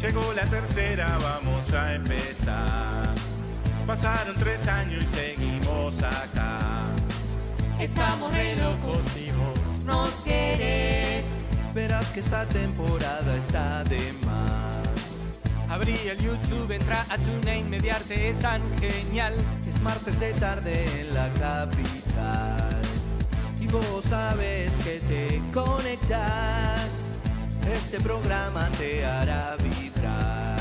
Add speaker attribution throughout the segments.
Speaker 1: Llegó la tercera, vamos a empezar. Pasaron tres años y seguimos acá.
Speaker 2: Estamos re locos
Speaker 1: y vos
Speaker 2: nos querés.
Speaker 1: verás que esta temporada está de más.
Speaker 3: Abrí el YouTube, entra a TuneIn, mediarte es tan genial.
Speaker 1: Es martes de tarde en la capital. Y vos sabes que te conectás. Este programa te hará vibrar.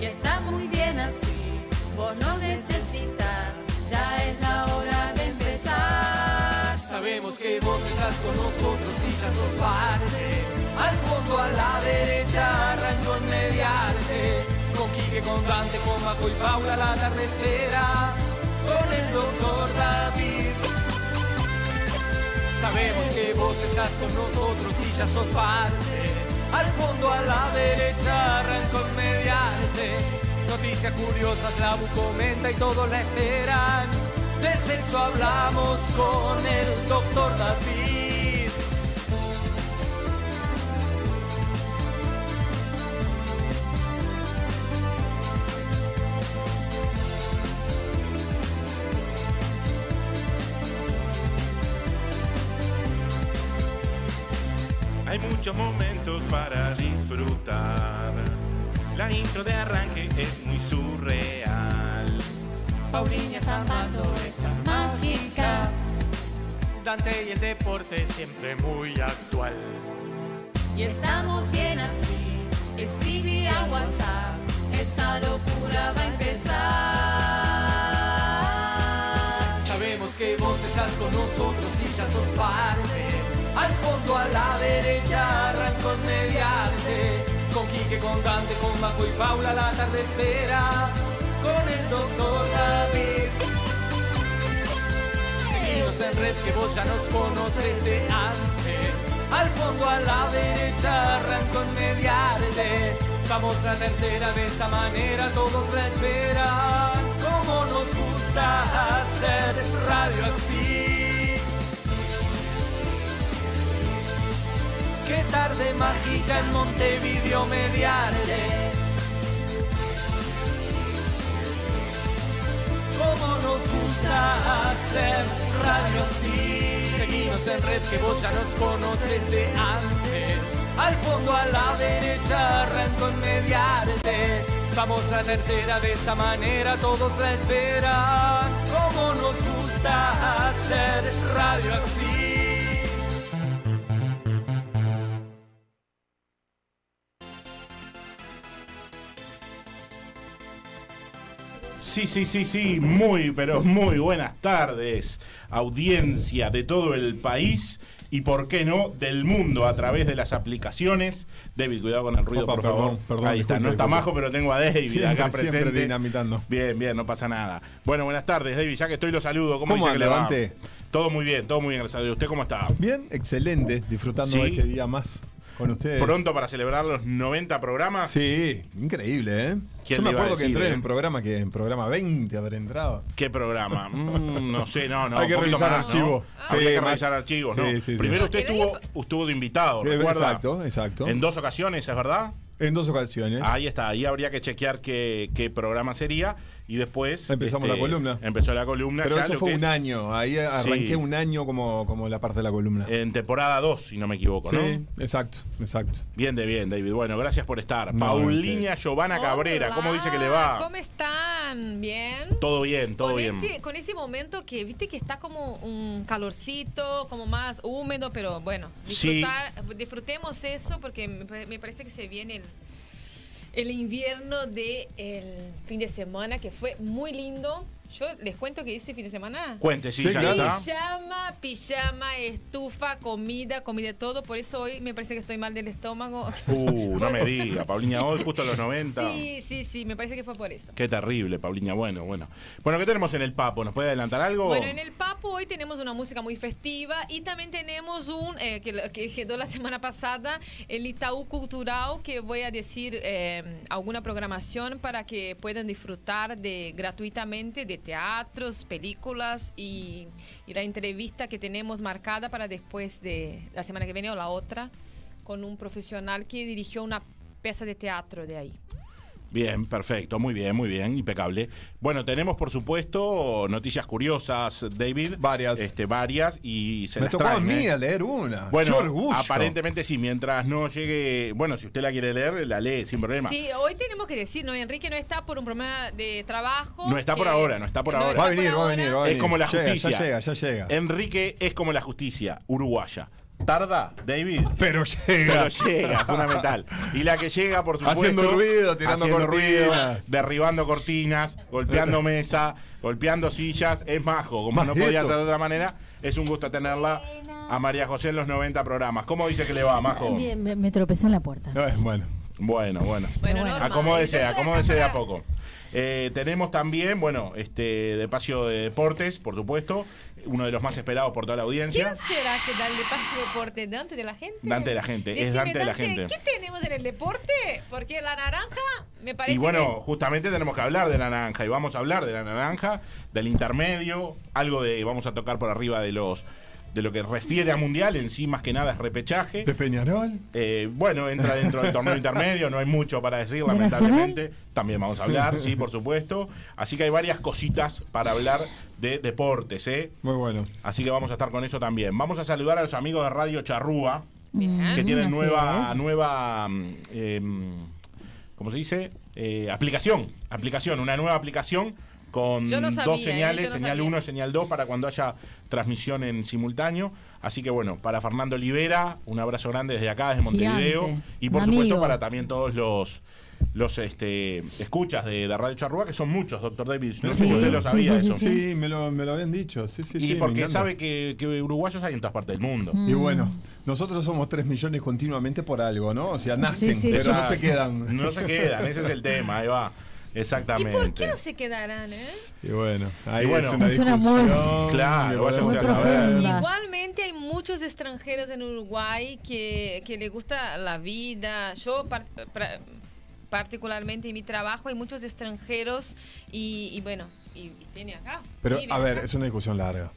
Speaker 2: Y está muy bien así, vos no necesitas, ya es la hora de empezar.
Speaker 3: Sabemos que vos estás con nosotros y ya sos parte. Al fondo a la derecha arrancó en mediarte. Con Quique, con Dante, con Baco y Paula la tarde espera. Con el doctor David. Sabemos que vos estás con nosotros y ya sos parte. Al fondo a la derecha arrancó en mediarte. Noticias curiosas la bu comenta y todos la esperan. De sexo hablamos con el doctor David.
Speaker 1: Hay muchos momentos para disfrutar. La intro de arranque es muy surreal.
Speaker 2: Paulinha Zamato está mágica.
Speaker 3: Dante y el deporte siempre muy actual.
Speaker 2: Y estamos bien así, escribí a WhatsApp, esta locura va a empezar.
Speaker 3: Sabemos que vos estás con nosotros y ya sos parte. Al fondo a la derecha arrancó en mediante. Con Quique, con Dante, con Baco y Paula la tarde espera. Con el doctor David. Seguimos en red que vos ya nos conoces de antes. Al fondo a la derecha arrancó en mediante. Vamos la tercera de esta manera, todos la esperan. Como nos gusta hacer radio así. Qué tarde mágica en Montevideo mediarte. Cómo nos gusta hacer radio así. Seguimos en red que vos ya nos conoces de antes. Al fondo a la derecha arrancó en mediarte. Vamos la tercera de esta manera, todos la esperan. Cómo nos gusta hacer radio así.
Speaker 4: Sí, sí, sí, sí, muy, pero muy buenas tardes, audiencia de todo el país y, por qué no, del mundo a través de las aplicaciones. David, cuidado con el ruido,
Speaker 5: Opa,
Speaker 4: por
Speaker 5: perdón,
Speaker 4: favor.
Speaker 5: perdón,
Speaker 4: Ahí está,
Speaker 5: disculpe,
Speaker 4: no está
Speaker 5: disculpe.
Speaker 4: majo, pero tengo a David
Speaker 5: Siempre,
Speaker 4: acá
Speaker 5: siempre
Speaker 4: presente.
Speaker 5: dinamitando.
Speaker 4: Bien, bien, no pasa nada. Bueno, buenas tardes, David, ya que estoy lo saludo. ¿Cómo,
Speaker 5: ¿Cómo
Speaker 4: dice que
Speaker 5: anda,
Speaker 4: le va?
Speaker 5: Dante?
Speaker 4: Todo muy bien, todo muy bien, gracias a Dios. ¿Usted cómo está?
Speaker 5: Bien, excelente, disfrutando
Speaker 4: Sí.
Speaker 5: de este día más con ustedes.
Speaker 4: ¿Pronto para celebrar los 90 programas?
Speaker 5: Pues- Sí, increíble, ¿eh?
Speaker 4: ¿Quién
Speaker 5: Yo me
Speaker 4: le iba a
Speaker 5: acuerdo que
Speaker 4: decir,
Speaker 5: entré
Speaker 4: eh?
Speaker 5: en programa que en programa 20 haber entrado.
Speaker 4: ¿Qué programa? Mm, no sé, no, no.
Speaker 5: Hay que
Speaker 4: un poquito
Speaker 5: revisar
Speaker 4: más,
Speaker 5: archivos.
Speaker 4: ¿no? Ah,
Speaker 5: Sí,
Speaker 4: Habría que
Speaker 5: más-
Speaker 4: revisar archivos, ¿no?
Speaker 5: Sí, sí, sí.
Speaker 4: Primero usted estuvo, estuvo de invitado,
Speaker 5: Eh,
Speaker 4: ¿recuerda?
Speaker 5: Exacto, exacto.
Speaker 4: En dos ocasiones, ¿es verdad?
Speaker 5: En dos ocasiones.
Speaker 4: Ahí está, ahí habría que chequear qué, qué programa sería y después... este,
Speaker 5: Empezamos la columna.
Speaker 4: Empezó la columna.
Speaker 5: Pero
Speaker 4: ya
Speaker 5: eso
Speaker 4: lo
Speaker 5: fue
Speaker 4: que
Speaker 5: un
Speaker 4: es
Speaker 5: año, ahí arranqué
Speaker 4: Sí. Eh,
Speaker 5: un año como, como la parte de la columna.
Speaker 4: En temporada 2, si no me equivoco,
Speaker 5: sí,
Speaker 4: ¿no?
Speaker 5: exacto, exacto.
Speaker 4: Bien de bien, David. Bueno, gracias por estar.
Speaker 5: No,
Speaker 4: Paulina
Speaker 5: ustedes.
Speaker 4: Giovanna
Speaker 6: ¿Cómo
Speaker 4: Cabrera,
Speaker 6: va?
Speaker 4: ¿cómo dice que le va?
Speaker 6: ¿Cómo están? ¿Bien?
Speaker 4: Todo bien, todo
Speaker 6: con,
Speaker 4: bien.
Speaker 6: Ese, con ese momento que viste que está como un calorcito, como más húmedo, pero bueno,
Speaker 4: Sí.
Speaker 6: disfrutar- disfrutemos eso porque me, pa- me parece que se viene el, el invierno del fin de semana que fue muy lindo. Yo les cuento que hice fin de semana.
Speaker 4: Cuente, sí,
Speaker 5: Sí,
Speaker 4: ya
Speaker 5: claro.
Speaker 4: está.
Speaker 6: Pijama, pijama, estufa, comida, comida, todo. Por eso hoy me parece que estoy mal del estómago.
Speaker 4: Uh, no me diga, Paulina, hoy justo a los 90.
Speaker 6: Sí, sí, sí, me parece que fue por eso.
Speaker 4: Qué terrible, Pauliña. Bueno, bueno. Bueno, ¿qué tenemos en el papo? ¿Nos puede adelantar algo?
Speaker 6: Bueno, en el Papo hoy tenemos una música muy festiva y también tenemos un eh, que, que quedó la semana pasada, el Itaú Cultural, que voy a decir eh, alguna programación para que puedan disfrutar de gratuitamente de teatros, películas y, y la entrevista que tenemos marcada para después de la semana que viene o la otra con un profesional que dirigió una peça de teatro de ahí.
Speaker 4: Bien, perfecto, muy bien, muy bien, impecable. Bueno, tenemos por supuesto noticias curiosas, David.
Speaker 5: Varias.
Speaker 4: Este, varias y se
Speaker 5: Me
Speaker 4: las
Speaker 5: tocó a
Speaker 4: traen,
Speaker 5: mí
Speaker 4: ¿eh?
Speaker 5: a leer una.
Speaker 4: Bueno,
Speaker 5: Qué orgullo.
Speaker 4: aparentemente sí, mientras no llegue. Bueno, si usted la quiere leer, la lee sin problema.
Speaker 6: Sí, hoy tenemos que decir, ¿no? Enrique no está por un problema de trabajo.
Speaker 4: No está por
Speaker 6: que-
Speaker 4: ahora, no está por ahora.
Speaker 5: Va a
Speaker 6: por
Speaker 5: venir, va a
Speaker 6: ahora.
Speaker 5: venir, va a
Speaker 4: Es
Speaker 5: venir.
Speaker 4: como la
Speaker 5: Llega,
Speaker 4: justicia.
Speaker 5: Ya llega, ya llega.
Speaker 4: Enrique es como la justicia uruguaya. Tarda, David.
Speaker 5: Pero
Speaker 4: Pero
Speaker 5: llega.
Speaker 4: llega, fundamental. Y la que llega, por supuesto.
Speaker 5: Haciendo ruido, tirando
Speaker 4: haciendo
Speaker 5: cortinas. Eh.
Speaker 4: derribando cortinas, golpeando mesa, golpeando sillas. Es majo, como no
Speaker 5: Majito.
Speaker 4: podía ser de otra manera. Es un gusto tenerla a María José en los 90 programas. ¿Cómo dice que le va, majo?
Speaker 7: Bien, me, me tropecé en la puerta.
Speaker 5: No, es bueno.
Speaker 4: Eh, Bueno, bueno.
Speaker 6: Bueno,
Speaker 7: Pero bueno.
Speaker 6: normal.
Speaker 4: Acomódese,
Speaker 6: Yo estoy
Speaker 4: acomódese de a
Speaker 6: acá para-
Speaker 4: poco. Eh, tenemos también, bueno, este de Espacio de Deportes, por supuesto, uno de los más esperados por toda la audiencia.
Speaker 6: ¿Quién será que da el deporte deporte? ¿Dante de la gente?
Speaker 4: Dante de la gente, es
Speaker 6: Decime,
Speaker 4: Dante de la gente.
Speaker 6: ¿Qué tenemos en el deporte? Porque la naranja me parece.
Speaker 4: Y bueno,
Speaker 6: que-
Speaker 4: justamente tenemos que hablar de la naranja y vamos a hablar de la naranja, del intermedio, algo de vamos a tocar por arriba de los de lo que refiere a mundial, en sí más que nada es repechaje.
Speaker 5: ¿De Peñarol?
Speaker 4: Eh, bueno, entra dentro del torneo intermedio, no hay mucho para decir,
Speaker 7: ¿De
Speaker 4: lamentablemente. También vamos a hablar, sí, por supuesto. Así que hay varias cositas para hablar de deportes, ¿eh?
Speaker 5: Muy bueno.
Speaker 4: Así que vamos a estar con eso también. Vamos a saludar a los amigos de Radio Charrúa,
Speaker 7: Mm,
Speaker 4: que tienen
Speaker 7: así
Speaker 4: nueva,
Speaker 7: es.
Speaker 4: nueva mm, em, ¿cómo se dice? Eh, aplicación, aplicación, una nueva aplicación con
Speaker 6: Yo no sabía,
Speaker 4: dos
Speaker 6: eh,
Speaker 4: señales,
Speaker 6: yo no
Speaker 4: señal
Speaker 6: sabía.
Speaker 4: 1 y señal 2 para cuando haya transmisión en simultáneo. Así que bueno, para Fernando Olivera, un abrazo grande desde acá, desde
Speaker 7: Gigante.
Speaker 4: Montevideo. Y por
Speaker 7: Un
Speaker 4: supuesto
Speaker 7: amigo.
Speaker 4: para también todos los los este, escuchas de, de Radio Charrúa, que son muchos, doctor David. No sé
Speaker 7: Sí,
Speaker 4: si usted lo
Speaker 7: sí,
Speaker 4: sabía
Speaker 7: sí,
Speaker 4: eso.
Speaker 7: sí.
Speaker 5: Sí, me lo, me lo habían dicho. Sí, sí,
Speaker 4: Y
Speaker 5: sí. me
Speaker 4: porque
Speaker 5: encanta.
Speaker 4: sabe que, que uruguayos hay en todas partes del mundo.
Speaker 7: Mm.
Speaker 5: Y bueno, nosotros somos 3 millones continuamente por algo, ¿no? O sea, nacen,
Speaker 7: Sí, sí,
Speaker 5: pero
Speaker 7: sí,
Speaker 5: no
Speaker 4: Exacto.
Speaker 5: se quedan.
Speaker 4: No se quedan, ese es el tema, ahí va.
Speaker 6: ¿Y
Speaker 4: Exactamente.
Speaker 6: por qué no se quedarán, eh?
Speaker 5: Y bueno, ahí
Speaker 4: Y bueno,
Speaker 5: es una
Speaker 7: Es una
Speaker 5: discusión
Speaker 7: muy-
Speaker 4: Claro,
Speaker 5: que
Speaker 4: vaya
Speaker 5: podemos
Speaker 4: usted a
Speaker 5: tener.
Speaker 4: saber.
Speaker 7: Va.
Speaker 6: Igualmente hay muchos extranjeros en Uruguay que, que le gusta la vida. Yo par- pra- particularmente en mi trabajo hay muchos extranjeros y, y bueno, y, y viene acá.
Speaker 5: Pero,
Speaker 6: vive
Speaker 5: a ver,
Speaker 6: acá.
Speaker 5: es una discusión larga.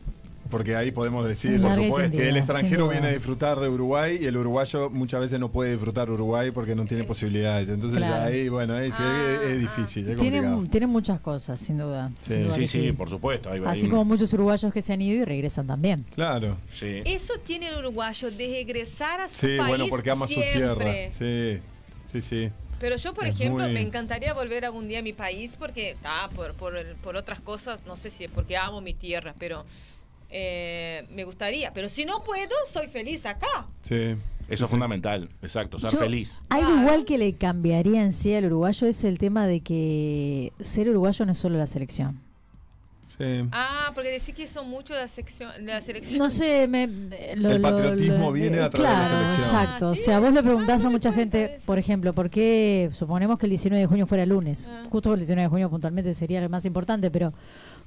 Speaker 5: Porque ahí podemos decir
Speaker 7: Larga
Speaker 4: y supuesto.
Speaker 5: que
Speaker 7: tendida,
Speaker 5: el
Speaker 7: sin
Speaker 5: extranjero
Speaker 7: duda.
Speaker 5: viene a disfrutar de Uruguay y el uruguayo muchas veces no puede disfrutar Uruguay porque no tiene posibilidades. Entonces
Speaker 7: Claro.
Speaker 5: ahí, bueno, ahí sí,
Speaker 6: Ah,
Speaker 5: es, es
Speaker 6: ah.
Speaker 5: difícil, es complicado.
Speaker 7: Tienen, tienen muchas cosas, sin duda.
Speaker 5: Sí.
Speaker 7: sin duda
Speaker 4: Sí,
Speaker 7: que
Speaker 4: sí, por supuesto. ahí va,
Speaker 7: Así
Speaker 4: ahí-
Speaker 7: como muchos uruguayos que se han ido y regresan también.
Speaker 5: Claro.
Speaker 4: Sí.
Speaker 6: Eso tiene el uruguayo de regresar a su
Speaker 5: Sí,
Speaker 6: país
Speaker 5: bueno, porque ama
Speaker 6: siempre.
Speaker 5: su tierra. Sí, sí, sí.
Speaker 6: Pero yo, por
Speaker 5: Es
Speaker 6: ejemplo,
Speaker 5: muy-
Speaker 6: me encantaría volver algún día a mi país porque, ah, por, por, el- por otras cosas, no sé si es porque amo mi tierra, pero eh, me gustaría. Pero si no puedo, soy feliz acá.
Speaker 5: sí.
Speaker 4: Eso es fundamental, exacto, ser
Speaker 7: Yo-
Speaker 4: feliz.
Speaker 7: Algo
Speaker 6: Claro.
Speaker 7: igual que le cambiaría en sí al uruguayo es el tema de que ser uruguayo no es solo la selección.
Speaker 5: sí.
Speaker 6: Ah, porque decís que son muchos de la, sección, de la selección.
Speaker 7: No sé, me, lo-
Speaker 5: El
Speaker 7: lo-
Speaker 5: patriotismo
Speaker 7: lo- eh,
Speaker 5: viene a través de la
Speaker 7: claro,
Speaker 5: selección.
Speaker 7: Exacto.
Speaker 6: Ah,
Speaker 7: o
Speaker 6: sí,
Speaker 7: sea, vos le
Speaker 6: ah,
Speaker 7: preguntás
Speaker 6: no
Speaker 7: a
Speaker 6: me
Speaker 7: mucha
Speaker 6: cuenta
Speaker 7: gente,
Speaker 6: eso.
Speaker 7: por ejemplo, ¿por qué suponemos que el 19 de junio fuera lunes?
Speaker 6: Ah.
Speaker 7: Justo el 19 de junio puntualmente sería el más importante, pero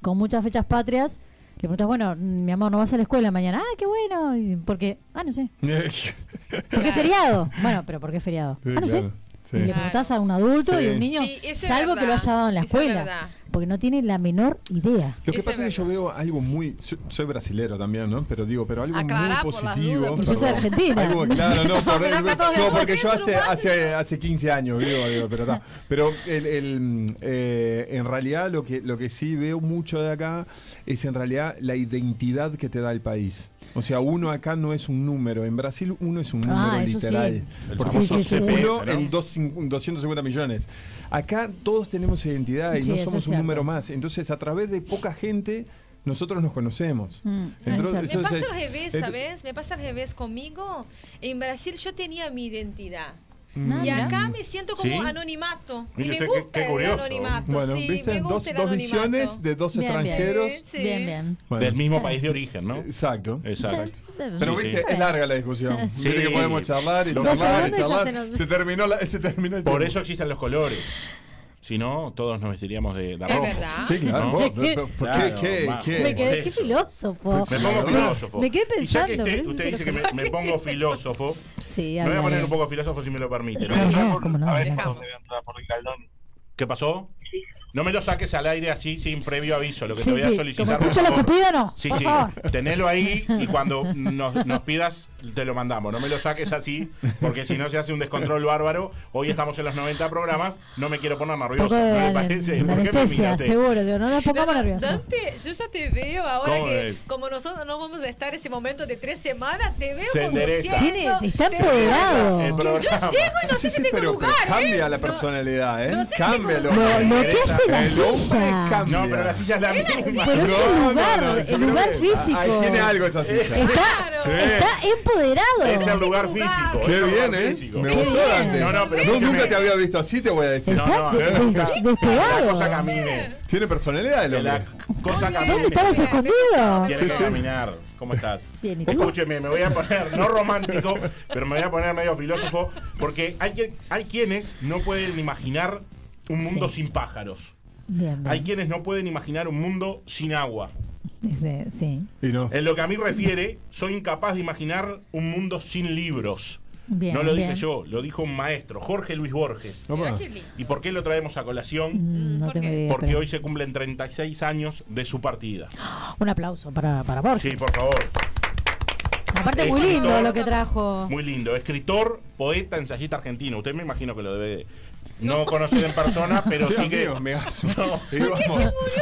Speaker 7: con muchas fechas patrias, le preguntás, bueno, mm, mi amor, ¿no vas a la escuela mañana? Ah, qué bueno. Y porque, ah, no sé. ¿Por qué feriado? Bueno, pero ¿por qué feriado?
Speaker 5: Sí,
Speaker 7: ah, no
Speaker 5: claro,
Speaker 7: sé.
Speaker 5: sí.
Speaker 7: Y le
Speaker 6: Claro.
Speaker 7: preguntás a un adulto y
Speaker 5: Sí.
Speaker 7: un niño,
Speaker 6: Sí, eso es
Speaker 7: salvo que lo
Speaker 6: verdad,
Speaker 7: haya dado en la
Speaker 6: eso es
Speaker 7: escuela,
Speaker 6: verdad.
Speaker 7: porque no tiene la menor idea.
Speaker 5: Lo que
Speaker 6: Ese
Speaker 5: pasa es
Speaker 6: es
Speaker 5: que yo
Speaker 6: verdad.
Speaker 5: veo algo muy. yo- soy brasilero también, ¿no? Pero digo, pero algo
Speaker 6: Aclará
Speaker 5: muy
Speaker 6: por las
Speaker 5: positivo.
Speaker 6: dudas,
Speaker 7: porque yo soy
Speaker 5: perdón.
Speaker 7: argentina.
Speaker 5: Algo-
Speaker 7: No
Speaker 5: claro,
Speaker 7: sé,
Speaker 5: no, por-
Speaker 7: pero acá todos
Speaker 5: no,
Speaker 7: los
Speaker 5: porque yo
Speaker 6: uruguayos
Speaker 5: hace,
Speaker 6: uruguayos.
Speaker 5: hace, hace 15 años, digo, digo, pero está. Pero el, el, eh, en realidad lo que, lo que sí veo mucho de acá es en realidad la identidad que te da el país. O sea, uno acá no es un número. En Brasil uno es un número
Speaker 7: Ah, eso sí.
Speaker 5: literal.
Speaker 4: El
Speaker 5: Porque
Speaker 7: famoso
Speaker 5: sos
Speaker 7: CPF,
Speaker 5: uno
Speaker 4: ¿no?
Speaker 5: en dos cin- 250 millones. Acá todos tenemos identidad y
Speaker 7: Sí,
Speaker 5: no
Speaker 7: eso
Speaker 5: somos
Speaker 7: es
Speaker 5: un
Speaker 7: cierto.
Speaker 5: número más. Entonces, a través de poca gente, nosotros nos conocemos.
Speaker 7: Mm,
Speaker 5: Entonces,
Speaker 7: es cierto.
Speaker 6: Me pasa
Speaker 5: es-
Speaker 6: al revés,
Speaker 5: es-
Speaker 6: ¿sabes? Me pasa al revés conmigo. En Brasil yo tenía mi identidad.
Speaker 5: Mm.
Speaker 6: Y
Speaker 7: Ah,
Speaker 6: acá me siento como
Speaker 4: Sí.
Speaker 6: anonimato. Y
Speaker 4: Mire
Speaker 6: me
Speaker 4: usted qué-
Speaker 6: gusta
Speaker 4: qué
Speaker 6: el
Speaker 4: curioso.
Speaker 6: anonimato.
Speaker 5: Bueno,
Speaker 6: sí,
Speaker 5: viste,
Speaker 6: me
Speaker 5: dos,
Speaker 6: gusta el
Speaker 5: dos
Speaker 6: anonimato.
Speaker 5: visiones de dos
Speaker 7: Bien, bien.
Speaker 5: extranjeros.
Speaker 6: Sí, sí.
Speaker 7: Bien, bien.
Speaker 5: Bueno,
Speaker 4: Del mismo país de origen, ¿no?
Speaker 5: Exacto.
Speaker 4: Exacto.
Speaker 5: Pero
Speaker 4: Sí,
Speaker 5: viste,
Speaker 4: sí.
Speaker 5: es larga la discusión.
Speaker 7: Sí.
Speaker 5: Viste que podemos charlar y
Speaker 4: Dos
Speaker 5: charlar y
Speaker 7: segundos y ya
Speaker 5: charlar.
Speaker 7: se nos-
Speaker 5: terminó, la- se terminó el
Speaker 4: Por
Speaker 5: tiempo.
Speaker 4: eso existen los colores. Si no, todos nos vestiríamos de, de
Speaker 6: Es
Speaker 4: rojo.
Speaker 6: verdad.
Speaker 5: Sí, claro.
Speaker 4: ¿No?
Speaker 5: vos, pero- pero- ¿por qué?
Speaker 4: Claro,
Speaker 5: ¿Qué?
Speaker 4: bajo.
Speaker 5: ¿Qué?
Speaker 7: Me quedé, qué
Speaker 4: Eso.
Speaker 7: filósofo.
Speaker 4: Pues Me pongo
Speaker 7: Me-
Speaker 4: filósofo.
Speaker 7: Me quedé
Speaker 4: Y ya que
Speaker 7: pensando.
Speaker 4: usted,
Speaker 7: pero
Speaker 4: usted
Speaker 7: eso
Speaker 4: dice que me,
Speaker 7: filósofo.
Speaker 4: me pongo filósofo.
Speaker 7: Sí,
Speaker 4: Me voy a
Speaker 7: habla
Speaker 4: poner
Speaker 7: de-
Speaker 4: un poco filósofo si me lo permite. ¿no?
Speaker 7: Pero no, cómo no.
Speaker 8: a ver
Speaker 6: dejamos.
Speaker 8: cuándo voy a entrar por Ricaldoni.
Speaker 4: ¿Qué pasó? No me lo saques al aire así sin previo aviso. Lo que
Speaker 7: Sí,
Speaker 4: te voy a
Speaker 7: sí,
Speaker 4: solicitar.
Speaker 7: como
Speaker 4: por
Speaker 7: escucha la
Speaker 4: favor.
Speaker 7: Cupido, no,
Speaker 4: Sí,
Speaker 7: por
Speaker 4: sí.
Speaker 7: favor.
Speaker 4: Tenelo ahí y cuando nos, nos pidas, te lo mandamos. No me lo saques así, porque si no se hace un descontrol bárbaro. Hoy estamos en los 90 programas. No me quiero poner más
Speaker 7: Un poco
Speaker 4: nervioso.
Speaker 7: de,
Speaker 4: ¿No le
Speaker 7: an-
Speaker 4: parece?
Speaker 7: de
Speaker 4: ¿Por qué me
Speaker 7: anestesia,
Speaker 4: miraste?
Speaker 7: seguro. digo, no nos pongamos
Speaker 6: No, no,
Speaker 7: nerviosos.
Speaker 6: Dante, yo ya te veo ahora
Speaker 4: ¿Cómo
Speaker 6: que
Speaker 4: es?
Speaker 6: como nosotros no vamos a estar ese momento de tres semanas, te veo
Speaker 4: Se
Speaker 6: como
Speaker 4: endereza.
Speaker 6: diciendo,
Speaker 7: Tiene- está
Speaker 6: te
Speaker 7: empoderado.
Speaker 6: veo.
Speaker 4: El
Speaker 6: Yo
Speaker 4: programa.
Speaker 6: llego y no
Speaker 5: Sí,
Speaker 6: sé
Speaker 5: sí,
Speaker 6: si tengo
Speaker 5: pero,
Speaker 6: lugar.
Speaker 5: pero cambia
Speaker 6: ¿eh?
Speaker 5: la
Speaker 6: No.
Speaker 5: personalidad, ¿eh?
Speaker 6: no sé si
Speaker 5: cambia el
Speaker 6: tengo-
Speaker 5: hombre.
Speaker 7: Lo, lo que hace la
Speaker 5: El hombre
Speaker 7: silla.
Speaker 5: cambia.
Speaker 4: No, pero la silla es la misma.
Speaker 7: Pero es el
Speaker 5: No,
Speaker 7: lugar,
Speaker 5: no, no, yo
Speaker 7: el
Speaker 5: creo
Speaker 7: lugar
Speaker 5: que
Speaker 7: físico.
Speaker 5: Ahí tiene algo esa silla.
Speaker 7: Está,
Speaker 6: Claro.
Speaker 4: Sí.
Speaker 7: está empoderado.
Speaker 4: Es el lugar
Speaker 6: Lugar.
Speaker 4: físico.
Speaker 5: Qué
Speaker 4: es el lugar
Speaker 5: bien, ¿eh?
Speaker 4: físico.
Speaker 5: Me
Speaker 7: Qué
Speaker 5: gustó,
Speaker 7: bien.
Speaker 5: Dante.
Speaker 4: No, no, pero
Speaker 5: Yo
Speaker 4: escúchame.
Speaker 5: nunca te había visto así, te voy a decir.
Speaker 7: Está
Speaker 4: No, no,
Speaker 7: de-
Speaker 4: no.
Speaker 7: de-
Speaker 4: La
Speaker 7: despegado.
Speaker 4: cosa camine.
Speaker 5: Tiene personalidad el
Speaker 4: Que la
Speaker 5: hombre.
Speaker 4: cosa camine.
Speaker 7: ¿Dónde estamos escondidos?
Speaker 4: Tiene que
Speaker 5: Sí, sí.
Speaker 4: caminar. ¿Cómo estás?
Speaker 7: Bien, ¿y tú?
Speaker 4: Escúcheme, me voy a poner, no romántico, pero me voy a poner medio filósofo, porque hay, quien- hay quienes no pueden imaginar un mundo
Speaker 7: Sí.
Speaker 4: sin pájaros.
Speaker 7: Bien,
Speaker 4: Hay
Speaker 7: bien.
Speaker 4: quienes no pueden imaginar un mundo sin agua.
Speaker 7: Ese, sí.
Speaker 5: Y no.
Speaker 4: En lo que a mí refiere, soy incapaz de imaginar un mundo sin libros.
Speaker 7: Bien,
Speaker 4: no lo dije
Speaker 7: bien.
Speaker 4: yo, lo dijo un maestro, Jorge Luis Borges.
Speaker 6: Mira,
Speaker 5: Opa.
Speaker 6: qué lindo.
Speaker 4: ¿Y por qué lo traemos a colación?
Speaker 7: Mm, No
Speaker 6: ¿Por
Speaker 7: tengo
Speaker 6: qué?
Speaker 7: idea.
Speaker 4: Porque
Speaker 7: pero-
Speaker 4: hoy se cumplen 36 años de su partida.
Speaker 7: Un aplauso para, para Borges.
Speaker 4: Sí, por favor. Eh,
Speaker 7: Aparte, muy
Speaker 4: Escritor.
Speaker 7: lindo lo que trajo.
Speaker 4: Muy lindo. Escritor, poeta, ensayista argentino. Usted me imagino que lo debe no conocer en persona, pero
Speaker 5: Sí,
Speaker 4: sí que.
Speaker 5: amigos, me gaso.
Speaker 4: No.
Speaker 5: Íbamos,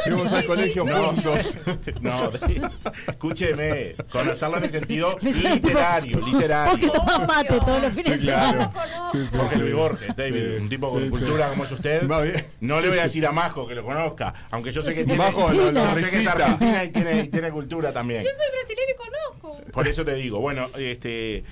Speaker 5: íbamos al colegio
Speaker 4: No.
Speaker 5: juntos.
Speaker 4: No, de- escúcheme, conocerlo en el sentido
Speaker 7: Me suena tipo-
Speaker 4: literario,
Speaker 7: Porque
Speaker 4: literario.
Speaker 7: tomas mate todos los
Speaker 5: Sí,
Speaker 7: fines de
Speaker 5: claro.
Speaker 7: semana.
Speaker 5: Sí, sí,
Speaker 4: Jorge
Speaker 5: sí.
Speaker 4: Luis Borges, David,
Speaker 5: Sí,
Speaker 4: un tipo con
Speaker 5: sí, sí.
Speaker 4: cultura como es usted.
Speaker 5: Va bien.
Speaker 4: No le voy a decir a Majo que lo conozca, aunque yo sé que
Speaker 7: Es
Speaker 4: tiene,
Speaker 5: Majo lo- lo
Speaker 4: yo sé que es
Speaker 5: recita.
Speaker 4: argentina y tiene, y tiene cultura también.
Speaker 6: Yo soy brasileño y conozco.
Speaker 4: Por eso te digo, bueno, este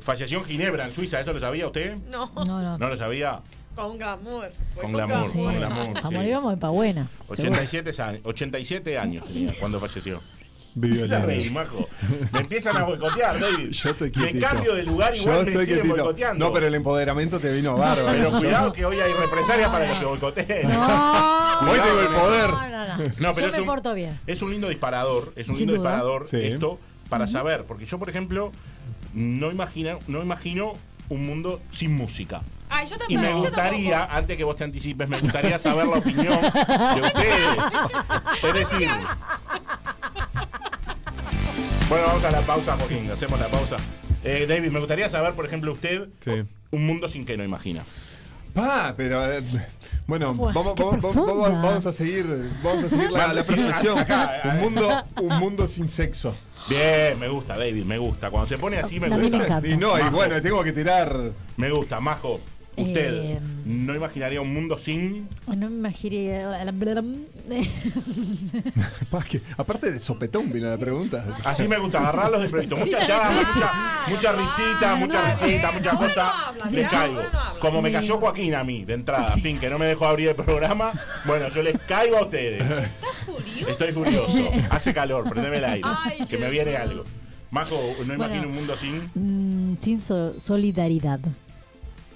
Speaker 4: falleció en Ginebra, en Suiza, ¿eso lo sabía usted?
Speaker 6: No,
Speaker 7: No, no.
Speaker 4: No lo sabía.
Speaker 6: con glamour. Voy
Speaker 4: Con glamour,
Speaker 7: Sí.
Speaker 4: con glamour.
Speaker 7: Amor,
Speaker 4: sí.
Speaker 7: íbamos de pa' buena. seguro.
Speaker 4: 87 años, 87 años tenía cuando falleció.
Speaker 5: Vivió
Speaker 4: La reí,
Speaker 5: lindo.
Speaker 4: majo. Me empiezan a boicotear, David.
Speaker 5: Yo estoy
Speaker 4: me
Speaker 5: quietito.
Speaker 4: cambio de lugar
Speaker 5: Yo
Speaker 4: igual me
Speaker 5: estoy
Speaker 4: siguen
Speaker 5: quietito.
Speaker 4: boicoteando.
Speaker 5: No, pero el empoderamiento te vino bárbaro.
Speaker 4: Pero cuidado que hoy hay represalias para los que boicoteen.
Speaker 7: No.
Speaker 5: Hoy tengo el
Speaker 4: Cuidado con
Speaker 5: este poder.
Speaker 7: No, no, no.
Speaker 4: No, pero
Speaker 7: Yo
Speaker 4: es
Speaker 7: me
Speaker 4: un-
Speaker 7: porto bien.
Speaker 4: Es un lindo disparador, es un
Speaker 7: Sin
Speaker 4: lindo
Speaker 7: duda.
Speaker 4: disparador
Speaker 5: Sí.
Speaker 4: esto para saber, porque yo por ejemplo no imagino, no imagino un mundo sin música.
Speaker 6: Ay, yo tampoco.
Speaker 4: Y me
Speaker 6: yo
Speaker 4: gustaría,
Speaker 6: tampoco.
Speaker 4: antes que vos te anticipes, me gustaría saber la opinión de ustedes. Es decir. Bueno, vamos a la pausa, Joaquín. Hacemos la pausa. Eh, David, me gustaría saber, por ejemplo, usted,
Speaker 5: Sí.
Speaker 4: un mundo sin que no imagina.
Speaker 5: Pa, pero eh, bueno,
Speaker 7: Buah,
Speaker 5: vamos,
Speaker 7: qué
Speaker 5: vamos,
Speaker 7: profunda.
Speaker 5: vamos- vamos a seguir, vamos a seguir la, la profesión.
Speaker 4: Acá, eh.
Speaker 5: Un mundo, un mundo sin sexo.
Speaker 4: Bien, me gusta, David, me gusta. Cuando se pone así, me
Speaker 7: A mí me
Speaker 4: gusta.
Speaker 7: encanta.
Speaker 5: Y no, y
Speaker 4: Majo.
Speaker 5: bueno, tengo que tirar.
Speaker 4: Me gusta, Majo. Usted
Speaker 7: Eh,
Speaker 4: no imaginaría un mundo sin.
Speaker 7: No me imaginaría.
Speaker 5: Pa, que- aparte de sopetón vino la pregunta.
Speaker 4: Así me gusta, agarrarlos de previsto.
Speaker 7: Sí,
Speaker 4: Mucha charla,
Speaker 7: sí.
Speaker 4: mucha, mucha risita, mucha
Speaker 6: Ah, no,
Speaker 4: risita,
Speaker 6: eh,
Speaker 4: mucha
Speaker 6: no,
Speaker 4: cosa.
Speaker 6: no habla,
Speaker 4: les
Speaker 6: no,
Speaker 4: caigo.
Speaker 6: no habla.
Speaker 4: Como me cayó Joaquín a mí de entrada, Pin, que no me dejó abrir el programa, bueno, yo les caigo a ustedes.
Speaker 6: Curioso.
Speaker 4: Estoy furioso. Hace calor, prendeme el aire.
Speaker 6: Ay,
Speaker 4: que me viene
Speaker 6: Jesús.
Speaker 4: algo. Majo, no imagino un mundo sin.
Speaker 7: Mm, sin so- solidaridad.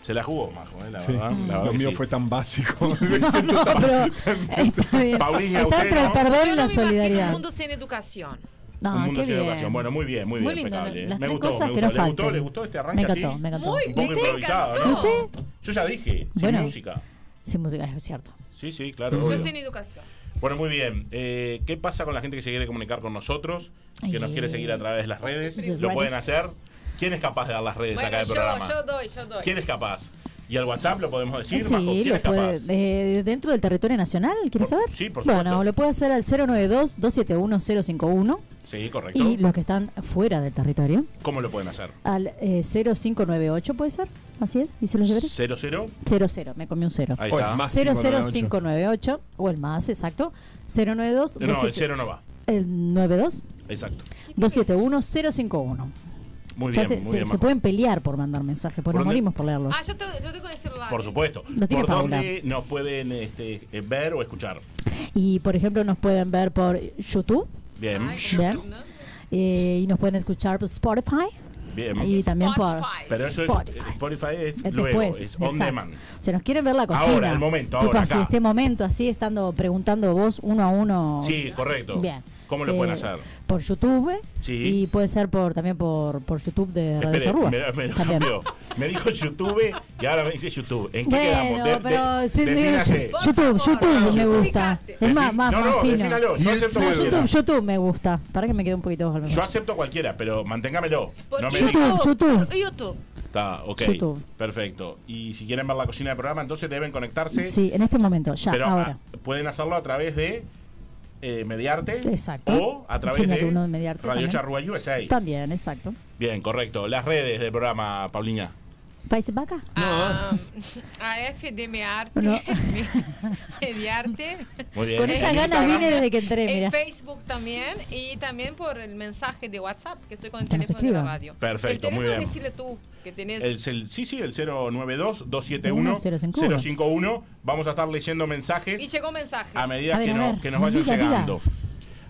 Speaker 4: Se la jugó, Majo, eh, la verdad. la verdad
Speaker 5: Lo
Speaker 4: que
Speaker 5: mío
Speaker 4: sí.
Speaker 5: fue tan básico.
Speaker 7: No, pero está bien.
Speaker 4: Paulina,
Speaker 7: Está
Speaker 4: usted,
Speaker 7: entre el
Speaker 4: ¿no?
Speaker 6: Yo no
Speaker 7: perdón y
Speaker 6: me
Speaker 7: la
Speaker 6: imagino
Speaker 7: solidaridad.
Speaker 6: Un mundo sin educación.
Speaker 4: Un
Speaker 7: No,
Speaker 4: mundo
Speaker 7: qué
Speaker 4: sin
Speaker 7: bien.
Speaker 4: educación. Bueno, muy bien, muy
Speaker 7: Muy
Speaker 4: bien,
Speaker 7: lindo,
Speaker 4: impecable. eh.
Speaker 7: las
Speaker 4: me
Speaker 7: tres
Speaker 4: gustó,
Speaker 7: cosas
Speaker 4: me
Speaker 7: que no
Speaker 4: gustó. ¿Le
Speaker 7: faltan.
Speaker 4: gustó? ¿Le gustó este
Speaker 7: Me
Speaker 4: arranque así?
Speaker 7: encantó, me encantó.
Speaker 6: Muy
Speaker 4: Un poco
Speaker 6: me
Speaker 4: improvisado,
Speaker 6: encantó.
Speaker 4: ¿no? Yo ya dije, sin
Speaker 7: Bueno.
Speaker 4: música.
Speaker 7: Sin música, es cierto.
Speaker 4: Sí, sí, claro.
Speaker 6: Yo
Speaker 4: obvio.
Speaker 6: sin educación.
Speaker 4: Bueno, muy bien. Eh, ¿Qué pasa con la gente que se quiere comunicar con nosotros? Que nos
Speaker 7: Eh,
Speaker 4: quiere seguir a través de las redes.
Speaker 7: sí.
Speaker 4: ¿Lo pueden hacer? ¿Quién es capaz de dar las redes acá
Speaker 6: Bueno,
Speaker 4: del
Speaker 6: yo,
Speaker 4: programa?
Speaker 6: yo doy, yo doy.
Speaker 4: ¿Quién es capaz? ¿Y al WhatsApp lo podemos decir?
Speaker 7: sí,
Speaker 4: Majo? ¿Quién
Speaker 7: lo
Speaker 4: es capaz?
Speaker 7: puede, eh, dentro del territorio nacional, ¿quieres
Speaker 4: Por-
Speaker 7: saber?
Speaker 4: sí, por
Speaker 7: Bueno,
Speaker 4: supuesto.
Speaker 7: lo puede hacer al 092-271-051
Speaker 4: Sí, correcto.
Speaker 7: y los que están fuera del territorio
Speaker 4: ¿Cómo lo pueden hacer?
Speaker 7: al eh, 0598, ¿puede ser? Así es, hice los deberes.
Speaker 4: ¿Cero, cero?
Speaker 7: 00, me comí un 0.
Speaker 4: Ahí
Speaker 5: Oh,
Speaker 4: está.
Speaker 5: es más.
Speaker 7: 00598 o el más, exacto. 092
Speaker 4: No, el cero no va.
Speaker 7: el 92
Speaker 4: Exacto.
Speaker 7: 271 051.
Speaker 4: Muy
Speaker 7: Ya
Speaker 4: bien,
Speaker 7: se,
Speaker 4: muy
Speaker 7: se- se
Speaker 4: bien. Majo.
Speaker 7: pueden pelear por mandar mensajes, pues
Speaker 4: ¿Por
Speaker 7: nos
Speaker 4: dónde?
Speaker 7: morimos por leerlos.
Speaker 6: Ah, yo tengo, yo tengo el celular.
Speaker 4: Por supuesto.
Speaker 7: Lo tiene
Speaker 4: ¿Por
Speaker 7: Paula.
Speaker 4: dónde nos pueden este, eh, ver o escuchar?
Speaker 7: Y por ejemplo, nos pueden ver por YouTube
Speaker 4: Bien,
Speaker 6: Ay,
Speaker 7: Bien.
Speaker 6: ¿no?
Speaker 7: eh, y nos pueden escuchar por Spotify
Speaker 4: bien.
Speaker 7: y también
Speaker 6: Spotify.
Speaker 4: Pero eso
Speaker 7: Spotify.
Speaker 4: es eh, Spotify es
Speaker 7: por. eh,
Speaker 4: luego,
Speaker 7: Después,
Speaker 4: es on
Speaker 7: exacto.
Speaker 4: demand.
Speaker 7: Si nos quieren ver la
Speaker 4: Ahora,
Speaker 7: cocina,
Speaker 4: el momento,
Speaker 7: tipo
Speaker 4: ahora,
Speaker 7: así,
Speaker 4: acá.
Speaker 7: este momento así, estando preguntando vos uno a uno.
Speaker 4: Sí, correcto.
Speaker 7: Bien. Eh,
Speaker 4: ¿Cómo lo pueden hacer?
Speaker 7: Por YouTube
Speaker 4: Sí.
Speaker 7: y puede ser por también por, por YouTube de Radio
Speaker 4: Espere,
Speaker 7: Charrúa.
Speaker 4: me, me
Speaker 7: también.
Speaker 4: lo cambió. Me dijo YouTube y ahora me dice YouTube. ¿En qué
Speaker 7: Bueno,
Speaker 4: quedamos? De- de-
Speaker 7: pero sí, me-
Speaker 4: defínase.
Speaker 7: YouTube,
Speaker 6: Por favor,
Speaker 7: YouTube me
Speaker 6: Ubicate.
Speaker 7: gusta. Es
Speaker 4: Defi-
Speaker 7: más, más,
Speaker 4: no, no,
Speaker 7: más fino.
Speaker 4: defínalo,
Speaker 5: Y
Speaker 4: Yo
Speaker 5: el-
Speaker 4: acepto
Speaker 7: No,
Speaker 4: cualquiera.
Speaker 7: YouTube, YouTube me gusta. Para que me quede un poquito bajo el
Speaker 4: Yo acepto cualquiera, pero manténgamelo. No me
Speaker 7: YouTube,
Speaker 4: diga-
Speaker 7: YouTube.
Speaker 6: YouTube.
Speaker 4: Está, ok.
Speaker 7: YouTube.
Speaker 4: Perfecto. Y si quieren ver la cocina del programa, entonces deben conectarse.
Speaker 7: Sí, en este momento, ya,
Speaker 4: pero
Speaker 7: ahora.
Speaker 4: ah, pueden hacerlo a través de eh, Mediarte
Speaker 7: Exacto.
Speaker 4: o a través
Speaker 7: Señal
Speaker 4: de
Speaker 7: uno de Mediarte
Speaker 4: Radio
Speaker 7: también.
Speaker 4: Charrúa USA.
Speaker 7: También, exacto.
Speaker 4: Bien, correcto. Las redes del programa, Paulina.
Speaker 7: Países Vaca.
Speaker 6: Ah, AFDM Arte.
Speaker 7: No.
Speaker 6: Mediarte.
Speaker 4: Muy bien.
Speaker 7: Con
Speaker 4: En
Speaker 7: esas ganas
Speaker 4: Instagram,
Speaker 7: vine desde que entré,
Speaker 6: En
Speaker 7: mira.
Speaker 6: Facebook también y también por el mensaje de WhatsApp que estoy con el
Speaker 7: Que nos
Speaker 6: teléfono de la
Speaker 7: escriban.
Speaker 6: radio.
Speaker 4: Perfecto,
Speaker 6: el teléfono
Speaker 4: muy bien.
Speaker 6: decirle tú que tenés
Speaker 4: El, cel- sí, sí, el 092-271-051. Vamos a estar leyendo
Speaker 6: y
Speaker 4: mensajes
Speaker 6: llegó mensaje.
Speaker 4: a medida
Speaker 7: A ver,
Speaker 4: que,
Speaker 7: a
Speaker 4: no-
Speaker 7: ver.
Speaker 4: que nos vayan
Speaker 7: Diga, diga.
Speaker 4: llegando.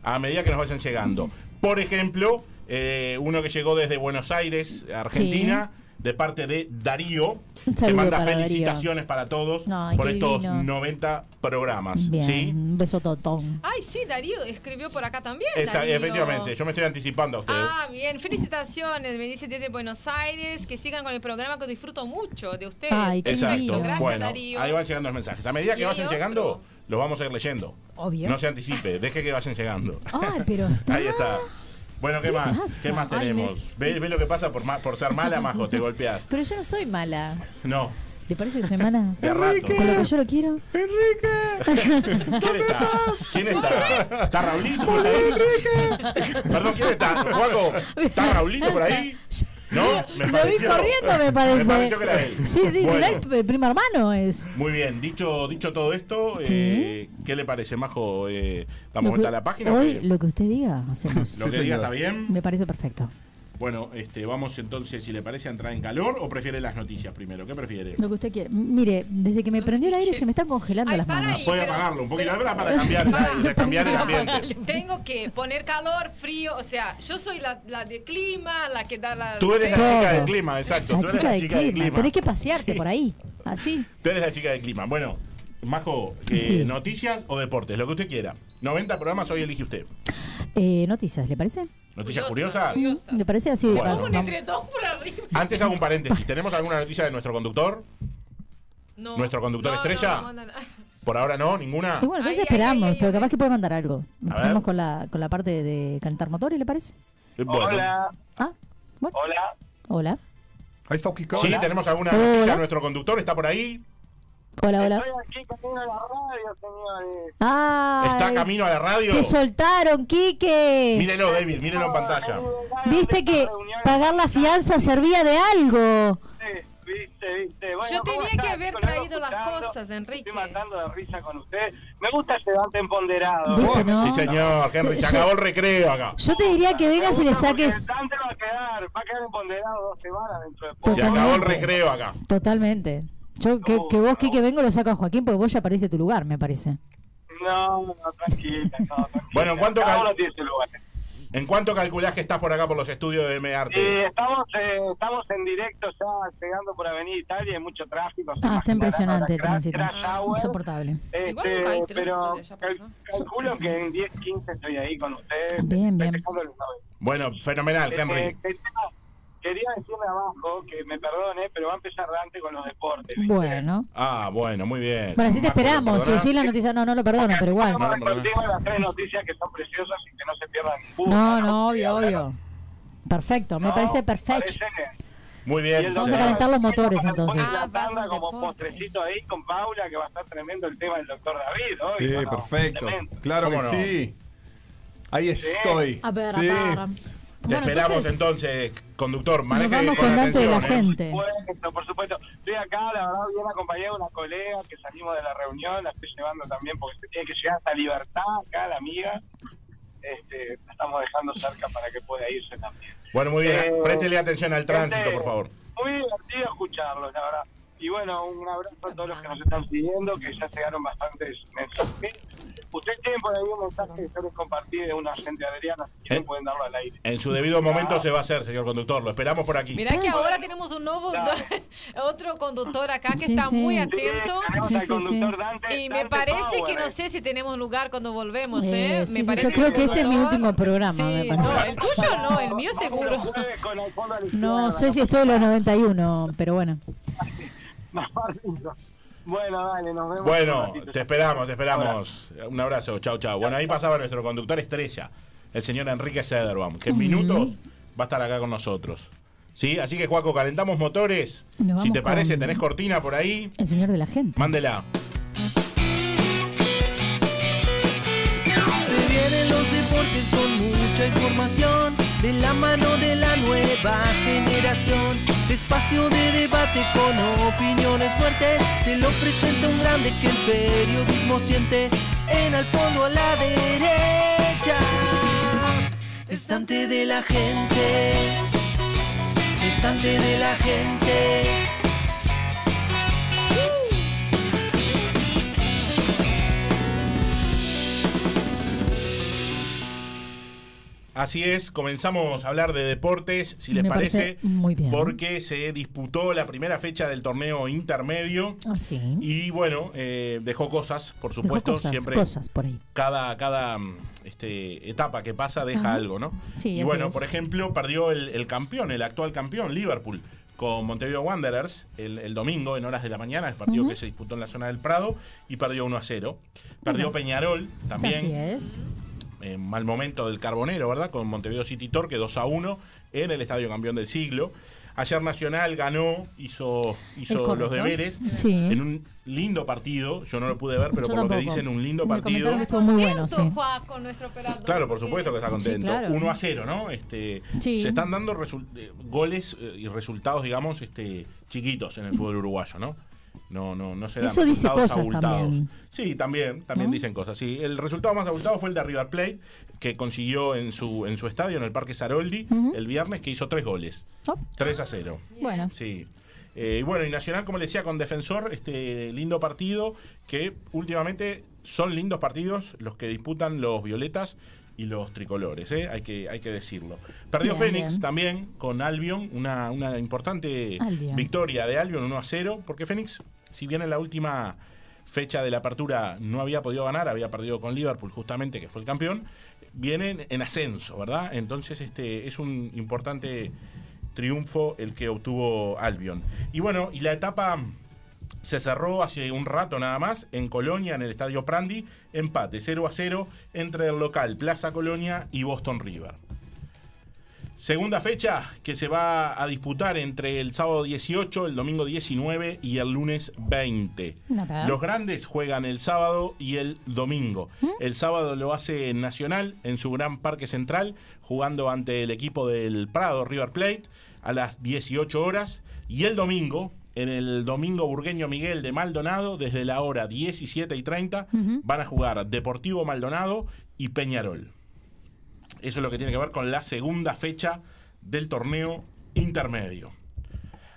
Speaker 4: A medida que nos vayan llegando. Por ejemplo, eh, uno que llegó desde Buenos Aires, Argentina, de parte de Darío,
Speaker 7: Un
Speaker 4: que
Speaker 7: saludo
Speaker 4: manda
Speaker 7: para
Speaker 4: felicitaciones para todos
Speaker 7: Ay,
Speaker 4: por
Speaker 7: qué
Speaker 4: estos
Speaker 7: divino.
Speaker 4: 90 programas.
Speaker 7: Bien,
Speaker 4: ¿sí?
Speaker 7: un beso totón.
Speaker 6: Ay, sí, Darío escribió por acá también.
Speaker 4: Esa-
Speaker 6: Darío.
Speaker 4: efectivamente, yo me estoy anticipando a usted.
Speaker 6: Ah, bien, felicitaciones, me dice desde Buenos Aires, que sigan con el programa que disfruto mucho de ustedes.
Speaker 7: Ay, qué
Speaker 4: Exacto.
Speaker 7: divino.
Speaker 6: Gracias,
Speaker 4: bueno,
Speaker 6: Darío.
Speaker 4: ahí van llegando los mensajes. A medida
Speaker 6: Y
Speaker 4: que
Speaker 6: hay
Speaker 4: vayan
Speaker 6: otro.
Speaker 4: llegando, los vamos a ir leyendo.
Speaker 7: Obvio.
Speaker 4: No se anticipe, deje que vayan llegando.
Speaker 7: Ay, pero está.
Speaker 4: Ahí está. Bueno, ¿qué más?
Speaker 7: pasa?
Speaker 4: ¿Qué más
Speaker 7: Ay,
Speaker 4: tenemos? ¿Ve, ve lo que pasa por, ma- por ser mala, Majo? Te golpeas.
Speaker 7: Pero yo no soy mala.
Speaker 4: No,
Speaker 7: ¿Te parece que soy mala?
Speaker 4: de a rato.
Speaker 7: Con lo que yo lo quiero.
Speaker 4: ¿Quién está? ¿Quién está? ¿Está Raulito por ahí? Perdón, ¿quién está? Juaco, ¿está Raulito por ahí? No,
Speaker 7: lo
Speaker 4: me
Speaker 7: vi
Speaker 4: pareció.
Speaker 7: corriendo, me parece.
Speaker 4: Me pareció que era él.
Speaker 7: Sí, sí,
Speaker 4: Bueno.
Speaker 7: será el el primo hermano es.
Speaker 4: Muy bien, dicho, dicho todo esto,
Speaker 7: Sí.
Speaker 4: eh, ¿qué le parece, Majo? Eh, ¿Damos
Speaker 7: Lo
Speaker 4: vuelta
Speaker 7: que-
Speaker 4: a la página? o
Speaker 7: Hoy
Speaker 4: qué?
Speaker 7: lo que usted diga, hacemos.
Speaker 4: Lo que
Speaker 5: Sí,
Speaker 4: diga
Speaker 5: señor.
Speaker 4: está bien.
Speaker 7: Me parece perfecto.
Speaker 4: Bueno, este, vamos entonces, si le parece, a entrar en calor o prefiere las noticias primero. ¿Qué prefiere?
Speaker 7: Lo que usted quiere. M- Mire, desde que me prendió el aire se me están congelando
Speaker 6: Ay,
Speaker 7: las
Speaker 6: para
Speaker 7: manos.
Speaker 6: ahí.
Speaker 4: Voy a
Speaker 6: pero-
Speaker 4: apagarlo un poquito,
Speaker 6: pero-
Speaker 4: ¿verdad? Para cambiar,
Speaker 6: Para.
Speaker 4: el- de cambiar el ambiente.
Speaker 6: Tengo que poner calor, frío, o sea, yo soy la, la de clima, la que da la...
Speaker 4: Tú eres la
Speaker 7: Todo.
Speaker 4: chica del clima, exacto.
Speaker 7: La
Speaker 4: tú eres
Speaker 7: chica
Speaker 4: la
Speaker 7: de
Speaker 4: chica del
Speaker 7: clima.
Speaker 4: clima.
Speaker 7: Tenés que pasearte
Speaker 4: Sí,
Speaker 7: por ahí. Así.
Speaker 4: Tú eres la chica del clima. Bueno, Majo, eh,
Speaker 7: Sí.
Speaker 4: noticias o deportes, lo que usted quiera. 90 programas, hoy elige usted.
Speaker 7: Eh, noticias, ¿le parece?
Speaker 4: Noticias
Speaker 6: Curiosa,
Speaker 4: curiosas.
Speaker 6: curiosa.
Speaker 7: ¿Le parece así?
Speaker 4: Bueno.
Speaker 7: Vamos-
Speaker 6: Pongo un entre dos por arriba.
Speaker 4: Antes hago un paréntesis. ¿Tenemos alguna noticia de nuestro conductor?
Speaker 6: No.
Speaker 4: ¿Nuestro conductor estrella?
Speaker 6: no, no, no.
Speaker 4: Por ahora no, ninguna.
Speaker 7: Y bueno,
Speaker 6: Ay,
Speaker 7: entonces
Speaker 6: ay,
Speaker 7: esperamos,
Speaker 6: ay, ay,
Speaker 7: pero
Speaker 6: ay.
Speaker 7: capaz que puede mandar algo.
Speaker 4: ver.
Speaker 7: Empezamos con la, con la parte de calentar motores, ¿le parece?
Speaker 4: Eh, Bueno.
Speaker 8: Hola,
Speaker 7: Ah, bueno.
Speaker 8: hola.
Speaker 7: Hola.
Speaker 5: Ahí está Ukiko.
Speaker 4: Sí, tenemos alguna
Speaker 7: Hola.
Speaker 4: noticia de nuestro conductor, está por ahí.
Speaker 7: Hola, hola.
Speaker 8: Estoy aquí camino a la radio, señores.
Speaker 7: Ah,
Speaker 4: Está camino a la radio.
Speaker 7: Te soltaron, Quique.
Speaker 4: Mírelo, David, mírelo en pantalla.
Speaker 7: Ah, Viste que pagar la fianza servía de algo.
Speaker 8: Viste, viste, viste. Bueno,
Speaker 6: Yo
Speaker 8: ¿cómo
Speaker 6: tenía
Speaker 8: estás,
Speaker 6: que haber
Speaker 8: chicos? Los vengo
Speaker 6: traído las
Speaker 8: escuchando.
Speaker 6: cosas, Enrique.
Speaker 8: Estoy matando de risa con ustedes. Me gusta ese Dante empoderado.
Speaker 7: ¿Viste, no?
Speaker 4: Sí, señor, Henry, se
Speaker 7: Yo-
Speaker 4: acabó el recreo acá.
Speaker 7: Yo te diría que vengas y le
Speaker 8: Porque
Speaker 7: saques.
Speaker 8: Dante va a quedar, va a quedar empoderado dos semanas dentro de poco.
Speaker 4: Se acabó el
Speaker 7: Totalmente.
Speaker 4: recreo acá.
Speaker 7: Totalmente. Yo que, que vos, Quique, vengo lo saco a Joaquín porque vos ya perdiste tu lugar, me parece.
Speaker 8: No, no, tranquila, no, tranquila.
Speaker 4: Bueno, ¿en cuánto
Speaker 8: Cada
Speaker 4: cal-
Speaker 8: uno tiene su lugar.
Speaker 4: ¿En cuánto calculás que estás por acá por los estudios de M
Speaker 8: Y
Speaker 4: Arte?
Speaker 8: estamos, eh, estamos en directo ya llegando por Avenida Italia, hay mucho tráfico. se
Speaker 7: Ah, está
Speaker 8: imaginarán,
Speaker 7: impresionante el
Speaker 8: ahora crash,
Speaker 7: tránsito.
Speaker 8: crash hour.
Speaker 7: Insoportable.
Speaker 8: Este,
Speaker 6: Igual nunca hay tránsito
Speaker 8: pero
Speaker 6: de allá para
Speaker 8: cal-
Speaker 6: acá.
Speaker 8: calculo que en 10, 15 estoy ahí con ustedes.
Speaker 7: Bien, bien.
Speaker 8: festejando el novio.
Speaker 4: Bueno, fenomenal,
Speaker 8: Eh,
Speaker 4: Henry.
Speaker 8: quería, quería decirle abajo que me perdone, pero va a empezar Dante con los deportes. ¿viste?
Speaker 7: Bueno.
Speaker 4: Ah, bueno, muy bien.
Speaker 7: Bueno, así te
Speaker 4: Marco, ¿lo
Speaker 7: esperamos. Sí,
Speaker 4: perdonás?
Speaker 7: sí, la noticia no, no lo perdono, pero igual.
Speaker 8: Vamos a
Speaker 4: No, no,
Speaker 8: contigo las tres noticias que son preciosas y que no se pierdan ninguna,
Speaker 7: No, no, obvio,
Speaker 8: Ahora
Speaker 7: obvio. Perfecto, me
Speaker 8: no,
Speaker 7: parece perfecto.
Speaker 8: parece-
Speaker 4: Muy
Speaker 8: Y
Speaker 4: bien.
Speaker 8: el
Speaker 7: Vamos a
Speaker 8: doctor
Speaker 4: señor.
Speaker 7: calentar los
Speaker 8: David
Speaker 7: motores,
Speaker 8: va a poner
Speaker 7: entonces.
Speaker 8: la
Speaker 6: Ah, vamos
Speaker 8: tanda
Speaker 6: al
Speaker 8: como
Speaker 6: deporte.
Speaker 8: postrecito ahí con Paula, que va a estar tremendo el tema del doctor David. hoy,
Speaker 5: Sí,
Speaker 8: bueno,
Speaker 5: perfecto.
Speaker 8: tremendo.
Speaker 5: Claro que
Speaker 4: ¿Cómo no?
Speaker 5: sí. Ahí estoy.
Speaker 7: A ver, a
Speaker 5: Sí.
Speaker 7: ver.
Speaker 4: Te
Speaker 7: Bueno,
Speaker 4: esperamos entonces, conductor.
Speaker 7: Nos
Speaker 4: Maneje
Speaker 7: vamos con Dante de la
Speaker 4: atención,
Speaker 7: gente.
Speaker 4: ¿eh?
Speaker 8: Por supuesto, por supuesto. Estoy acá, la verdad, bien acompañado de una colega que salimos de la reunión, la estoy llevando también porque se tiene que llegar hasta Libertad, acá la amiga. Este, la estamos dejando cerca para que pueda irse también.
Speaker 4: Bueno, muy bien.
Speaker 8: Eh,
Speaker 4: Préstele atención al tránsito,
Speaker 8: Gente,
Speaker 4: por favor.
Speaker 8: Muy divertido escucharlos, la verdad. Y bueno, un abrazo a todos los que nos están siguiendo, que ya llegaron bastantes mensajes. Ustedes tienen por ahí un mensaje que yo les compartí de una gente Adriana, si
Speaker 4: ¿Eh?
Speaker 8: quieren pueden darlo al aire. Ah,
Speaker 4: En su debido momento se va a hacer, señor conductor. Lo esperamos por aquí.
Speaker 6: Mirá que ahora tenemos un nuevo, otro conductor acá que
Speaker 7: Sí,
Speaker 6: está
Speaker 7: sí.
Speaker 6: muy
Speaker 7: Sí,
Speaker 6: atento.
Speaker 8: Tenemos
Speaker 7: Sí,
Speaker 8: al
Speaker 7: sí,
Speaker 8: conductor
Speaker 7: sí.
Speaker 8: Dante.
Speaker 6: Y me
Speaker 8: Dante
Speaker 6: parece
Speaker 8: Power,
Speaker 6: que no
Speaker 8: eh.
Speaker 6: sé si tenemos lugar cuando volvemos,
Speaker 7: Eh,
Speaker 6: ¿eh?
Speaker 7: sí,
Speaker 6: me
Speaker 7: sí,
Speaker 6: parece
Speaker 7: yo creo que este es mi
Speaker 6: conductor-
Speaker 7: último programa, me
Speaker 6: Sí,
Speaker 7: parece.
Speaker 6: no, el tuyo no, el mío
Speaker 8: Vamos
Speaker 6: seguro.
Speaker 8: los jueves con el fondo a la
Speaker 7: No
Speaker 8: izquierda,
Speaker 7: sé si estoy en los 91, pero bueno.
Speaker 8: más arriba. Bueno, dale, nos vemos. en un
Speaker 4: Bueno,
Speaker 8: ratito.
Speaker 4: te esperamos, te esperamos. Un abrazo, chau, chau. Bueno, ahí pasaba nuestro conductor estrella, el señor Enrique Sederbaum, que en minutos va a estar acá con nosotros. ¿Sí? Así que, Juaco, calentamos motores.
Speaker 7: Nos vamos
Speaker 4: Si te parece,
Speaker 7: con-
Speaker 4: tenés cortina por ahí,
Speaker 7: El señor de la gente.
Speaker 4: mándela.
Speaker 1: Se vienen los deportes con mucha información de la mano de la nueva generación. Espacio de debate con opiniones fuertes. Te lo presenta un grande que el periodismo siente. En el fondo a la derecha. Estante de la gente. Estante de la gente.
Speaker 4: Así es, comenzamos a hablar de deportes, si les
Speaker 7: Me
Speaker 4: parece,
Speaker 7: parece muy bien.
Speaker 4: porque se disputó la primera fecha del torneo intermedio
Speaker 7: Ah, sí.
Speaker 4: y bueno, eh, dejó cosas, por
Speaker 7: Dejó
Speaker 4: supuesto,
Speaker 7: cosas,
Speaker 4: siempre
Speaker 7: cosas por ahí.
Speaker 4: cada, cada mm, este, etapa que pasa deja
Speaker 7: Ajá.
Speaker 4: algo, ¿no?
Speaker 7: Sí,
Speaker 4: y
Speaker 7: así
Speaker 4: bueno,
Speaker 7: es.
Speaker 4: por ejemplo, perdió el, el campeón, el actual campeón, Liverpool, con Montevideo Wanderers el, el domingo en horas de la mañana, el partido que se disputó en la zona del Prado, y perdió 1 a 0. Perdió Peñarol
Speaker 7: Así
Speaker 4: también,
Speaker 7: es.
Speaker 4: en mal momento del Carbonero, ¿verdad? Con Montevideo City Torque 2 a 1 en el Estadio Campeón del Siglo. Ayer Nacional ganó, hizo, hizo los
Speaker 7: correcto.
Speaker 4: deberes
Speaker 7: Sí.
Speaker 4: en un lindo partido. Yo no lo pude ver, pero
Speaker 7: Yo
Speaker 4: por lo que
Speaker 7: tampoco.
Speaker 4: dicen, un lindo
Speaker 7: Me
Speaker 4: partido.
Speaker 7: comentaron que Fue muy bueno,
Speaker 6: Contento,
Speaker 7: sí.
Speaker 6: Juaco, nuestro operador.
Speaker 4: Claro, por supuesto que está contento.
Speaker 7: claro.
Speaker 4: 1 a 0, ¿no? Este,
Speaker 7: Sí.
Speaker 4: Se están dando resul- eh, goles eh, y resultados, digamos, este, chiquitos en el fútbol uruguayo, ¿no? No, no, no se dan
Speaker 7: Eso dice
Speaker 4: resultados
Speaker 7: cosas también.
Speaker 4: Sí, también, también dicen cosas. Sí, el resultado más abultado fue el de River Plate, que consiguió en su, en su estadio, en el Parque Saroldi, el viernes, que hizo tres goles.
Speaker 7: Oh,
Speaker 4: 3 a 0.
Speaker 7: bueno.
Speaker 4: Sí. Eh, y bueno, y Nacional, como le decía, con Defensor, este lindo partido que últimamente son lindos partidos los que disputan los violetas y los tricolores, ¿eh? hay, que, hay que decirlo. Perdió
Speaker 7: Bien,
Speaker 4: Fénix
Speaker 7: bien.
Speaker 4: también con Albion, una, una importante
Speaker 7: Albion.
Speaker 4: victoria de Albion 1 a 0, porque Fénix, si bien en la última fecha de la apertura no había podido ganar, había perdido con Liverpool justamente, que fue el campeón, vienen en ascenso, ¿verdad? Entonces este es un importante triunfo el que obtuvo Albion. Y bueno, y la etapa se cerró hace un rato nada más en Colonia, en el Estadio Prandi, empate 0 a 0 entre el local Plaza Colonia y Boston River. Segunda fecha que se va a disputar entre el sábado 18, el domingo 19 y el lunes 20.
Speaker 7: Una parada.
Speaker 4: Los grandes juegan el sábado y el domingo. El sábado lo hace Nacional en su gran parque central, jugando ante el equipo del Prado, River Plate, a las 18 horas. Y el domingo, en el domingo burgueño Miguel de Maldonado, desde la hora 17 y 30, van a jugar Deportivo Maldonado y Peñarol. Eso es lo que tiene que ver con la segunda fecha del torneo intermedio.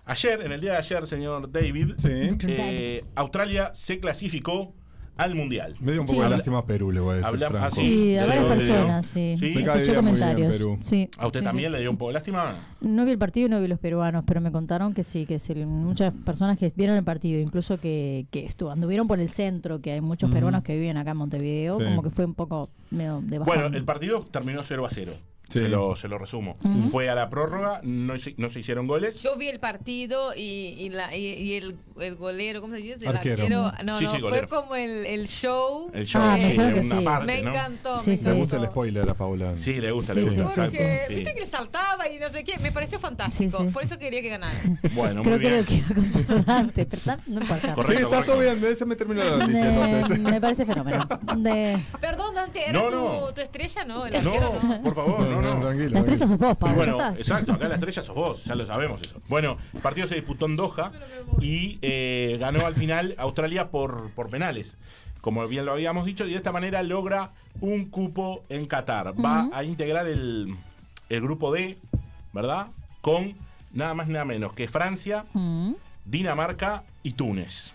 Speaker 4: Ayer, en el día de ayer, señor David,
Speaker 5: Sí.
Speaker 4: eh, Australia se clasificó al Mundial.
Speaker 5: Me dio un poco
Speaker 7: Sí.
Speaker 5: de lástima Perú, le voy a decir.
Speaker 4: Habla-
Speaker 5: Franco.
Speaker 4: ah,
Speaker 7: Sí, a varias
Speaker 4: Sí, lo veo.
Speaker 7: personas, sí.
Speaker 4: Sí. Me
Speaker 5: cae
Speaker 7: Escuché
Speaker 5: bien, muy bien,
Speaker 7: comentarios.
Speaker 5: Perú.
Speaker 7: sí.
Speaker 4: ¿A usted
Speaker 7: Sí, sí.
Speaker 4: también le dio un poco de lástima?
Speaker 7: No vi el partido y no vi los peruanos, pero me contaron que sí, que se- muchas personas que vieron el partido, incluso que, que estuvo, anduvieron por el centro, que hay muchos peruanos que viven acá en Montevideo,
Speaker 5: Sí.
Speaker 7: como que fue un poco medio de bajón.
Speaker 4: Bueno, el partido terminó 0 a 0.
Speaker 5: Sí.
Speaker 4: Se, lo, se lo resumo. Fue a la prórroga, no, se- no se hicieron goles.
Speaker 6: Yo vi el partido y, y la- y- y el, el golero, ¿cómo se dice? El
Speaker 5: Arquero.
Speaker 6: No,
Speaker 4: Sí,
Speaker 6: no,
Speaker 4: sí, golero.
Speaker 6: fue como el, el show.
Speaker 4: El show,
Speaker 7: Ah,
Speaker 4: sí,
Speaker 7: me
Speaker 4: de
Speaker 7: acuerdo
Speaker 4: una
Speaker 7: que sí.
Speaker 4: parte,
Speaker 6: Me
Speaker 4: ¿no?
Speaker 6: encantó.
Speaker 7: Sí,
Speaker 6: me
Speaker 7: sí.
Speaker 5: Me
Speaker 6: encantó.
Speaker 5: gusta el spoiler a Paula.
Speaker 4: Sí, le gusta,
Speaker 7: Sí,
Speaker 4: le gusta.
Speaker 7: sí, sí,
Speaker 6: Porque
Speaker 4: exacto.
Speaker 6: viste que le saltaba y no sé qué. Me pareció fantástico.
Speaker 7: Sí, sí.
Speaker 6: Por eso quería que ganara.
Speaker 4: Bueno, muy
Speaker 7: Creo que
Speaker 4: bien.
Speaker 7: era lo que iba a contar antes, pero está- no importa.
Speaker 5: Sí,
Speaker 4: Correcto,
Speaker 5: está todo
Speaker 4: correcto.
Speaker 5: bien, de ese me terminó
Speaker 7: Me-
Speaker 5: la noticia entonces.
Speaker 7: me parece fenómeno. De,
Speaker 6: Perdón, Dante, ¿era
Speaker 4: No,
Speaker 6: tu,
Speaker 4: no.
Speaker 6: tu estrella? No, el arquero no.
Speaker 4: No, por favor, no, no.
Speaker 5: tranquilo.
Speaker 7: la estrella sos vos,
Speaker 4: Y
Speaker 7: Pablo.
Speaker 4: bueno,
Speaker 7: ya está.
Speaker 4: exacto, acá la estrella sos vos, ya lo sabemos eso. Bueno, el partido se disputó en Doha y eh, ganó al final Australia por, por penales. Como bien lo habíamos dicho, y de esta manera logra un cupo en Qatar. Va a integrar el, el grupo D, ¿verdad? Con nada más nada menos que Francia,
Speaker 7: Mm,
Speaker 4: Dinamarca y Túnez.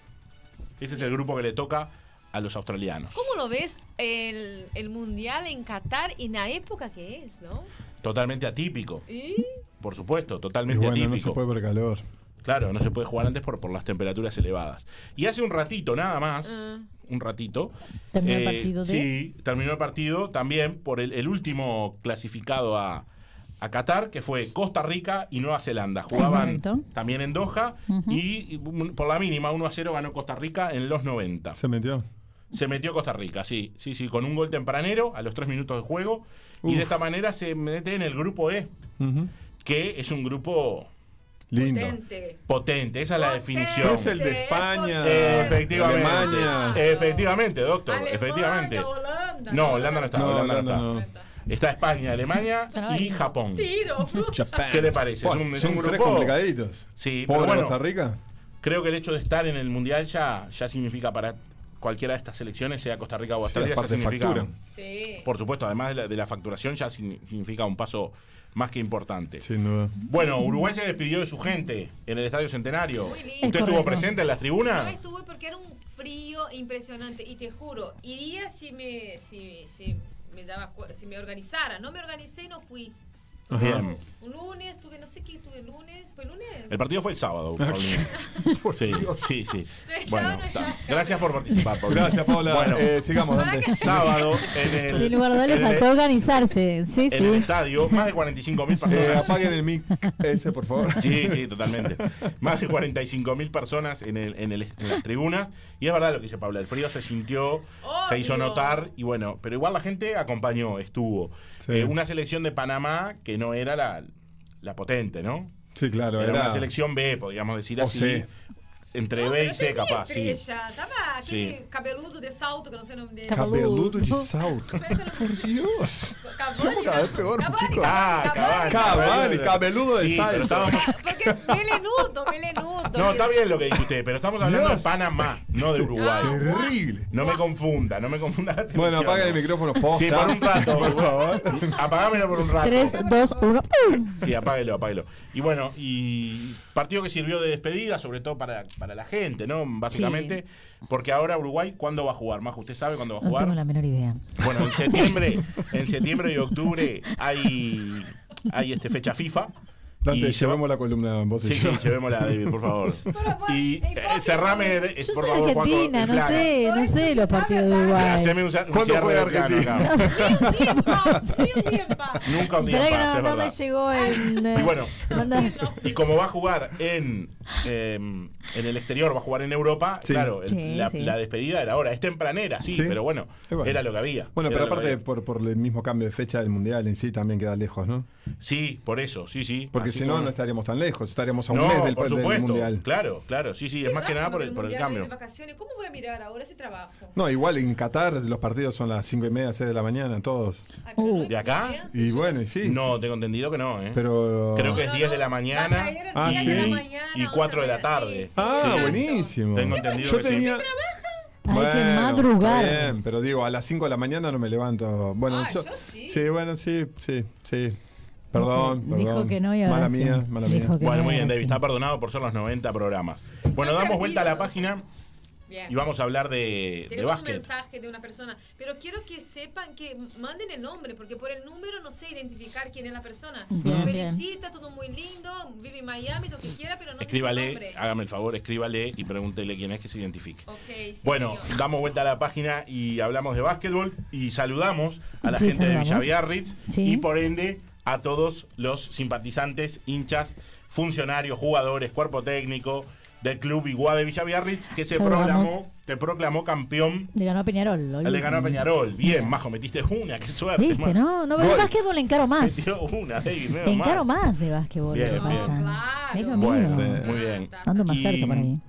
Speaker 4: Ese es el grupo que le toca a los australianos.
Speaker 6: ¿Cómo lo ves el, el mundial en Qatar en la época que es, no?
Speaker 4: Totalmente atípico,
Speaker 6: Y
Speaker 4: por supuesto,
Speaker 5: Y
Speaker 4: totalmente
Speaker 5: bueno, no
Speaker 4: atípico.
Speaker 5: se puede por calor.
Speaker 4: Claro, no se puede jugar antes por, por las temperaturas elevadas. Y hace un ratito nada más,
Speaker 6: Ah.
Speaker 4: un ratito. eh,
Speaker 7: Terminó el partido de-
Speaker 4: Sí, terminó el partido también por el, el último clasificado a, a Qatar, que fue Costa Rica y Nueva Zelanda. Jugaban
Speaker 7: correcto.
Speaker 4: también en Doha
Speaker 7: Ujú.
Speaker 4: y mm, por la mínima 1 a 0 ganó Costa Rica en los 90.
Speaker 5: Se metió.
Speaker 4: Se metió Costa Rica, sí, sí, sí, con un gol tempranero a los 3 minutos de juego. Y
Speaker 5: Uf.
Speaker 4: de esta manera se mete en el grupo E,
Speaker 5: Ujú.
Speaker 4: que es un grupo
Speaker 5: Lindo.
Speaker 6: potente.
Speaker 4: potente, esa es la
Speaker 6: Potente.
Speaker 4: definición.
Speaker 5: Es el de España.
Speaker 6: Eh,
Speaker 4: Efectivamente.
Speaker 5: Alemania.
Speaker 4: Efectivamente, doctor.
Speaker 6: Alemania,
Speaker 4: efectivamente.
Speaker 6: Holanda.
Speaker 4: No, Holanda no está.
Speaker 5: No,
Speaker 4: Holanda no
Speaker 5: Holanda
Speaker 4: está.
Speaker 5: no.
Speaker 4: Está España, Alemania
Speaker 7: Suena
Speaker 4: y
Speaker 7: bien.
Speaker 4: Japón.
Speaker 6: Tiro.
Speaker 5: Japan.
Speaker 4: ¿Qué le parece?
Speaker 5: Pues,
Speaker 4: Es un- es
Speaker 5: son
Speaker 4: un
Speaker 5: tres
Speaker 4: grupo-
Speaker 5: complicaditos.
Speaker 4: Sí, pero
Speaker 5: Pobre
Speaker 4: bueno.
Speaker 5: Costa Rica.
Speaker 4: Creo que el hecho de estar en el Mundial ya, ya significa para cualquiera de estas selecciones, sea Costa Rica o
Speaker 5: Sí,
Speaker 4: Australia, ya
Speaker 5: aparte
Speaker 4: significa...
Speaker 5: facturan.
Speaker 6: Sí.
Speaker 4: Por supuesto, además de la, de la facturación, ya signi- significa un paso más que importante.
Speaker 5: Sin duda.
Speaker 4: Bueno, Uruguay se despidió de su gente en el Estadio Centenario.
Speaker 6: Muy lindo.
Speaker 4: ¿Usted
Speaker 7: Es
Speaker 4: estuvo
Speaker 7: correcto.
Speaker 4: presente en las
Speaker 6: No
Speaker 4: tribunas?
Speaker 6: estuve porque era un frío impresionante y te juro, iría si me si, si me daba cu- si me organizara, no me organicé y no fui.
Speaker 5: Ajá.
Speaker 4: Bien.
Speaker 6: Un lunes, tuve no sé qué, tuve lunes, fue lunes.
Speaker 4: El partido fue el sábado, Paulina. Sí, sí, sí.
Speaker 6: El
Speaker 4: Bueno,
Speaker 6: sábado ya.
Speaker 4: está. gracias por participar, Paulina.
Speaker 5: Gracias, Paula.
Speaker 4: Bueno,
Speaker 5: Eh, sigamos, Dante.
Speaker 4: sábado en el,
Speaker 7: Sin lugar a dudas, le
Speaker 4: en el-
Speaker 7: faltó organizarse. Sí,
Speaker 4: en el
Speaker 7: sí.
Speaker 4: estadio, más de 45 mil
Speaker 5: Eh,
Speaker 4: personas.
Speaker 5: apaguen el mic ese, por favor.
Speaker 4: Sí, sí, totalmente. Más de 45 mil personas en, el, en, el, en las tribunas. Y es verdad lo que dice Paula, el frío se sintió, se hizo
Speaker 6: Obvio.
Speaker 4: notar. Y bueno, pero igual la gente acompañó, estuvo.
Speaker 5: Sí.
Speaker 4: Eh, una selección de Panamá que no era la, la potente, ¿no?
Speaker 5: Sí, claro.
Speaker 4: Era,
Speaker 5: Era,
Speaker 4: una selección B, podríamos decir
Speaker 5: O
Speaker 4: así.
Speaker 5: C.
Speaker 4: Entre
Speaker 6: No,
Speaker 4: B
Speaker 6: Ah, pero
Speaker 4: y C,
Speaker 6: tenía
Speaker 4: capaz, sí.
Speaker 6: estrella, Tava aquele
Speaker 4: Sí.
Speaker 6: cabeludo de salto, que no sé el nome dele.
Speaker 5: Cabeludo de
Speaker 7: Cabeludo.
Speaker 5: Sauto. Por Dios.
Speaker 6: Cavani,
Speaker 5: Estamos cada vez
Speaker 6: ¿no?
Speaker 5: peor,
Speaker 6: Cavani,
Speaker 5: chicos.
Speaker 4: Ah, Cavani.
Speaker 5: Cavani, cabeludo de
Speaker 4: sí,
Speaker 5: salto.
Speaker 4: Pero estábamos,
Speaker 6: Porque melenudo, melenudo.
Speaker 4: no, está bien lo que dice usted, pero estamos hablando
Speaker 5: Dios.
Speaker 4: de Panamá, no de Uruguay.
Speaker 5: Terrible.
Speaker 4: No me confunda, no me confunda. la
Speaker 5: Bueno,
Speaker 4: televisión.
Speaker 5: apaga el micrófono, posta.
Speaker 4: Sí, por un rato,
Speaker 5: Por favor.
Speaker 4: Apagámelo por un rato.
Speaker 7: 3, 2, 1.
Speaker 4: Sí, apáguelo, apáguelo. Y bueno, y partido que sirvió de despedida, sobre todo para, para la gente, ¿no? Básicamente, porque ahora Uruguay, ¿cuándo va a jugar? Majo, ¿usted sabe cuándo va a
Speaker 7: No tengo
Speaker 4: jugar?
Speaker 7: la menor idea.
Speaker 4: Bueno, en septiembre, en septiembre y octubre hay, hay este fecha FIFA.
Speaker 5: Dante,
Speaker 4: y
Speaker 5: llevemos la columna en voz y
Speaker 4: Sí, sí,
Speaker 5: yo.
Speaker 4: llevémosla, David, por favor. Y eh, cerrame, de-
Speaker 7: Yo
Speaker 4: por
Speaker 7: soy
Speaker 4: favor, Juanjo,
Speaker 7: argentina,
Speaker 4: el
Speaker 7: no
Speaker 4: plano.
Speaker 7: sé, no sé los partidos de Uruguay.
Speaker 4: Haceme un, sa- un
Speaker 5: ¿Cuándo
Speaker 4: cierre
Speaker 5: juega
Speaker 4: de plano
Speaker 5: Argentina?
Speaker 4: acá.
Speaker 6: tiempo.
Speaker 4: Nunca un día
Speaker 7: Esperá que
Speaker 4: paz,
Speaker 7: no,
Speaker 4: es
Speaker 7: no me
Speaker 4: verdad.
Speaker 7: llegó el. eh,
Speaker 4: Y bueno.
Speaker 7: Manda-
Speaker 4: Y como va a jugar en, eh, en el exterior, va a jugar en Europa,
Speaker 5: Sí.
Speaker 4: claro, el-
Speaker 7: Sí,
Speaker 4: la,
Speaker 7: sí.
Speaker 4: la despedida era ahora. Es tempranera, sí,
Speaker 5: Sí.
Speaker 4: pero bueno,
Speaker 5: Es bueno.
Speaker 4: era lo que había.
Speaker 5: Bueno,
Speaker 4: era
Speaker 5: pero
Speaker 4: lo que
Speaker 5: aparte
Speaker 4: había.
Speaker 5: por, por el mismo cambio de fecha del mundial en sí también queda lejos, ¿no?
Speaker 4: Sí, por eso, sí, Ah, sí.
Speaker 5: Porque
Speaker 4: Así
Speaker 5: si no,
Speaker 4: como-
Speaker 5: no estaríamos tan lejos, estaríamos a un
Speaker 4: No,
Speaker 5: mes del,
Speaker 4: por
Speaker 5: del
Speaker 4: supuesto.
Speaker 5: mundial.
Speaker 4: Claro, claro, sí, sí, es más que nada por el, por el cambio.
Speaker 6: ¿Cómo voy a mirar ahora ese trabajo?
Speaker 5: No, igual en Qatar los partidos son las 5 y media, 6 de la mañana, todos.
Speaker 6: Ah, pero no hay
Speaker 7: Uh.
Speaker 4: ¿De acá?
Speaker 6: confianza.
Speaker 5: Y bueno, y sí.
Speaker 4: No, tengo entendido que no, ¿eh?
Speaker 5: Pero.
Speaker 4: Creo que- es
Speaker 6: No, no,
Speaker 4: 10 de la
Speaker 6: va a
Speaker 4: mañana.
Speaker 6: caer a
Speaker 5: Ah,
Speaker 6: 10 de la
Speaker 5: sí.
Speaker 6: mañana,
Speaker 4: Y
Speaker 6: otra
Speaker 4: 4 de la
Speaker 6: vez.
Speaker 4: tarde.
Speaker 6: Sí, sí,
Speaker 5: Ah,
Speaker 6: exacto.
Speaker 5: buenísimo.
Speaker 4: Tengo entendido
Speaker 5: Yo
Speaker 4: que sí.
Speaker 5: tenía.
Speaker 7: Hay que
Speaker 5: Bueno,
Speaker 7: madrugar.
Speaker 5: está bien, pero digo, a las 5 de la mañana no me levanto. Bueno,
Speaker 6: Ah, yo sí.
Speaker 5: bueno, sí, sí, sí. Perdón,
Speaker 7: Dijo
Speaker 5: perdón.
Speaker 7: que no y ahora
Speaker 5: Mala
Speaker 7: sí.
Speaker 5: mía, mala mía.
Speaker 7: Dijo que
Speaker 4: Bueno,
Speaker 7: no
Speaker 4: muy
Speaker 7: y
Speaker 4: bien,
Speaker 7: ahora
Speaker 4: David,
Speaker 7: sí.
Speaker 4: está perdonado por ser los 90 programas. Bueno,
Speaker 6: Está
Speaker 4: damos vuelta a la
Speaker 6: perdido.
Speaker 4: página
Speaker 6: Bien.
Speaker 4: y vamos a hablar de, de
Speaker 6: Tenemos un
Speaker 4: básquet.
Speaker 6: mensaje de una persona, pero quiero que sepan que manden el nombre, porque por el número no sé identificar quién es la persona.
Speaker 7: Bien,
Speaker 6: Felicita, todo muy lindo, vive en Miami, lo que quiera, pero no dice
Speaker 4: Escríbale,
Speaker 6: nombre.
Speaker 4: hágame el favor, escríbale y pregúntele quién es que se identifique.
Speaker 6: Ok, sí,
Speaker 4: Bueno,
Speaker 6: señor.
Speaker 4: damos vuelta a la página y hablamos de básquetbol y saludamos a la
Speaker 7: Sí,
Speaker 4: gente
Speaker 7: saludamos.
Speaker 4: de Villaviarritz
Speaker 7: Sí.
Speaker 4: y por ende a todos los simpatizantes, hinchas, funcionarios, jugadores, cuerpo técnico del club Iguá de Villaviarritz que se
Speaker 7: Saludamos.
Speaker 4: proclamó, se proclamó campeón.
Speaker 7: Le ganó a Peñarol. hoy.
Speaker 4: Le ganó a Peñarol. Bien, Majo, metiste una, qué suerte.
Speaker 7: Viste,
Speaker 4: Majo.
Speaker 7: no, no, pero
Speaker 5: Gol.
Speaker 7: el básquetbol encaro más.
Speaker 4: Metió una, David, menos mal.
Speaker 7: Encaro más de básquetbol
Speaker 4: Bien,
Speaker 7: lo que
Speaker 4: bien.
Speaker 7: pasa.
Speaker 6: Claro.
Speaker 7: Es lo
Speaker 4: Bueno,
Speaker 7: mío.
Speaker 4: sí. Muy bien.
Speaker 7: Ando más
Speaker 4: Y-
Speaker 7: cerca por ahí.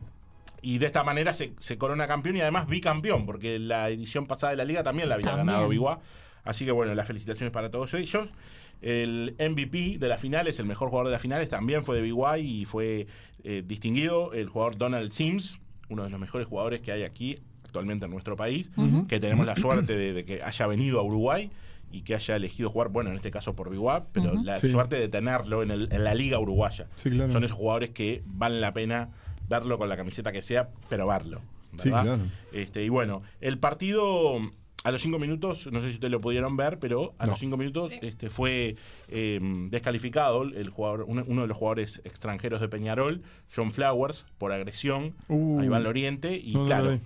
Speaker 4: Y de esta manera se, se corona campeón y además bicampeón, porque la edición pasada de la liga también la había
Speaker 7: También.
Speaker 4: ganado Biguá. Así que bueno, las felicitaciones para todos ellos. El MVP de las finales, el mejor jugador de las finales, también fue de Biguá y fue eh, distinguido el jugador Donald Sims, uno de los mejores jugadores que hay aquí actualmente en nuestro país, que tenemos la suerte de, de que haya venido a Uruguay y que haya elegido jugar, bueno, en este caso por Biguá, pero
Speaker 7: Ujú.
Speaker 4: la
Speaker 5: Sí.
Speaker 4: suerte de tenerlo en, el- en la liga uruguaya.
Speaker 5: Sí, claro.
Speaker 4: Son esos jugadores que valen la pena darlo con la camiseta que sea, pero verlo.
Speaker 5: Sí,
Speaker 4: ¿verdad?
Speaker 5: claro.
Speaker 4: Este, y bueno, el partido a los cinco minutos, no sé si ustedes lo pudieron ver, pero a
Speaker 5: No.
Speaker 4: los cinco minutos este, fue eh, descalificado el jugador, uno, uno de los jugadores extranjeros de Peñarol, John Flowers, por agresión
Speaker 5: Uh.
Speaker 4: a Iván Loriente. Y
Speaker 5: No, no lo
Speaker 4: claro,
Speaker 5: vi.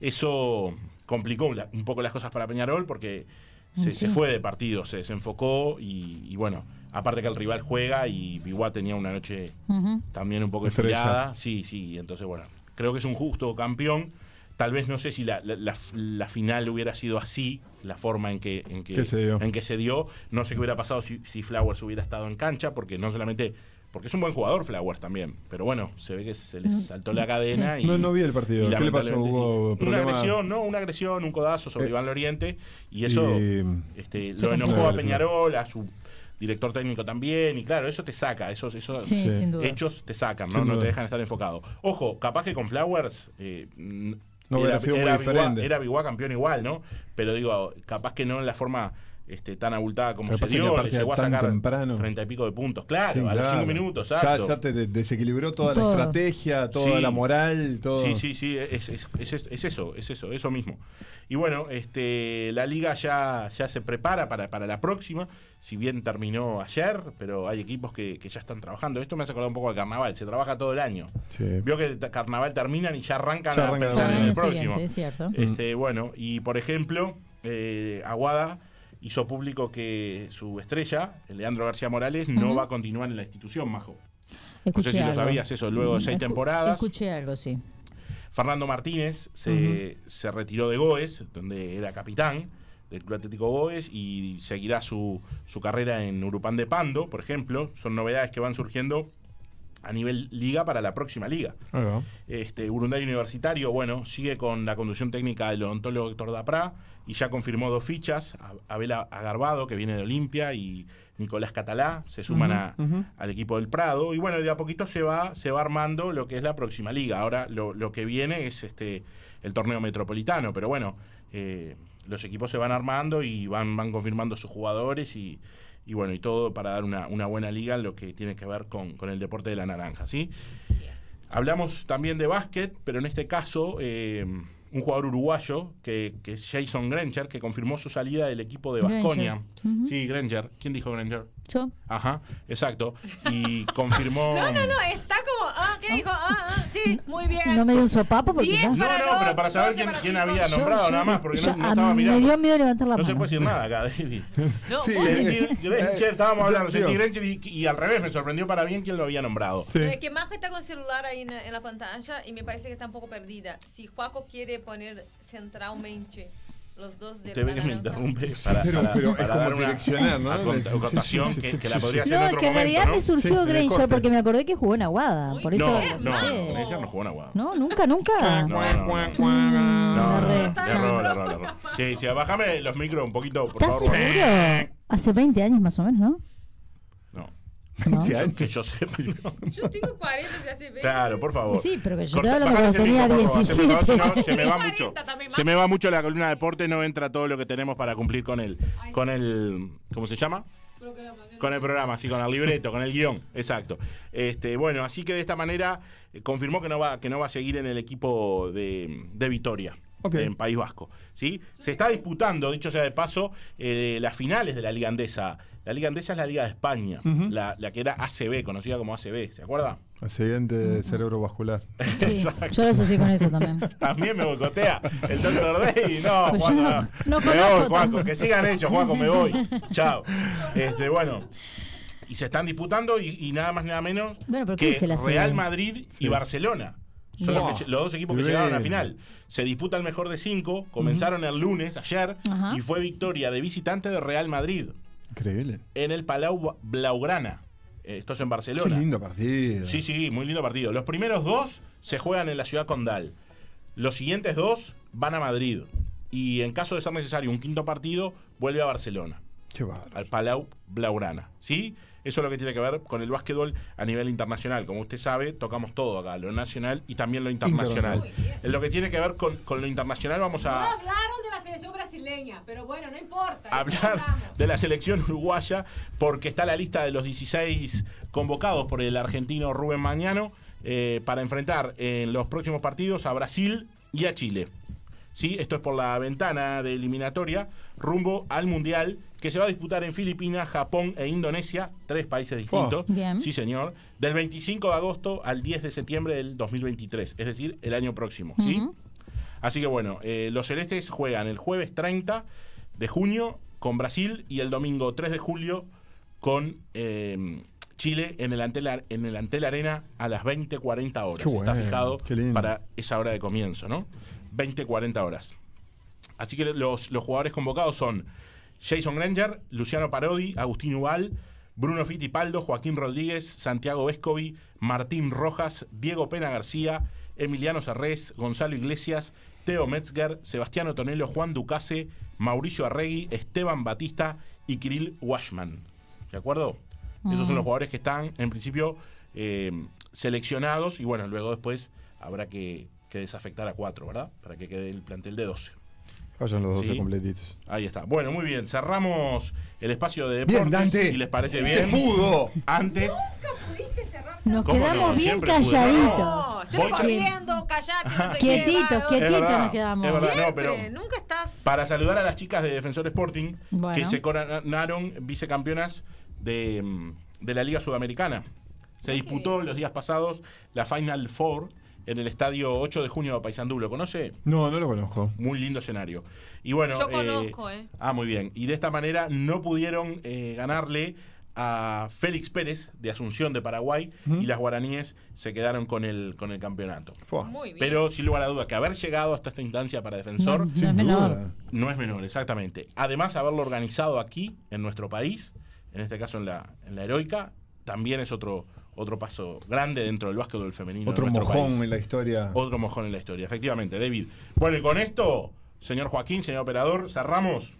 Speaker 4: eso complicó la- un poco las cosas para Peñarol porque se,
Speaker 7: Sí.
Speaker 4: se fue de partido, se desenfocó y, y bueno, aparte que el rival juega y Biguá tenía una noche
Speaker 8: Mm.
Speaker 7: Ujú.
Speaker 4: también un poco
Speaker 5: Estrella.
Speaker 4: estirada. Sí, sí, entonces bueno, creo que es un justo campeón. Tal vez no sé si la, la- la- la final hubiera sido así, la forma en que, en, que,
Speaker 5: Que se dio.
Speaker 4: en que se dio. No sé qué hubiera pasado si, si Flowers hubiera estado en cancha, porque no solamente... Porque es un buen jugador Flowers también, pero bueno, se ve que se le saltó la cadena. Y,
Speaker 5: No, no vi el
Speaker 4: y
Speaker 5: partido. ¿Qué le pasó?
Speaker 4: lamentablemente, sí.
Speaker 5: ¿Hubo
Speaker 4: Una
Speaker 5: problema?
Speaker 4: agresión, ¿no? Una agresión, un codazo sobre
Speaker 5: Eh,
Speaker 4: Iván Loriente, y eso
Speaker 5: y- eh,
Speaker 4: este,
Speaker 7: Se
Speaker 4: lo enojó
Speaker 5: complicó.
Speaker 4: a Peñarol, a su director técnico también, y claro, eso te saca, eso, eso
Speaker 7: Sí,
Speaker 5: Sí.
Speaker 7: sin duda.
Speaker 4: hechos te sacan,
Speaker 5: Sin
Speaker 4: ¿no? No
Speaker 5: duda.
Speaker 4: te dejan estar enfocado. Ojo, capaz que con Flowers. eh, mm,
Speaker 5: No hubiera sido muy
Speaker 4: era Biguá-
Speaker 5: diferente.
Speaker 4: era Biguá campeón igual, ¿no? Pero digo, capaz que no en la forma este, tan abultada como
Speaker 5: Lo que
Speaker 4: se
Speaker 5: pasa es que
Speaker 4: dio.
Speaker 5: aparte
Speaker 4: le llegó a
Speaker 5: tan
Speaker 4: sacar
Speaker 5: temprano.
Speaker 4: treinta y pico de puntos. Claro,
Speaker 5: Sí,
Speaker 4: a los
Speaker 5: claro.
Speaker 4: cinco minutos,
Speaker 5: Ya-
Speaker 4: exacto.
Speaker 5: Ya, te de- desequilibró toda
Speaker 7: Todo.
Speaker 5: la estrategia, toda
Speaker 4: Sí.
Speaker 5: la moral, todo.
Speaker 4: Sí, sí, sí, es, es- es- es eso, es eso, eso mismo. Y bueno, este, la liga ya, ya se prepara para, para la próxima, si bien terminó ayer, pero hay equipos que, que ya están trabajando. Esto me hace acordar un poco al carnaval, se trabaja todo el año.
Speaker 5: Sí.
Speaker 4: Vio que el ta- carnaval terminan y ya arrancan
Speaker 5: Ya
Speaker 4: a
Speaker 5: arrancan
Speaker 4: pensar
Speaker 5: el
Speaker 4: en
Speaker 5: año
Speaker 4: el próximo.
Speaker 7: siguiente, es cierto.
Speaker 4: Este, bueno, y por ejemplo, eh, Aguada hizo público que su estrella, Leandro García Morales, no va a continuar en la institución, Majo. No sé
Speaker 7: Escuché
Speaker 4: si lo
Speaker 7: algo.
Speaker 4: sabías eso, luego de seis
Speaker 7: Escu-
Speaker 4: temporadas.
Speaker 7: Escuché algo, sí.
Speaker 4: Fernando Martínez se, se retiró de Goes, donde era capitán del Club Atlético Goes, y seguirá su, su carrera en Urupán de Pando, por ejemplo. Son novedades que van surgiendo a nivel liga para la próxima liga.
Speaker 5: Ahí va.
Speaker 4: Este, Urunday Universitario, bueno, sigue con la conducción técnica del odontólogo Héctor Daprá y ya confirmó dos fichas, a- Abel Agarbado, que viene de Olimpia, y Nicolás Catalá, se suman a- al equipo del Prado. Y bueno, de a poquito se va, se va armando lo que es la próxima liga. Ahora lo, lo que viene es este el torneo metropolitano, pero bueno, eh, los equipos se van armando y van, van confirmando sus jugadores y, y bueno, y todo para dar una, una buena liga en lo que tiene que ver con, con el deporte de la naranja, ¿sí? Hablamos también de básquet, pero en este caso eh, un jugador uruguayo que, que es Jason Granger, que confirmó su salida del equipo de
Speaker 7: Granger.
Speaker 4: Vasconia.
Speaker 7: Ujú.
Speaker 4: Sí, Granger. ¿Quién dijo Granger?
Speaker 7: Yo.
Speaker 4: Ajá, exacto. Y confirmó.
Speaker 6: No, no, no, está como, ah, ¿qué dijo? Ah, ah, sí, muy bien.
Speaker 7: No me dio un sopapo porque
Speaker 6: Bien.
Speaker 7: ya-
Speaker 4: No,
Speaker 6: Para
Speaker 4: no,
Speaker 6: dos,
Speaker 4: pero para saber
Speaker 6: doce
Speaker 4: quién,
Speaker 6: para
Speaker 4: quién
Speaker 6: cinco.
Speaker 4: había
Speaker 7: yo-
Speaker 4: nombrado
Speaker 7: yo-
Speaker 4: nada más, porque
Speaker 7: yo-
Speaker 4: no, no
Speaker 7: a-
Speaker 4: estaba mirando.
Speaker 7: Me dio miedo levantar la
Speaker 4: no
Speaker 7: mano.
Speaker 4: se puede decir nada acá, David.
Speaker 6: No,
Speaker 5: Sí.
Speaker 6: vos-
Speaker 4: Sentí Granger, estábamos hablando,
Speaker 5: Digo,
Speaker 4: sentí Granger y, y al revés, me sorprendió para bien quién lo había nombrado.
Speaker 5: sí.
Speaker 6: eh, que Majo está con celular ahí en, en la pantalla y me parece que está un poco perdida. Si Juaco quiere poner centralmente los dos de
Speaker 4: Usted
Speaker 6: la
Speaker 4: ve que me
Speaker 6: naranja.
Speaker 4: interrumpe para,
Speaker 5: Pero-
Speaker 4: para-
Speaker 5: pero es
Speaker 4: para
Speaker 5: como
Speaker 4: dar una
Speaker 5: direccionar, ¿no?
Speaker 4: acont-
Speaker 5: Sí, sí,
Speaker 4: acotación
Speaker 5: sí,
Speaker 4: que,
Speaker 5: sí,
Speaker 4: que
Speaker 5: sí, sí.
Speaker 4: la podría hacer
Speaker 7: No,
Speaker 4: en
Speaker 7: es
Speaker 4: otro
Speaker 7: que en
Speaker 4: momento,
Speaker 7: realidad me
Speaker 4: ¿no?
Speaker 7: surgió
Speaker 5: Sí, en el
Speaker 7: Granger
Speaker 5: corte.
Speaker 7: porque me acordé que jugó en Aguada.
Speaker 6: Muy
Speaker 7: Por
Speaker 6: bien.
Speaker 7: eso. ¿eh?
Speaker 4: No,
Speaker 6: es
Speaker 4: no,
Speaker 6: malo.
Speaker 4: Granger no jugó en Aguada.
Speaker 7: No, nunca,
Speaker 5: Ah,
Speaker 7: nunca.
Speaker 4: No, no, no, no.
Speaker 7: Mm,
Speaker 4: No,
Speaker 7: la
Speaker 4: no,
Speaker 7: re-
Speaker 4: no, le erró, le erró, le erró. Sí, sí, bájame los micros un poquito, por
Speaker 7: ¿Estás
Speaker 4: favor. Rubén.
Speaker 7: seguro? Hace 20 años más o menos, ¿no?
Speaker 4: No,
Speaker 7: ¿No?
Speaker 5: Este año.
Speaker 4: que yo sepa. no.
Speaker 6: Yo tengo 40 de hace 20.
Speaker 4: Claro, por favor.
Speaker 7: Sí, pero que yo
Speaker 4: Corta-
Speaker 7: te hablo de
Speaker 4: bájale
Speaker 7: cuando
Speaker 4: ese
Speaker 7: tenía
Speaker 4: micro, por favor, se me va,
Speaker 7: 17.
Speaker 4: si no, se me va
Speaker 6: 40
Speaker 4: mucho.
Speaker 6: también,
Speaker 4: Se me va mucho la columna de deporte, no entra todo lo que tenemos para cumplir con el con el ¿cómo se llama? Con el programa, sí, con el libreto, con el guión, exacto. Este, bueno, así que de esta manera eh, confirmó que no va que no va a seguir en el equipo de, de Vitoria.
Speaker 5: Ok.
Speaker 4: En País Vasco. ¿sí? Se está disputando, dicho sea de paso, eh, las finales de la Liga Andesa. La Liga Andesa es la Liga de España, la, la que era ACB, conocida como ACB, ¿se acuerda?
Speaker 5: Accidente cerebrovascular.
Speaker 7: Sí, yo lo asocié con eso también.
Speaker 4: También me boicotea el doctor Day. No,
Speaker 7: Pero Pues yo
Speaker 4: Juaco,
Speaker 7: no-
Speaker 4: no.
Speaker 7: no
Speaker 4: me
Speaker 7: conozco
Speaker 4: voy, Juaco.
Speaker 7: tanto.
Speaker 4: Que sigan ellos, Juaco, me voy. Chao. Este, bueno. Y se están disputando y, y nada más nada menos
Speaker 7: Bueno, pero ¿qué
Speaker 4: que
Speaker 7: dice la
Speaker 4: Real
Speaker 7: serie?
Speaker 4: Madrid y Barcelona. Son
Speaker 5: Bien.
Speaker 4: los, que- los dos equipos que
Speaker 5: Bien.
Speaker 4: llegaron a la final. Se disputa el mejor de cinco. Comenzaron el lunes, ayer,
Speaker 7: Ajá.
Speaker 4: y fue victoria de visitante de Real Madrid
Speaker 5: Increíble.
Speaker 4: en el Palau Ba- Blaugrana. Eh, Esto es en Barcelona.
Speaker 5: Qué lindo partido.
Speaker 4: Sí, sí, muy lindo partido. Los primeros dos se juegan en la ciudad condal. Los siguientes dos van a Madrid. Y en caso de ser necesario un quinto partido, vuelve a Barcelona,
Speaker 5: Qué bárbaro.
Speaker 4: al Palau Blaugrana. ¿Sí? Eso es lo que tiene que ver con el básquetbol a nivel internacional. Como usted sabe, tocamos todo acá, lo nacional y también lo internacional. En lo que tiene que ver con, con lo internacional, vamos a,
Speaker 9: hablaron de la selección brasileña, pero bueno, no importa.
Speaker 4: hablar de la selección uruguaya porque está la lista de los 16 convocados por el argentino Rubén Mañano eh, para enfrentar en los próximos partidos a Brasil, y a Chile. ¿Sí? Esto es por la ventana de eliminatoria rumbo al Mundial que se va a disputar en Filipinas, Japón e Indonesia, tres países distintos.
Speaker 7: Oh. Bien.
Speaker 4: Sí, señor. Del 25 de agosto al 10 de septiembre del 2023, es decir, el año próximo. ¿sí?
Speaker 7: Ujú.
Speaker 4: Así que bueno, eh, los celestes juegan el jueves 30 de junio con Brasil y el domingo 3 de julio con eh, Chile en el, Antel, en el Antel Arena a las 20.40 horas.
Speaker 5: Qué bueno,
Speaker 4: Está fijado
Speaker 5: qué lindo.
Speaker 4: para esa hora de comienzo, ¿no? 20.40 horas. Así que los, los jugadores convocados son Jason Granger, Luciano Parodi, Agustín Ubal, Bruno Fittipaldo, Joaquín Rodríguez, Santiago Vescovi, Martín Rojas, Diego Pena García, Emiliano Serrés, Gonzalo Iglesias, Teo Metzger, Sebastián Tonelo, Juan Ducase, Mauricio Arregui, Esteban Batista y Kirill Washman. ¿De acuerdo? Esos
Speaker 2: Mm.
Speaker 10: Mm.
Speaker 4: son los jugadores que están, en principio, eh, seleccionados y bueno, luego después habrá que, que desafectar a cuatro, ¿verdad? Para que quede el plantel de 12.
Speaker 5: Vayan los 12
Speaker 4: Sí.
Speaker 5: completitos.
Speaker 4: Ahí está. Bueno, muy bien. Cerramos el espacio de deportes.
Speaker 5: Bien, Dante.
Speaker 4: Si les parece
Speaker 5: ¡Te
Speaker 4: bien.
Speaker 5: pudo!
Speaker 4: Antes,
Speaker 9: ¿Pudiste cerrar?
Speaker 7: Nos
Speaker 4: ¿Cómo
Speaker 7: quedamos
Speaker 4: no?
Speaker 7: bien
Speaker 4: Siempre pude, ¿no?
Speaker 6: No,
Speaker 7: calladitos.
Speaker 6: estoy
Speaker 4: Voy-
Speaker 6: corriendo, callate, no te
Speaker 7: Quietitos,
Speaker 6: llevas.
Speaker 7: quietitos
Speaker 4: verdad,
Speaker 7: nos quedamos.
Speaker 4: es verdad.
Speaker 6: Siempre,
Speaker 4: No, pero-
Speaker 6: nunca estás.
Speaker 4: para saludar a las chicas de Defensor Sporting,
Speaker 7: Bueno.
Speaker 4: que se coronaron vicecampeonas de, mm, de la Liga Sudamericana. Se disputó los días pasados la Final Four en el estadio 8 de junio de Paysandú. ¿Lo conoce?
Speaker 5: No, no lo conozco.
Speaker 4: Muy lindo escenario. Y bueno,
Speaker 6: Yo conozco, eh.
Speaker 4: Ah, muy bien. Y de esta manera no pudieron eh, ganarle a Félix Pérez de Asunción de Paraguay y las guaraníes se quedaron con el, con el campeonato.
Speaker 5: Fua.
Speaker 6: Muy bien.
Speaker 4: Pero sin lugar a duda que haber llegado hasta esta instancia para defensor
Speaker 7: No, es menor.
Speaker 4: no es menor, exactamente. Además, haberlo organizado aquí, en nuestro país, en este caso en la, en la heroica, también es otro, otro paso grande dentro del básquetbol femenino.
Speaker 5: Otro
Speaker 4: en nuestro
Speaker 5: mojón
Speaker 4: país.
Speaker 5: en la historia.
Speaker 4: Otro mojón en la historia, efectivamente, David. Bueno, y con esto, señor Joaquín, señor operador, cerramos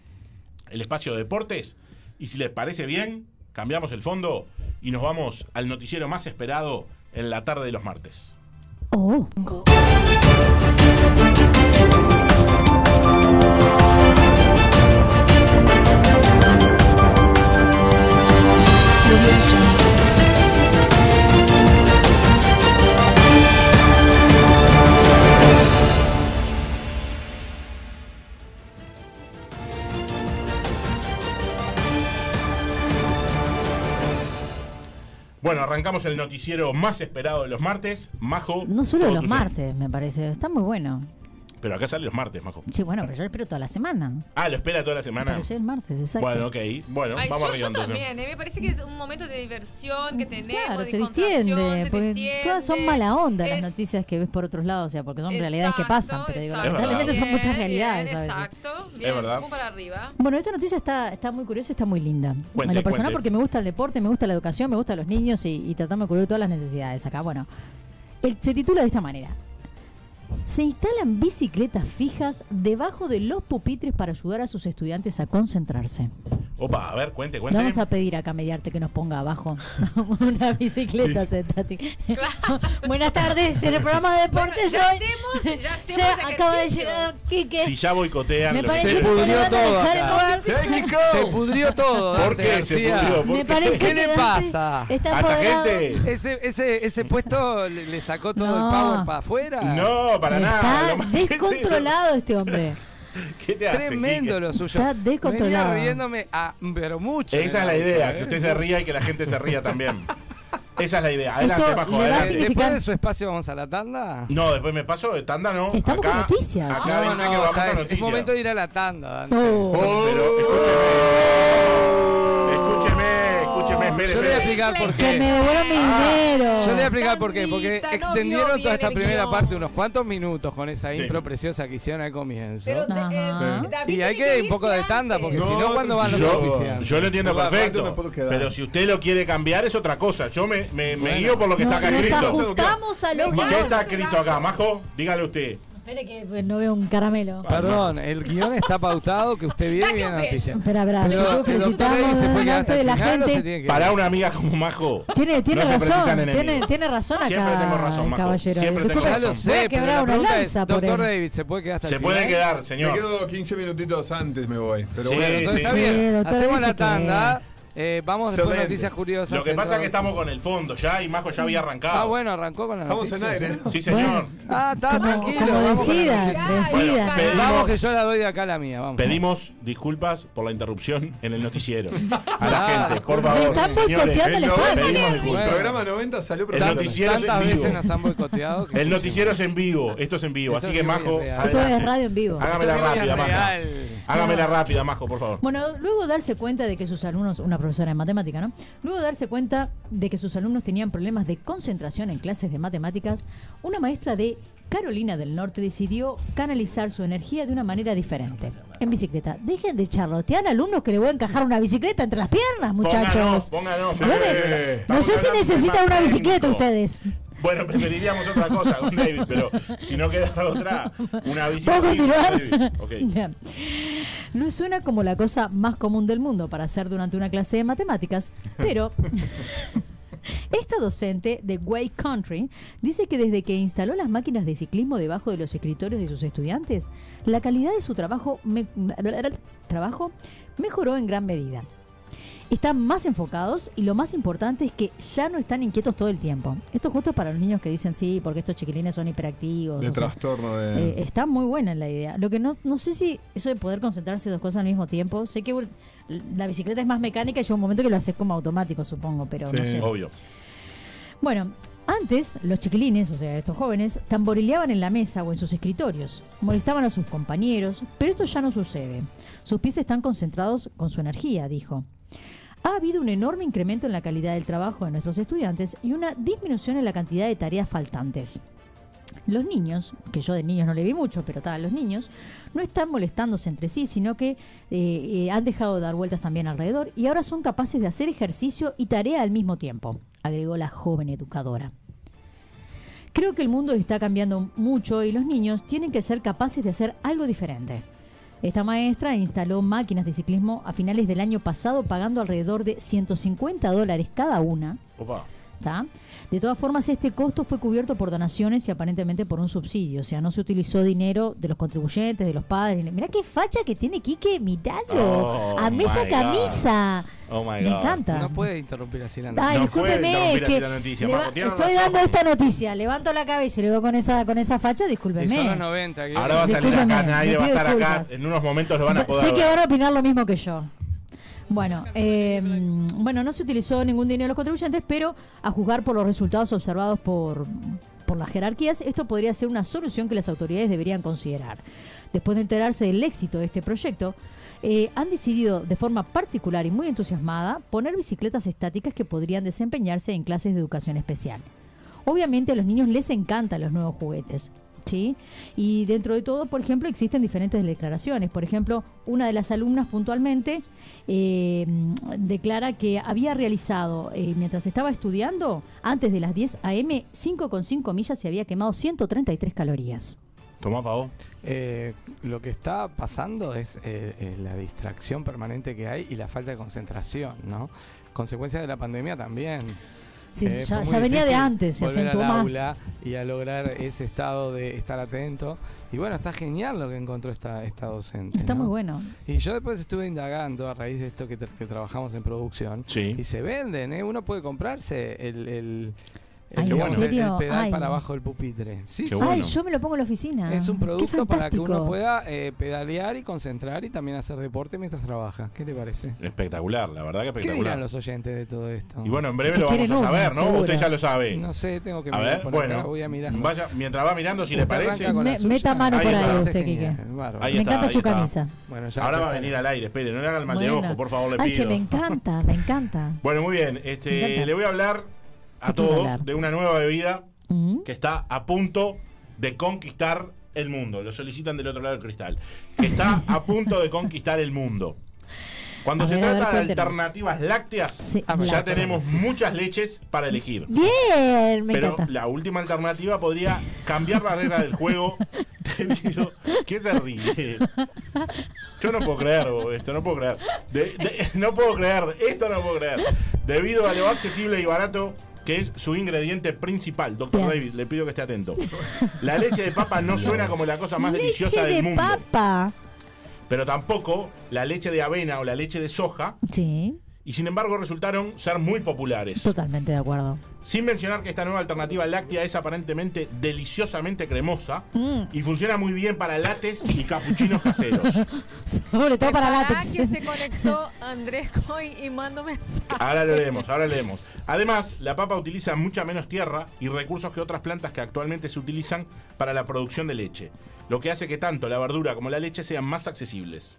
Speaker 4: el espacio de deportes. Y si les parece bien, cambiamos el fondo y nos vamos al noticiero más esperado en la tarde de los martes.
Speaker 7: Oh.
Speaker 4: Bueno, arrancamos el noticiero más esperado de los martes. Majo.
Speaker 7: No solo
Speaker 4: todo
Speaker 7: los
Speaker 4: tuyo.
Speaker 7: martes, me parece. Está muy bueno.
Speaker 4: Pero acá sale los martes, Majo.
Speaker 7: Sí, bueno, pero yo lo espero toda la semana.
Speaker 4: Ah, lo espera toda la semana.
Speaker 7: Pero yo el martes, exacto.
Speaker 4: Bueno, ok. Bueno,
Speaker 6: Ay,
Speaker 4: vamos
Speaker 6: yo, yo
Speaker 4: arriba entonces.
Speaker 6: también, eh, me parece que es un momento de diversión que tenemos,
Speaker 7: Claro,
Speaker 6: de
Speaker 7: te
Speaker 6: distracción,
Speaker 7: distiende,
Speaker 6: se
Speaker 7: porque
Speaker 6: distiende.
Speaker 7: todas son mala onda las
Speaker 6: Es-
Speaker 7: noticias que ves por otros lados, o sea, porque son realidades que
Speaker 6: Exacto,
Speaker 7: pasan, pero digo,
Speaker 6: exacto.
Speaker 4: Es verdad.
Speaker 7: lamentablemente son
Speaker 6: Bien,
Speaker 7: muchas realidades
Speaker 6: bien,
Speaker 7: a veces.
Speaker 6: Exacto, bien,
Speaker 4: verdad.
Speaker 6: pum para arriba.
Speaker 7: Bueno, esta noticia está, está muy curiosa y está muy linda.
Speaker 4: Cuente,
Speaker 7: en lo personal,
Speaker 4: cuente.
Speaker 7: porque me gusta el deporte, me gusta la educación, me gustan los niños y, y tratamos de cubrir todas las necesidades acá. Bueno, el- se titula de esta manera. Se instalan bicicletas fijas debajo de los pupitres para ayudar a sus estudiantes a concentrarse.
Speaker 4: Opa, a ver, cuente,
Speaker 7: Le
Speaker 4: cuente.
Speaker 7: vamos a pedir acá a Mediarte que nos ponga abajo una bicicleta, se, Tati. Buenas tardes, en el programa de deportes
Speaker 6: ya
Speaker 7: hoy.
Speaker 6: hacemos- ya hacemos
Speaker 7: Ya acaba de
Speaker 6: ejercicio.
Speaker 7: llegar Quique.
Speaker 4: Si ya boicotean,
Speaker 7: Me
Speaker 4: lo
Speaker 7: parece
Speaker 4: sé.
Speaker 7: que no
Speaker 3: pudrió
Speaker 7: van a
Speaker 3: todo
Speaker 7: dejar el
Speaker 3: acá.
Speaker 7: lugar.
Speaker 3: Se pudrió todo,
Speaker 4: ¿Por
Speaker 3: Dante
Speaker 4: qué se
Speaker 3: García.
Speaker 4: pudrió? ¿Por
Speaker 7: Me parece
Speaker 3: ¿Qué
Speaker 7: que
Speaker 3: le
Speaker 7: Dante
Speaker 3: pasa?
Speaker 7: Está
Speaker 4: ¿A esta
Speaker 7: apoderado.
Speaker 4: gente?
Speaker 3: Ese, ese, ese puesto le, le sacó todo
Speaker 7: No.
Speaker 3: el power para afuera.
Speaker 4: No, para nada.
Speaker 7: Está
Speaker 4: Lo más- ¿Qué es eso?
Speaker 7: descontrolado este hombre.
Speaker 4: ¿Qué te hace?
Speaker 3: Tremendo
Speaker 4: Quique?
Speaker 3: lo suyo.
Speaker 7: Está descontrolado.
Speaker 3: Venía riéndome, a, pero mucho.
Speaker 4: Esa es la
Speaker 3: Dante,
Speaker 4: idea,
Speaker 3: ¿eh?
Speaker 4: que usted se ría y que la gente se ría también. Esa es la idea. Adelante,
Speaker 7: Esto
Speaker 4: Majo,
Speaker 7: le va a
Speaker 4: adelante.
Speaker 7: significar-
Speaker 3: Después de su espacio vamos a la tanda.
Speaker 4: No, después me paso de tanda, no.
Speaker 7: Estamos con noticias.
Speaker 4: Acá
Speaker 3: No,
Speaker 4: dice
Speaker 3: no,
Speaker 4: que vamos
Speaker 3: está-
Speaker 4: a
Speaker 3: es- es
Speaker 4: noticias.
Speaker 3: momento de ir a la tanda, Dante.
Speaker 7: Oh.
Speaker 4: Pero escúcheme. Escúcheme, escúcheme, espere,
Speaker 3: Yo le voy a
Speaker 4: espere.
Speaker 3: explicar por
Speaker 7: Que me
Speaker 3: qué. Ah,
Speaker 7: devuelvan mi dinero.
Speaker 3: Yo le voy a explicar por qué. Porque
Speaker 6: Tandita, no vio
Speaker 3: extendieron
Speaker 6: bien
Speaker 3: toda esta
Speaker 6: el
Speaker 3: primera
Speaker 6: guión.
Speaker 3: parte unos cuantos minutos con esa
Speaker 4: Sí.
Speaker 3: impro preciosa que hicieron al comienzo. Ah.
Speaker 6: Pero,
Speaker 7: Ajá.
Speaker 6: eh,
Speaker 5: Sí.
Speaker 6: David
Speaker 3: Y hay
Speaker 6: tiene
Speaker 3: que ir un poco de
Speaker 6: irse
Speaker 3: tanda, porque
Speaker 6: antes.
Speaker 3: si no,
Speaker 5: No,
Speaker 3: ¿cuándo van los
Speaker 5: yo-
Speaker 4: Yo,
Speaker 3: oficios?
Speaker 4: yo lo entiendo
Speaker 5: Por la
Speaker 4: perfecto.
Speaker 5: radio me puedo quedar.
Speaker 4: Pero si usted lo quiere cambiar es otra cosa. Yo me, me- me
Speaker 3: Bueno.
Speaker 4: guío por lo que
Speaker 7: nos,
Speaker 4: está acá
Speaker 7: nos
Speaker 4: escrito.
Speaker 7: ajustamos a los
Speaker 4: ¿Qué
Speaker 7: guiones.
Speaker 4: está escrito acá, Majo? Dígale usted.
Speaker 7: Espere que pues, no veo un caramelo.
Speaker 3: Perdón, el guión está pautado que usted viene y viene la noticia.
Speaker 7: Espera, espera,
Speaker 3: Pero
Speaker 7: nosotros
Speaker 3: el doctor Rey
Speaker 7: felicitamos
Speaker 3: se puede quedar
Speaker 7: delante
Speaker 3: hasta
Speaker 7: de
Speaker 3: el
Speaker 7: la
Speaker 3: final o se
Speaker 7: gente.
Speaker 3: tiene que
Speaker 4: Para
Speaker 3: ir?
Speaker 4: una amiga como Majo.
Speaker 7: Tiene, tiene
Speaker 4: no se precisan
Speaker 7: razón,
Speaker 4: enemigos.
Speaker 7: tiene, tiene razón acá.
Speaker 4: Siempre tengo razón,
Speaker 7: el
Speaker 4: Majo.
Speaker 7: caballero. eh.
Speaker 4: Siempre tengo
Speaker 7: Disculpe,
Speaker 3: Ya
Speaker 4: razón.
Speaker 3: lo
Speaker 7: voy a
Speaker 3: sé, pero
Speaker 7: quebrar
Speaker 3: la
Speaker 7: una
Speaker 3: pregunta es,
Speaker 7: lanza por él.
Speaker 3: doctor David, ¿se puede quedar hasta
Speaker 4: Se
Speaker 3: el
Speaker 4: puede
Speaker 3: final?
Speaker 4: quedar,
Speaker 5: Me
Speaker 4: señor.
Speaker 5: quedo 15 minutitos antes, me voy. Pero
Speaker 4: Sí,
Speaker 5: bueno,
Speaker 3: Entonces,
Speaker 4: sí.
Speaker 3: está
Speaker 7: Sí,
Speaker 3: bien,
Speaker 7: doctor
Speaker 3: hacemos
Speaker 7: David se
Speaker 3: la tanda.
Speaker 7: queda.
Speaker 3: Eh, vamos después
Speaker 5: Excelente.
Speaker 3: noticias curiosas.
Speaker 4: Lo que pasa es que
Speaker 3: entonces.
Speaker 4: estamos con el fondo ya y Majo ya había arrancado.
Speaker 3: Ah, bueno, arrancó con la
Speaker 5: Estamos en aire. ¿no?
Speaker 4: Sí, señor.
Speaker 3: Ah, está
Speaker 7: Como,
Speaker 3: tranquilo.
Speaker 7: como
Speaker 3: vamos con la
Speaker 7: decidan,
Speaker 3: noticia.
Speaker 7: decidan.
Speaker 4: Bueno, pero-
Speaker 3: Vamos que yo la doy de acá la mía, vamos.
Speaker 4: Pedimos disculpas por la interrupción en el noticiero. A
Speaker 3: Ah,
Speaker 4: la gente, por favor.
Speaker 7: me están
Speaker 4: señores,
Speaker 7: boicoteando el
Speaker 4: pedimos
Speaker 7: espacio.
Speaker 4: disculpas.
Speaker 5: El programa 90 salió
Speaker 4: El
Speaker 5: perfecto.
Speaker 4: noticiero-
Speaker 3: Tantas
Speaker 4: en vivo.
Speaker 3: veces nos han boicoteado. que-
Speaker 4: El noticiero es en vivo, esto es en vivo,
Speaker 3: Esto
Speaker 4: así
Speaker 3: es
Speaker 4: que
Speaker 3: en vivo,
Speaker 4: Majo,
Speaker 3: es real.
Speaker 7: Esto es
Speaker 4: adelante.
Speaker 7: radio en vivo.
Speaker 4: hágamela
Speaker 3: Esto es
Speaker 4: rápida, Majo.
Speaker 3: real.
Speaker 4: Hágamela rápida, Majo, por favor.
Speaker 7: Bueno, luego darse cuenta de que sus alumnos, una profesora de matemática, ¿no? Luego darse cuenta de que sus alumnos tenían problemas de concentración en clases de matemáticas, una maestra de Carolina del Norte decidió canalizar su energía de una manera diferente. En bicicleta. Dejen de charlotear alumnos que le voy a encajar una bicicleta entre las piernas, muchachos.
Speaker 4: pónganos,
Speaker 7: A ver,
Speaker 4: eh,
Speaker 7: no sé
Speaker 4: estamos
Speaker 7: si
Speaker 4: hablando de
Speaker 7: necesitan una
Speaker 4: más
Speaker 7: bicicleta
Speaker 4: técnico.
Speaker 7: ustedes.
Speaker 4: Bueno, preferiríamos otra cosa con David, pero si no queda otra, una bicicleta.
Speaker 7: ¿Puedo continuar?
Speaker 4: David, ok.
Speaker 7: Bien. No suena como la cosa más común del mundo para hacer durante una clase de matemáticas, pero esta docente de Way Country dice que desde que instaló las máquinas de ciclismo debajo de los escritorios de sus estudiantes, la calidad de su trabajo, me- trabajo mejoró en gran medida. Están más enfocados y lo más importante es que ya no están inquietos todo el tiempo. Esto justo para los niños que dicen sí, porque estos chiquilines son hiperactivos.
Speaker 5: De
Speaker 7: o sea,
Speaker 5: trastorno de.
Speaker 7: eh, está muy buena la idea. Lo que no, no sé si eso de poder concentrarse dos cosas al mismo tiempo. Sé que vol- la bicicleta es más mecánica y llega un momento que lo haces como automático, supongo, pero no
Speaker 5: Sí.
Speaker 7: sé.
Speaker 4: Obvio.
Speaker 7: Bueno, antes los chiquilines, o sea, estos jóvenes, tamborileaban en la mesa o en sus escritorios, molestaban a sus compañeros, pero esto ya no sucede. Sus pies están concentrados con su energía, dijo. Ha habido un enorme incremento en la calidad del trabajo de nuestros estudiantes y una disminución en la cantidad de tareas faltantes. Los niños, que yo de niños no le vi mucho, pero tal, los niños, no están molestándose entre sí, sino que eh, eh, han dejado de dar vueltas también alrededor y ahora son capaces de hacer ejercicio y tarea al mismo tiempo, agregó la joven educadora. Creo que el mundo está cambiando mucho y los niños tienen que ser capaces de hacer algo diferente. Esta maestra instaló máquinas de ciclismo a finales del año pasado pagando alrededor de 150 dólares cada una
Speaker 4: Opa.
Speaker 7: ¿tá? De todas formas, este costo fue cubierto por donaciones y aparentemente por un subsidio. O sea, no se utilizó dinero de los contribuyentes, de los padres. Mirá qué facha que tiene Quique, miralo.
Speaker 4: Oh,
Speaker 7: a mesa
Speaker 4: my God.
Speaker 7: camisa.
Speaker 4: Oh my
Speaker 7: Me
Speaker 4: God.
Speaker 7: encanta.
Speaker 3: No puede interrumpir así la
Speaker 7: Ay,
Speaker 4: No
Speaker 7: discúlpeme,
Speaker 4: puede
Speaker 7: es
Speaker 4: interrumpir así
Speaker 7: que
Speaker 4: la noticia,
Speaker 7: le
Speaker 4: Majo,
Speaker 7: va-
Speaker 4: tiene
Speaker 7: estoy
Speaker 4: razón.
Speaker 7: dando esta noticia, levanto la cabeza y le veo con esa con esa facha,
Speaker 3: Y son los
Speaker 7: discúlpeme.
Speaker 3: 90. que-
Speaker 4: Ahora va a salir acá,
Speaker 7: Discúlpeme,
Speaker 4: nadie
Speaker 7: le
Speaker 4: va a
Speaker 7: pido
Speaker 4: estar acá.
Speaker 7: disculpas.
Speaker 4: En unos momentos lo van a poder.
Speaker 7: sé que
Speaker 4: ver.
Speaker 7: van a opinar lo mismo que yo. Bueno, eh, bueno, no se utilizó ningún dinero de los contribuyentes, pero a juzgar por los resultados observados por, por las jerarquías, esto podría ser una solución que las autoridades deberían considerar. Después de enterarse del éxito de este proyecto, eh, han decidido de forma particular y muy entusiasmada poner bicicletas estáticas que podrían desempeñarse en clases de educación especial. Obviamente a los niños les encantan los nuevos juguetes. ¿Sí? Y dentro de todo, por ejemplo, existen diferentes declaraciones. Por ejemplo, una de las alumnas puntualmente eh, declara que había realizado, eh, mientras estaba estudiando, antes de las 10 a.m., 5,5 millas y había quemado 133 calorías.
Speaker 4: Tomá, Pavo.
Speaker 3: Eh, lo que está pasando es eh, eh, la distracción permanente que hay y la falta de concentración, ¿no? Consecuencia de la pandemia también.
Speaker 7: Sí,
Speaker 3: Eh,
Speaker 7: ya,
Speaker 3: fue
Speaker 7: ya
Speaker 3: muy
Speaker 7: venía de
Speaker 3: difícil
Speaker 7: antes, se
Speaker 3: volver
Speaker 7: acentuó
Speaker 3: al
Speaker 7: más.
Speaker 3: aula y a lograr ese estado de estar atento. Y bueno, está genial lo que encontró esta, esta docente.
Speaker 7: Está
Speaker 3: ¿no?
Speaker 7: muy bueno.
Speaker 3: Y yo después estuve indagando a raíz de esto que, tra- que trabajamos en producción.
Speaker 4: Sí.
Speaker 3: Y se venden, ¿eh? Uno puede comprarse el, el, el-
Speaker 7: Ay,
Speaker 3: el-
Speaker 7: ¿en
Speaker 3: bueno, el- el
Speaker 7: serio?
Speaker 3: pedal
Speaker 7: Ay.
Speaker 3: para abajo del pupitre. Sí,
Speaker 4: Qué
Speaker 3: sí.
Speaker 4: bueno.
Speaker 7: Ay, yo me lo pongo en la oficina.
Speaker 3: Es un
Speaker 7: Qué
Speaker 3: producto para que uno
Speaker 7: fantástico.
Speaker 3: pueda eh, pedalear y concentrar y también hacer deporte mientras trabaja. ¿Qué le parece?
Speaker 4: Espectacular, la verdad que
Speaker 3: ¿Qué dirán
Speaker 4: espectacular.
Speaker 3: los oyentes de todo esto?
Speaker 4: Y bueno, en breve
Speaker 7: Que
Speaker 4: lo vamos
Speaker 7: quieren
Speaker 4: a
Speaker 7: una,
Speaker 4: saber, ¿no?
Speaker 7: seguro.
Speaker 4: Usted ya lo sabe.
Speaker 3: no sé, tengo que
Speaker 4: a
Speaker 3: mirar
Speaker 4: ver,
Speaker 3: por
Speaker 4: bueno.
Speaker 3: acá, voy a mirar.
Speaker 4: Vaya, mientras va mirando, si le
Speaker 3: Usted
Speaker 4: parece.
Speaker 3: arranca con la
Speaker 7: Me-
Speaker 3: suya.
Speaker 7: meta mano
Speaker 4: por ahí,
Speaker 3: parece
Speaker 7: usted,
Speaker 3: genial,
Speaker 7: Quique.
Speaker 3: bárbaro.
Speaker 4: Ahí
Speaker 7: Me
Speaker 4: está,
Speaker 7: encanta
Speaker 4: ahí
Speaker 7: su
Speaker 4: está.
Speaker 7: camisa.
Speaker 3: Bueno, ya-
Speaker 4: Ahora
Speaker 3: ya
Speaker 4: va a
Speaker 3: está.
Speaker 4: venir al aire, espere, no le hagan el mal de
Speaker 7: Bueno.
Speaker 4: ojo, por favor, le
Speaker 7: Ay,
Speaker 4: pido.
Speaker 7: que me encanta, me encanta.
Speaker 4: Bueno, muy bien.
Speaker 7: Me
Speaker 4: Este,
Speaker 7: encanta.
Speaker 4: le voy a hablar a
Speaker 7: ¿De qué va a
Speaker 4: todos
Speaker 7: hablar?
Speaker 4: de una nueva bebida
Speaker 7: Mm.
Speaker 4: que está a punto de conquistar el mundo. Lo solicitan del otro lado del cristal. Que está a punto de conquistar el mundo. Cuando
Speaker 7: A
Speaker 4: se
Speaker 7: ver, a ver,
Speaker 4: trata de
Speaker 7: cuéntenos.
Speaker 4: alternativas lácteas,
Speaker 7: Sí,
Speaker 4: ya
Speaker 7: lácteas.
Speaker 4: tenemos muchas leches para elegir.
Speaker 7: Bien, me
Speaker 4: Pero
Speaker 7: encanta.
Speaker 4: la última alternativa podría cambiar la regla del juego debido. ¿Qué se ríe? Yo no puedo creer vos, esto, no puedo creer. De- de- no puedo creer, esto no puedo creer. Debido a lo accesible y barato que es su ingrediente principal, doctor
Speaker 7: Bien.
Speaker 4: David, le pido que esté atento. La leche de papa no suena como la cosa más
Speaker 7: Leche
Speaker 4: deliciosa del
Speaker 7: de
Speaker 4: mundo,
Speaker 7: papa.
Speaker 4: pero tampoco la leche de avena o la leche de soja
Speaker 7: Sí.
Speaker 4: y sin embargo resultaron ser muy populares.
Speaker 7: Totalmente de acuerdo.
Speaker 4: Sin mencionar que esta nueva alternativa láctea es aparentemente deliciosamente cremosa
Speaker 6: Mm.
Speaker 4: y funciona muy bien para lates y capuchinos caseros.
Speaker 7: Sobre todo para
Speaker 6: Pará
Speaker 7: látex.
Speaker 6: Ah, que se conectó Andrés Coy y mando mensaje.
Speaker 4: Ahora lo leemos, ahora lo leemos. Además, la papa utiliza mucha menos tierra y recursos que otras plantas que actualmente se utilizan para la producción de leche, lo que hace que tanto la verdura como la leche sean más accesibles.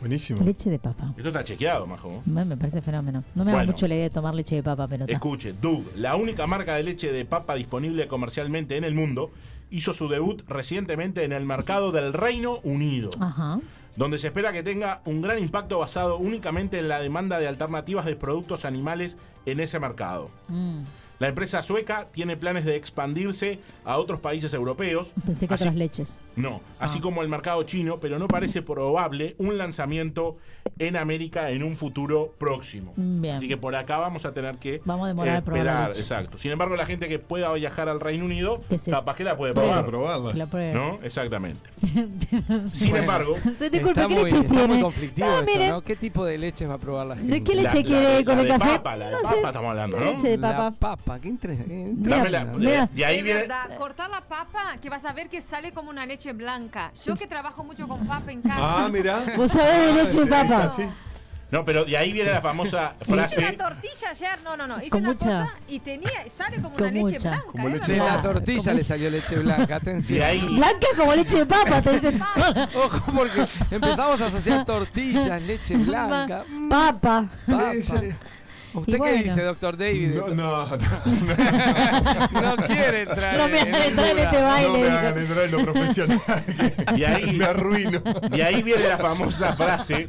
Speaker 5: Buenísimo.
Speaker 7: Leche de papa.
Speaker 4: Esto está chequeado, majo.
Speaker 7: Me me parece fenómeno. No me da
Speaker 4: Bueno.
Speaker 7: mucho la idea de tomar leche de papa, pero está.
Speaker 4: Escuche, Doug, la única marca de leche de papa disponible comercialmente en el mundo, hizo su debut recientemente en el mercado del Reino Unido,
Speaker 7: Ajá.
Speaker 4: donde se espera que tenga un gran impacto basado únicamente en la demanda de alternativas de productos animales en ese mercado.
Speaker 7: Mm.
Speaker 4: La empresa sueca tiene planes de expandirse a otros países europeos.
Speaker 7: Pensé que
Speaker 4: así-
Speaker 7: otras leches.
Speaker 4: No,
Speaker 7: Ah.
Speaker 4: así como el mercado chino, pero no parece probable un lanzamiento en América en un futuro próximo.
Speaker 7: Mm, bien.
Speaker 4: Así que por acá vamos a tener que
Speaker 7: Vamos a demorar a probar la
Speaker 4: esperar,
Speaker 7: leche.
Speaker 4: exacto. Sin embargo, la gente que pueda viajar al Reino Unido,
Speaker 7: Que se
Speaker 4: capaz que la puede
Speaker 7: pruebe.
Speaker 4: probar,
Speaker 5: probarla.
Speaker 7: Que la pruebe.
Speaker 4: ¿no? Exactamente. Sin embargo,
Speaker 7: Se disculpe,
Speaker 2: está
Speaker 7: ¿qué
Speaker 2: muy,
Speaker 7: leche
Speaker 2: está muy
Speaker 7: tiene?
Speaker 2: conflictivo
Speaker 7: Ah,
Speaker 2: esto,
Speaker 7: miren.
Speaker 2: ¿no? ¿Qué tipo de leches va a probar la gente?
Speaker 7: ¿De qué
Speaker 4: La-
Speaker 7: leche
Speaker 4: la-
Speaker 7: quiere
Speaker 4: la
Speaker 7: con el
Speaker 4: de
Speaker 7: café?
Speaker 4: papa, la de
Speaker 7: no
Speaker 4: papa
Speaker 7: sé.
Speaker 4: estamos hablando, ¿no?
Speaker 7: Leche de papa.
Speaker 2: La papa, qué
Speaker 3: eh,
Speaker 2: interesante.
Speaker 7: Mira,
Speaker 4: dame la- de-
Speaker 7: mira.
Speaker 4: de ahí
Speaker 6: Es
Speaker 4: viene.
Speaker 6: verdad, cortar la papa que vas a ver que sale como una leche blanca. Yo que trabajo mucho con papa en casa.
Speaker 5: Ah, mirá.
Speaker 7: Vos sabés de leche de
Speaker 5: Ah,
Speaker 7: papa.
Speaker 5: es así.
Speaker 4: No, pero de ahí viene la famosa
Speaker 6: Hice una
Speaker 4: frase.
Speaker 6: tortilla ayer, no, no, no. Hice
Speaker 7: Con
Speaker 6: una
Speaker 7: mucha-
Speaker 6: cosa y tenía, sale como
Speaker 7: con
Speaker 6: una leche
Speaker 7: mucha.
Speaker 6: blanca.
Speaker 5: Como
Speaker 6: ¿eh?
Speaker 5: leche
Speaker 2: De
Speaker 7: Ah,
Speaker 2: la tortilla
Speaker 7: como-
Speaker 2: le salió leche blanca,
Speaker 4: De
Speaker 2: atención.
Speaker 4: ahí.
Speaker 7: Blanca como leche de papa, te dicen.
Speaker 2: Ojo, porque empezamos a asociar tortillas, leche blanca. mm,
Speaker 7: Papa.
Speaker 2: papa.
Speaker 5: Sí, sí.
Speaker 7: Y
Speaker 2: ¿Usted qué
Speaker 7: bueno.
Speaker 2: dice, doctor David?
Speaker 7: este,
Speaker 5: No, no, no,
Speaker 2: No quiere entrar.
Speaker 7: No me
Speaker 2: en-
Speaker 7: hagan entrar en
Speaker 2: duda.
Speaker 7: este baile.
Speaker 5: no me
Speaker 7: dijo.
Speaker 5: hagan entrar en lo profesional.
Speaker 4: Y ahí-
Speaker 5: me arruino.
Speaker 4: De ahí viene la famosa frase.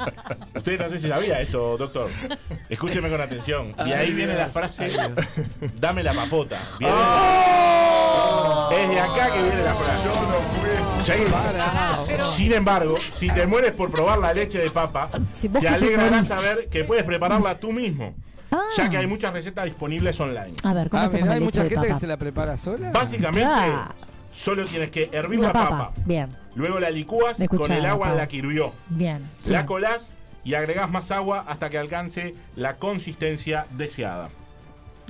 Speaker 4: Usted no sé si sabía esto, doctor. Escúcheme con atención. Y ahí viene la frase: Dame la papota. Viene-
Speaker 5: Ah.
Speaker 4: Es de acá que viene la frase. Sí.
Speaker 6: Pará, pero
Speaker 4: Ah, Sin embargo, si te mueres por probar la leche de papa,
Speaker 7: Si vos
Speaker 4: te
Speaker 7: que te
Speaker 4: alegrará
Speaker 7: morís.
Speaker 4: saber que puedes prepararla tú mismo,
Speaker 7: Ah.
Speaker 4: ya que hay muchas recetas disponibles online.
Speaker 7: A ver, ¿cómo
Speaker 2: Ah,
Speaker 7: hacemos
Speaker 2: mirá,
Speaker 7: la
Speaker 2: hay
Speaker 7: leche
Speaker 2: mucha
Speaker 7: de
Speaker 2: gente
Speaker 7: papa?
Speaker 2: que se la prepara sola.
Speaker 4: Básicamente,
Speaker 7: Claro.
Speaker 4: solo tienes que hervir
Speaker 7: Una
Speaker 4: la
Speaker 7: papa.
Speaker 4: papa,
Speaker 7: Bien,
Speaker 4: luego la licúas con
Speaker 7: Escuchá,
Speaker 4: el agua en
Speaker 7: papa.
Speaker 4: la que hirvió.
Speaker 7: bien.
Speaker 4: La
Speaker 7: Sí.
Speaker 4: colás y agregás más agua hasta que alcance la consistencia deseada.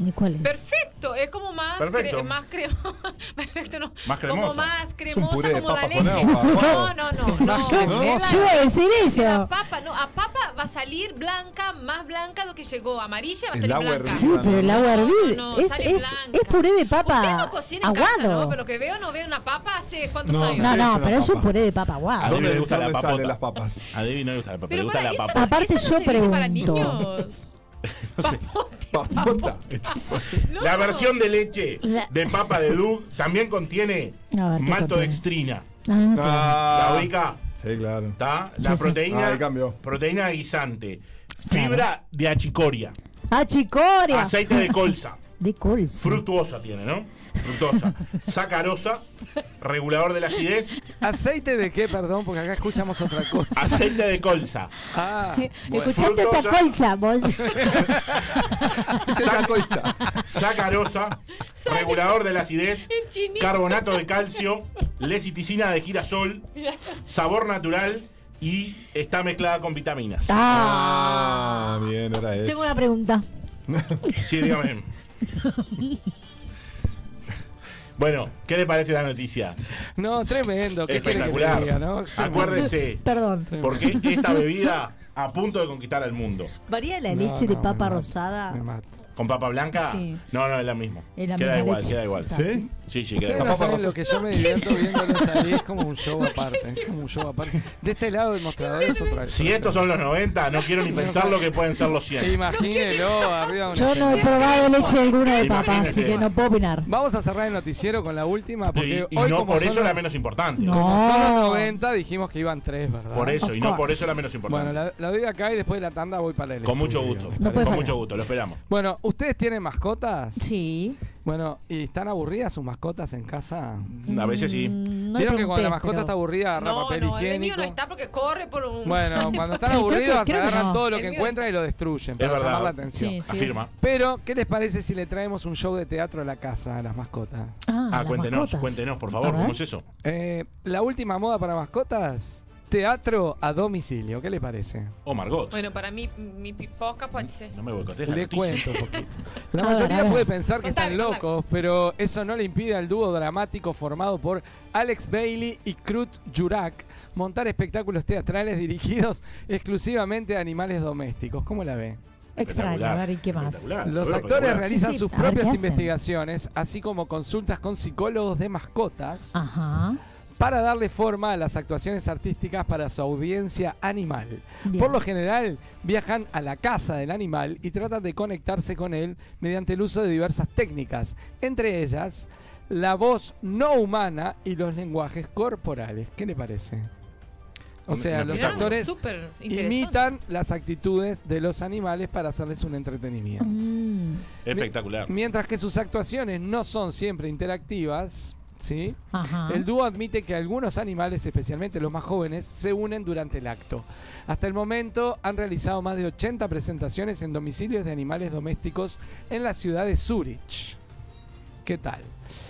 Speaker 7: ¿Y cuál es?
Speaker 6: perfecto, es como más
Speaker 4: Perfecto.
Speaker 6: cre- más cremoso. perfecto, no.
Speaker 4: Más cremosa.
Speaker 6: Como más cremosa
Speaker 5: puré de
Speaker 6: como la
Speaker 5: papa con
Speaker 6: leche.
Speaker 5: agua,
Speaker 6: No,
Speaker 5: wow.
Speaker 6: no, no,
Speaker 2: Más
Speaker 6: no.
Speaker 2: cremosa.
Speaker 6: Es la-
Speaker 7: Yo iba a decir
Speaker 6: La
Speaker 7: eso.
Speaker 6: papa, no, a papa va a salir blanca, más blanca de lo que llegó. Amarilla va a
Speaker 5: El
Speaker 6: salir
Speaker 5: agua
Speaker 6: blanca.
Speaker 5: hervida.
Speaker 7: Sí, pero el agua hervida
Speaker 6: No, no,
Speaker 7: es,
Speaker 6: sale
Speaker 7: es,
Speaker 6: blanca.
Speaker 7: es puré de
Speaker 6: Usted
Speaker 7: papa
Speaker 6: no cocina en casa,
Speaker 7: aguado.
Speaker 6: ¿no? Pero que veo, no veo una papa hace cuántos
Speaker 5: No,
Speaker 6: años.
Speaker 7: No,
Speaker 5: Es
Speaker 7: no,
Speaker 5: una
Speaker 7: pero es un
Speaker 5: papa.
Speaker 7: puré de papa
Speaker 4: ¿A
Speaker 7: aguado.
Speaker 4: dónde le
Speaker 5: ¿Dónde,
Speaker 4: gusta la
Speaker 5: dónde
Speaker 4: papota?
Speaker 5: salen las papas?
Speaker 4: A Debbie no le gusta la papa, le
Speaker 6: Pero
Speaker 4: gusta
Speaker 6: para,
Speaker 4: la
Speaker 6: esa-
Speaker 4: papa.
Speaker 7: Aparte
Speaker 6: esa
Speaker 7: yo
Speaker 6: no se dice para
Speaker 7: pregunto.
Speaker 6: niños.
Speaker 5: Papota.
Speaker 6: No.
Speaker 4: La versión de leche
Speaker 7: La-
Speaker 4: de papa de Doug también contiene
Speaker 7: A ver, Ah, ¿qué contiene?
Speaker 4: maltodextrina.
Speaker 7: Ah, claro.
Speaker 5: Ah,
Speaker 4: La ubica,
Speaker 5: Sí, claro.
Speaker 4: ¿está?
Speaker 7: Sí,
Speaker 4: La
Speaker 7: sí.
Speaker 4: proteína,
Speaker 5: Ahí cambió.
Speaker 4: proteína guisante,
Speaker 7: Claro.
Speaker 4: fibra de achicoria,
Speaker 7: Ah, chicoria.
Speaker 4: aceite de colza,
Speaker 7: De colza.
Speaker 4: fructuosa tiene, ¿no? Fructosa, sacarosa, regulador de la acidez,
Speaker 2: ¿Aceite de qué, perdón? Porque acá escuchamos otra cosa.
Speaker 4: aceite de colza,
Speaker 2: Ah, bueno.
Speaker 7: Escuchaste esta
Speaker 4: Fructosa.
Speaker 7: colza, vos.
Speaker 5: Saca colcha.
Speaker 4: sacarosa, regulador de la acidez,
Speaker 6: El chinito.
Speaker 4: carbonato de calcio, leciticina de girasol, sabor natural y está mezclada con vitaminas.
Speaker 7: Ah.
Speaker 5: Ah, bien, ahora es.
Speaker 7: Tengo una pregunta.
Speaker 4: Sí, dígame. Bueno, ¿qué le parece la noticia?
Speaker 2: No, tremendo. ¿Qué quiere que le
Speaker 4: Espectacular.
Speaker 2: diga, no? Tremendo.
Speaker 4: Acuérdese,
Speaker 7: Perdón.
Speaker 4: porque esta bebida a punto de conquistar al mundo.
Speaker 7: ¿Varía la
Speaker 2: No,
Speaker 7: leche de
Speaker 2: no,
Speaker 7: papa
Speaker 2: me mata,
Speaker 7: rosada?
Speaker 2: me mata.
Speaker 4: ¿Con papa blanca?
Speaker 7: Sí.
Speaker 4: No, no, es la misma.
Speaker 7: Es la
Speaker 4: queda
Speaker 7: misma
Speaker 4: igual,
Speaker 7: leche.
Speaker 4: queda igual.
Speaker 7: Está.
Speaker 5: ¿Sí?
Speaker 4: Sí, sí, queda
Speaker 2: Ustedes
Speaker 4: igual.
Speaker 2: no
Speaker 5: Papa
Speaker 2: saben lo
Speaker 5: Rosa.
Speaker 2: que yo me divierto viéndolos ahí, es como un show aparte, es como un show aparte. De este lado del mostrador es otra
Speaker 4: Si estos son los 90, no quiero ni pensar lo que pueden ser los 100.
Speaker 2: Imagínelo, arriba una
Speaker 7: Yo no he
Speaker 2: señora.
Speaker 7: probado leche alguna de papa,
Speaker 4: Imagínate.
Speaker 7: así que no puedo opinar.
Speaker 2: Vamos a cerrar el noticiero con la última, porque
Speaker 4: Y, y
Speaker 2: hoy
Speaker 4: no
Speaker 2: como
Speaker 4: por
Speaker 2: son
Speaker 4: eso
Speaker 2: los-
Speaker 4: la menos importante.
Speaker 7: No.
Speaker 2: como son los
Speaker 7: Oh.
Speaker 2: 90 dijimos que iban tres, ¿verdad?
Speaker 4: Por eso,
Speaker 7: Of
Speaker 4: y no por
Speaker 7: course.
Speaker 4: eso la menos importante.
Speaker 2: Bueno, la, la doy acá y después de la tanda voy para el
Speaker 4: Con mucho
Speaker 2: estudio,
Speaker 4: gusto.
Speaker 2: ¿me
Speaker 7: No puede
Speaker 2: parece?
Speaker 4: con
Speaker 7: fallar.
Speaker 4: mucho gusto, lo esperamos.
Speaker 2: Bueno, ¿ustedes tienen mascotas?
Speaker 7: Sí.
Speaker 2: Bueno, ¿y están aburridas sus mascotas en casa?
Speaker 4: A veces sí.
Speaker 7: Mm, No le
Speaker 2: Vieron que cuando
Speaker 7: pregunté,
Speaker 2: la mascota
Speaker 7: pero-
Speaker 2: está aburrida agarra
Speaker 6: No,
Speaker 2: papel
Speaker 6: no, el mío
Speaker 2: higiénico.
Speaker 6: no está porque corre por un.
Speaker 2: Bueno, cuando
Speaker 7: Sí,
Speaker 2: están
Speaker 7: creo que-
Speaker 2: aburridas
Speaker 7: creo que
Speaker 2: agarran
Speaker 7: no.
Speaker 2: todo lo
Speaker 6: El
Speaker 2: que
Speaker 6: mío-
Speaker 2: encuentran y lo destruyen para
Speaker 4: verdad.
Speaker 2: llamar la atención.
Speaker 7: Sí, sí.
Speaker 4: Afirma.
Speaker 2: Pero, ¿qué les parece si le traemos un show de teatro a la casa a las mascotas?
Speaker 7: Ah,
Speaker 4: Ah,
Speaker 7: las
Speaker 4: cuéntenos,
Speaker 7: mascotas.
Speaker 4: cuéntenos, por
Speaker 7: A
Speaker 4: favor,
Speaker 7: ver.
Speaker 4: ¿cómo es eso?
Speaker 2: Eh, la última moda para mascotas, teatro a domicilio. ¿Qué le parece?
Speaker 4: O Margot.
Speaker 6: Bueno, para mí, mi pipoca pues, puede ser.
Speaker 4: Oh No me boicotees la
Speaker 2: Le
Speaker 4: noticia.
Speaker 2: cuento un poquito. La
Speaker 7: A ver, a
Speaker 2: mayoría
Speaker 7: ver.
Speaker 2: puede pensar que
Speaker 6: Contame,
Speaker 2: están
Speaker 6: contame.
Speaker 2: locos, pero eso no le impide al dúo dramático formado por Alex Bailey y Krut Jurak montar espectáculos teatrales dirigidos exclusivamente a animales domésticos. ¿Cómo la ve?
Speaker 7: Extraño, a ver, ¿y qué más?
Speaker 4: Espectacular.
Speaker 2: Los
Speaker 4: Espectacular.
Speaker 2: actores realizan
Speaker 7: Sí, sí,
Speaker 2: sus
Speaker 7: a ver, ¿qué
Speaker 2: propias
Speaker 7: hacen?
Speaker 2: investigaciones, así como consultas con psicólogos de mascotas,
Speaker 7: Ah. Ajá.
Speaker 2: para darle forma a las actuaciones artísticas para su audiencia animal.
Speaker 7: Bien.
Speaker 2: Por lo general, viajan a la casa del animal y tratan de conectarse con él mediante el uso de diversas técnicas, entre ellas la voz no humana y los lenguajes corporales. ¿Qué le parece? O
Speaker 4: Me-
Speaker 2: sea,
Speaker 4: me
Speaker 2: los
Speaker 4: parece
Speaker 2: actores
Speaker 6: Súper interesante.
Speaker 2: imitan las actitudes de los animales para hacerles un entretenimiento.
Speaker 7: Mm,
Speaker 4: Espectacular.
Speaker 2: Mientras que sus actuaciones no son siempre interactivas, ¿sí?
Speaker 7: ajá.
Speaker 2: El dúo admite que algunos animales, especialmente los más jóvenes, se unen durante el acto. Hasta el momento han realizado más de 80 presentaciones en domicilios de animales domésticos en la ciudad de Zurich. ¿Qué tal?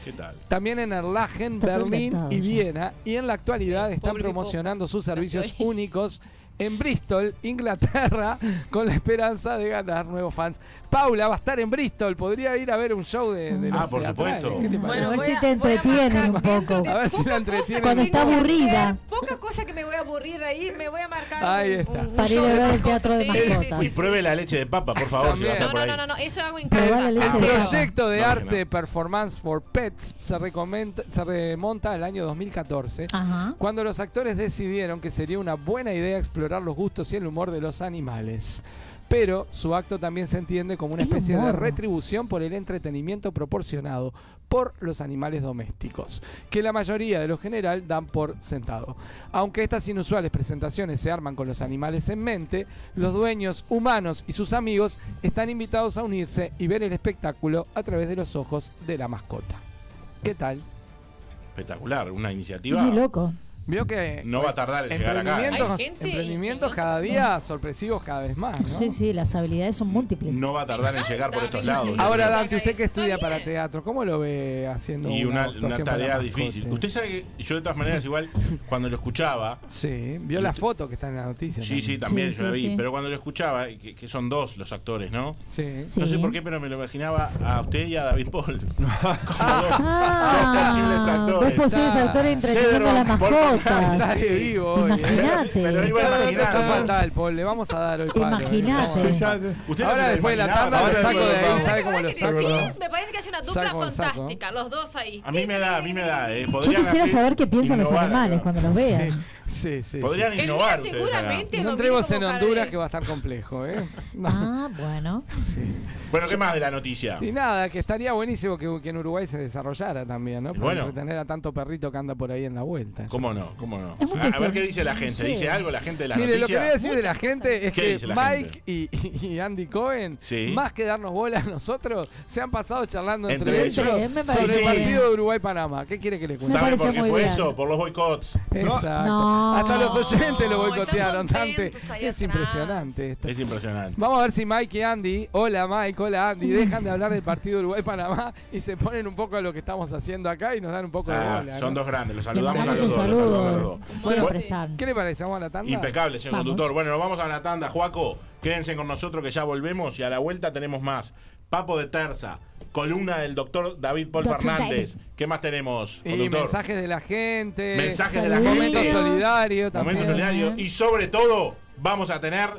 Speaker 4: ¿Qué tal?
Speaker 2: También en Erlagen,
Speaker 7: Está todo
Speaker 2: Berlín
Speaker 7: inventado
Speaker 2: y
Speaker 7: ya.
Speaker 2: Viena. Y en la actualidad
Speaker 6: Sí,
Speaker 2: están
Speaker 6: pobre
Speaker 2: promocionando sus servicios
Speaker 6: Nació ahí.
Speaker 2: únicos en Bristol, Inglaterra, con la esperanza de ganar nuevos fans. Paula va a estar en Bristol. Podría ir a ver un show de... de
Speaker 4: Ah,
Speaker 2: los
Speaker 4: por
Speaker 2: teatrales.
Speaker 4: supuesto.
Speaker 2: ¿Qué le
Speaker 7: Bueno,
Speaker 2: parece?
Speaker 7: a ver
Speaker 6: voy
Speaker 7: si te
Speaker 6: voy marcar
Speaker 7: entretienen un
Speaker 6: dentro
Speaker 7: poco.
Speaker 6: de
Speaker 2: A ver si
Speaker 6: poca
Speaker 2: la
Speaker 6: cosa que
Speaker 2: entretienen.
Speaker 7: Cuando
Speaker 6: tengo
Speaker 7: está
Speaker 6: que
Speaker 7: aburrida.
Speaker 6: hacer, eh, Poca cosa que me voy a aburrir ahí, me voy a marcar.
Speaker 2: Ahí
Speaker 6: un-
Speaker 2: está.
Speaker 6: un- un
Speaker 7: Para ir
Speaker 6: show
Speaker 7: a ver el
Speaker 6: mascotas.
Speaker 7: teatro de
Speaker 6: Sí, sí, sí,
Speaker 7: mascotas.
Speaker 6: sí,
Speaker 4: Y
Speaker 6: sí.
Speaker 4: pruebe la leche de papa, por favor, si va a estar
Speaker 6: No,
Speaker 4: por
Speaker 6: no, no,
Speaker 4: ahí.
Speaker 6: no, no, eso hago en
Speaker 7: Probá
Speaker 6: casa.
Speaker 7: la leche
Speaker 2: El
Speaker 7: Sí, de claro. vaca.
Speaker 2: proyecto de
Speaker 4: No,
Speaker 2: arte
Speaker 4: no.
Speaker 2: Performance for Pets se, recomenta- se remonta al año 2014,
Speaker 7: Ajá.
Speaker 2: cuando los actores decidieron que sería una buena idea explorar los gustos y el humor de los animales. Pero su acto también se entiende como una
Speaker 7: El
Speaker 2: especie de
Speaker 7: humor.
Speaker 2: retribución por el entretenimiento proporcionado por los animales domésticos, que la mayoría de lo general dan por sentado. Aunque estas inusuales presentaciones se arman con los animales en mente, los dueños humanos y sus amigos están invitados a unirse y ver el espectáculo a través de los ojos de la mascota. ¿Qué tal?
Speaker 4: Espectacular, una iniciativa.
Speaker 7: Muy loco.
Speaker 2: Vio que
Speaker 4: No va a tardar en llegar acá. ¿eh?
Speaker 2: emprendimientos,
Speaker 6: Hay gente
Speaker 2: emprendimientos
Speaker 6: ingeniosa.
Speaker 2: cada día sorpresivos cada vez más. ¿no?
Speaker 7: Sí, sí, las habilidades son múltiples.
Speaker 4: No va a tardar en llegar por estos
Speaker 6: Sí, sí.
Speaker 4: lados.
Speaker 2: Ahora,
Speaker 6: Está
Speaker 2: Dante, usted que
Speaker 6: bien.
Speaker 2: estudia para teatro, ¿cómo lo ve haciendo
Speaker 4: y una, una
Speaker 2: actuación para
Speaker 4: tarea
Speaker 2: mascotas?
Speaker 4: difícil. Usted sabe que yo de todas maneras igual cuando lo escuchaba,
Speaker 2: Sí, vio la foto que está en la noticia.
Speaker 4: sí, sí, también
Speaker 2: también.
Speaker 7: Sí,
Speaker 4: yo la
Speaker 7: sí,
Speaker 4: vi,
Speaker 7: sí.
Speaker 4: pero cuando lo escuchaba, y que, que son dos los actores, ¿no?
Speaker 2: Sí.
Speaker 7: Sí.
Speaker 4: No sé por qué, pero me lo imaginaba a usted y a David Paul.
Speaker 7: Ah,
Speaker 4: Dos posibles actores.
Speaker 7: Dos posibles
Speaker 2: Ah.
Speaker 7: actores entreteniendo a las
Speaker 4: Cedro, por
Speaker 7: mascotas.
Speaker 2: Nadie vivo hoy.
Speaker 7: Imagínate. Imagínate.
Speaker 4: Me lo iba
Speaker 2: Está dando
Speaker 4: imaginando.
Speaker 2: tan fatal, Paul, le vamos a dar hoy palo.
Speaker 7: Imagínate.
Speaker 2: Vamos.
Speaker 5: Sí, ya-
Speaker 4: Usted no se
Speaker 2: Ahora
Speaker 4: lo
Speaker 2: después de la
Speaker 4: imaginaba.
Speaker 2: tanda lo
Speaker 5: Ahora
Speaker 2: saco de ahí,
Speaker 5: después-
Speaker 2: ¿sabe cómo lo
Speaker 6: Ahora que
Speaker 2: saco?
Speaker 6: decís, me parece que hace una dupla
Speaker 2: Saco, saco.
Speaker 6: fantástica, los dos ahí.
Speaker 4: A mí me da, a mí me da. eh,
Speaker 7: Yo
Speaker 4: podrían
Speaker 7: quisiera
Speaker 4: hacer-
Speaker 7: saber qué piensan los
Speaker 4: innovar,
Speaker 7: animales
Speaker 4: claro.
Speaker 7: cuando los vean.
Speaker 2: Sí, sí. sí.
Speaker 4: Podrían
Speaker 6: El
Speaker 4: innovar
Speaker 6: día
Speaker 4: ustedes. acá.
Speaker 6: seguramente
Speaker 2: No
Speaker 6: lo
Speaker 2: entremos
Speaker 6: vi
Speaker 2: en
Speaker 6: como para
Speaker 2: Honduras
Speaker 6: ver.
Speaker 2: que va a estar complejo, ¿eh? No.
Speaker 7: Ah, bueno.
Speaker 4: Bueno, ¿qué más de la noticia?
Speaker 2: Y nada, que estaría buenísimo que, que en Uruguay se desarrollara también, ¿no? Para
Speaker 4: Bueno.
Speaker 2: entretener a tanto perrito que anda por ahí en la vuelta.
Speaker 4: ¿Cómo no? ¿Cómo no?
Speaker 7: Es muy
Speaker 4: A, a ver qué
Speaker 7: cuestión-
Speaker 4: dice la gente.
Speaker 7: no sé.
Speaker 4: ¿Dice algo la gente de la
Speaker 2: Mire, lo que
Speaker 4: noticia?
Speaker 2: voy a decir de la gente es
Speaker 4: ¿Qué
Speaker 2: que
Speaker 4: dice la
Speaker 2: Mike y, y Andy Cohen,
Speaker 4: Sí.
Speaker 2: más que darnos bola a nosotros, se han pasado charlando entre,
Speaker 4: Entre
Speaker 2: ellos
Speaker 7: ellos. Me
Speaker 2: sobre
Speaker 4: parece
Speaker 2: el
Speaker 4: bien.
Speaker 2: partido de Uruguay-Panamá. ¿Qué quiere que le cuente?
Speaker 7: Sa-
Speaker 4: ¿Saben
Speaker 7: Me parece
Speaker 4: por qué
Speaker 7: muy
Speaker 4: fue
Speaker 7: bien.
Speaker 4: eso? Por los boicots.
Speaker 2: Exacto.
Speaker 7: No.
Speaker 2: Hasta los oyentes lo
Speaker 6: No, están
Speaker 2: boicotearon, Dante.
Speaker 6: contentos ahí
Speaker 2: Es
Speaker 6: atrás.
Speaker 2: impresionante esto.
Speaker 4: Es impresionante.
Speaker 2: Vamos a ver si Mike y Andy, hola Mike, hola Andy, dejan de hablar del partido Uruguay-Panamá y se ponen un poco a lo que estamos haciendo acá y nos dan un poco de
Speaker 4: Ah,
Speaker 2: bola.
Speaker 4: son
Speaker 2: ¿no?
Speaker 4: dos grandes. Los
Speaker 7: Les
Speaker 4: saludamos a
Speaker 7: mandamos
Speaker 4: los
Speaker 7: un
Speaker 4: dos. los saludamos a los
Speaker 7: saludo.
Speaker 4: dos.
Speaker 7: Siempre
Speaker 4: Bueno,
Speaker 7: están.
Speaker 2: ¿Qué le parece? ¿Vamos a la tanda?
Speaker 4: Impecable, señor
Speaker 7: Vamos.
Speaker 4: conductor. Bueno, nos vamos a la tanda, Juaco. Quédense con nosotros que ya volvemos y a la vuelta tenemos más. Papo de Terza, columna del doctor David Paul
Speaker 7: Doctor
Speaker 4: Fernández. ¿Qué más tenemos,
Speaker 2: Y
Speaker 4: conductor?
Speaker 2: mensajes de la gente.
Speaker 4: Mensajes de la
Speaker 7: Saludos.
Speaker 4: gente.
Speaker 2: Momento solidario también.
Speaker 4: Momento solidario. Y sobre todo, vamos a tener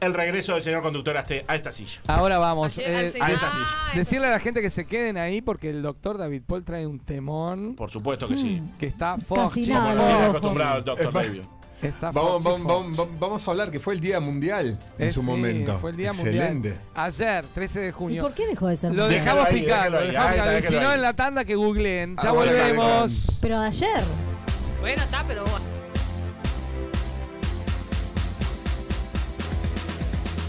Speaker 4: el regreso del señor conductor a, este- a esta silla.
Speaker 2: Ahora vamos.
Speaker 6: Ayer al
Speaker 2: eh,
Speaker 6: señor-
Speaker 4: ahí está, sí.
Speaker 6: Ah, eso
Speaker 2: decirle a la gente que se queden ahí porque el doctor David Paul trae un temón
Speaker 4: Por supuesto que sí.
Speaker 2: que está
Speaker 7: Casi
Speaker 2: Foxy.
Speaker 7: nada.
Speaker 4: Como
Speaker 7: Ah,
Speaker 4: lo tiene
Speaker 7: ojo.
Speaker 4: acostumbrado el doctor
Speaker 5: Es más-
Speaker 4: David.
Speaker 2: Está
Speaker 5: Vamos,
Speaker 2: Foxy
Speaker 5: vamos,
Speaker 2: Fox.
Speaker 5: vamos, vamos- vamos a hablar que fue el Día Mundial en
Speaker 2: Eh,
Speaker 5: su
Speaker 2: sí,
Speaker 5: momento.
Speaker 2: Fue el día
Speaker 5: Excelente.
Speaker 2: mundial. Ayer, 13 de
Speaker 7: ¿Y
Speaker 2: junio.
Speaker 7: por qué dejó de ser
Speaker 2: Lo
Speaker 7: mundial?
Speaker 4: deja-
Speaker 2: dejamos
Speaker 4: ahí,
Speaker 2: picando.
Speaker 4: déjalo ahí,
Speaker 2: lo dejamos
Speaker 4: ahí está,
Speaker 2: picando. Y
Speaker 4: déjalo
Speaker 2: si no,
Speaker 4: ahí.
Speaker 2: en la tanda que googleen. Ya
Speaker 5: Ahora ya
Speaker 2: volvemos.
Speaker 7: Pero de ayer.
Speaker 6: Bueno, está, pero.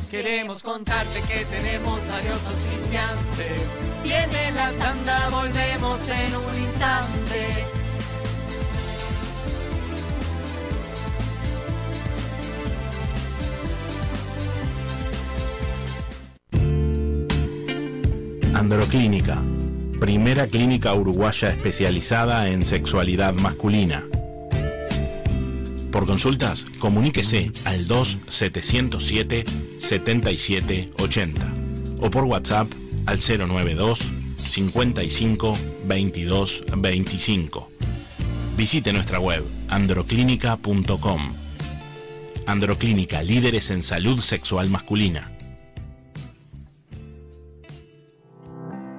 Speaker 3: Queremos contarte que tenemos varios auspiciantes. Viene la tanda, volvemos en un instante.
Speaker 11: Androclínica, primera clínica uruguaya especializada en sexualidad masculina.
Speaker 4: Por consultas, comuníquese al 2-707-7780 o por WhatsApp al 092 55 22 25. Visite nuestra web androclínica.com. Androclínica, líderes en salud sexual masculina.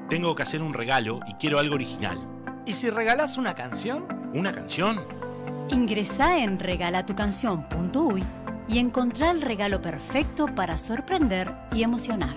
Speaker 4: Tengo que hacer un regalo y quiero algo original.
Speaker 2: ¿Y si regalás una canción?
Speaker 4: ¿Una canción?
Speaker 12: Ingresá en regalatucanción.uy y encontrá el regalo perfecto para sorprender y emocionar.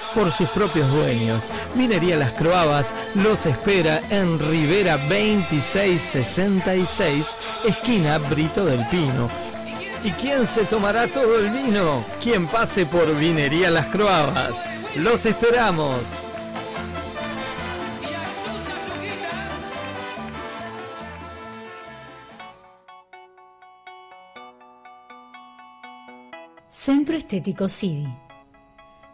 Speaker 2: por sus propios dueños. Vinería Las Croabas los espera en Rivera 2666, esquina Brito del Pino. ¿Y quién se tomará todo el vino? Quien pase por Vinería Las Croabas. Los esperamos.
Speaker 12: Centro Estético CIDI.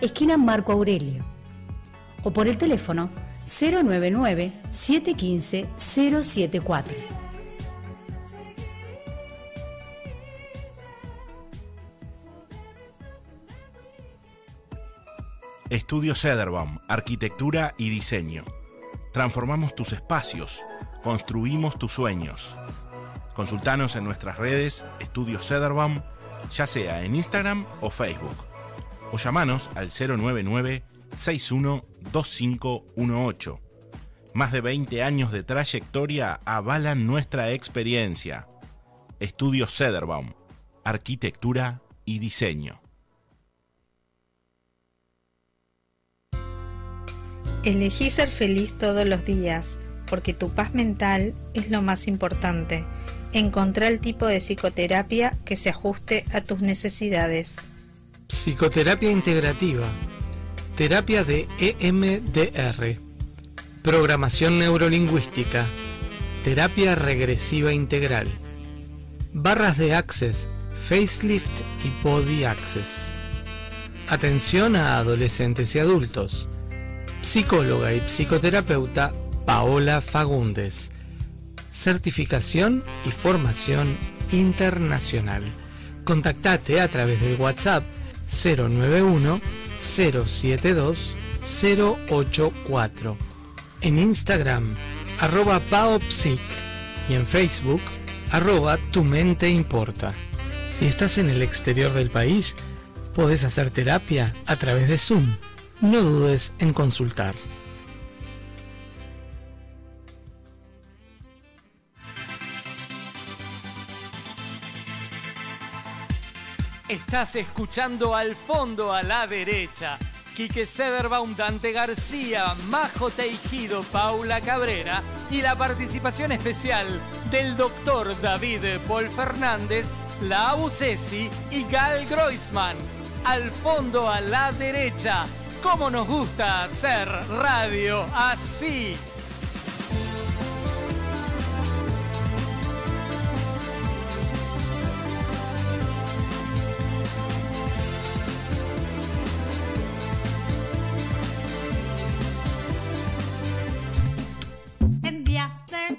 Speaker 12: esquina Marco Aurelio. O por el teléfono 099 715 074.
Speaker 4: Estudio Cederbaum, Arquitectura y Diseño. Transformamos tus espacios, construimos tus sueños. Consultanos en nuestras redes Estudio Cederbaum, ya sea en Instagram o Facebook. O llamanos al 099-612518. Más de 20 años de trayectoria avalan nuestra experiencia. Estudio Cederbaum, Arquitectura y Diseño.
Speaker 13: Elegí ser feliz todos los días, porque tu paz mental es lo más importante. Encontrá el tipo de psicoterapia que se ajuste a tus necesidades.
Speaker 2: Psicoterapia integrativa. Terapia de E EMDR. Programación neurolingüística. Terapia regresiva integral. Barras de Access, Facelift y Body Access. Atención a adolescentes y adultos. Psicóloga y psicoterapeuta Paola Fagundes. Certificación y formación internacional. Contactate a través del WhatsApp 091 072 084. En Instagram, arroba paopsic y en Facebook, arroba tu mente importa. Si estás en el exterior del país, podés hacer terapia a través de Zoom. No dudes en consultar.
Speaker 3: Estás escuchando al fondo a la derecha. Quique Sederbaum, Dante García, Majo Teijido, Paula Cabrera y la participación especial del doctor David Paul Fernández, la Ceci y Gal Groisman. Al fondo a la derecha. ¿Cómo nos gusta hacer radio así?
Speaker 14: En días de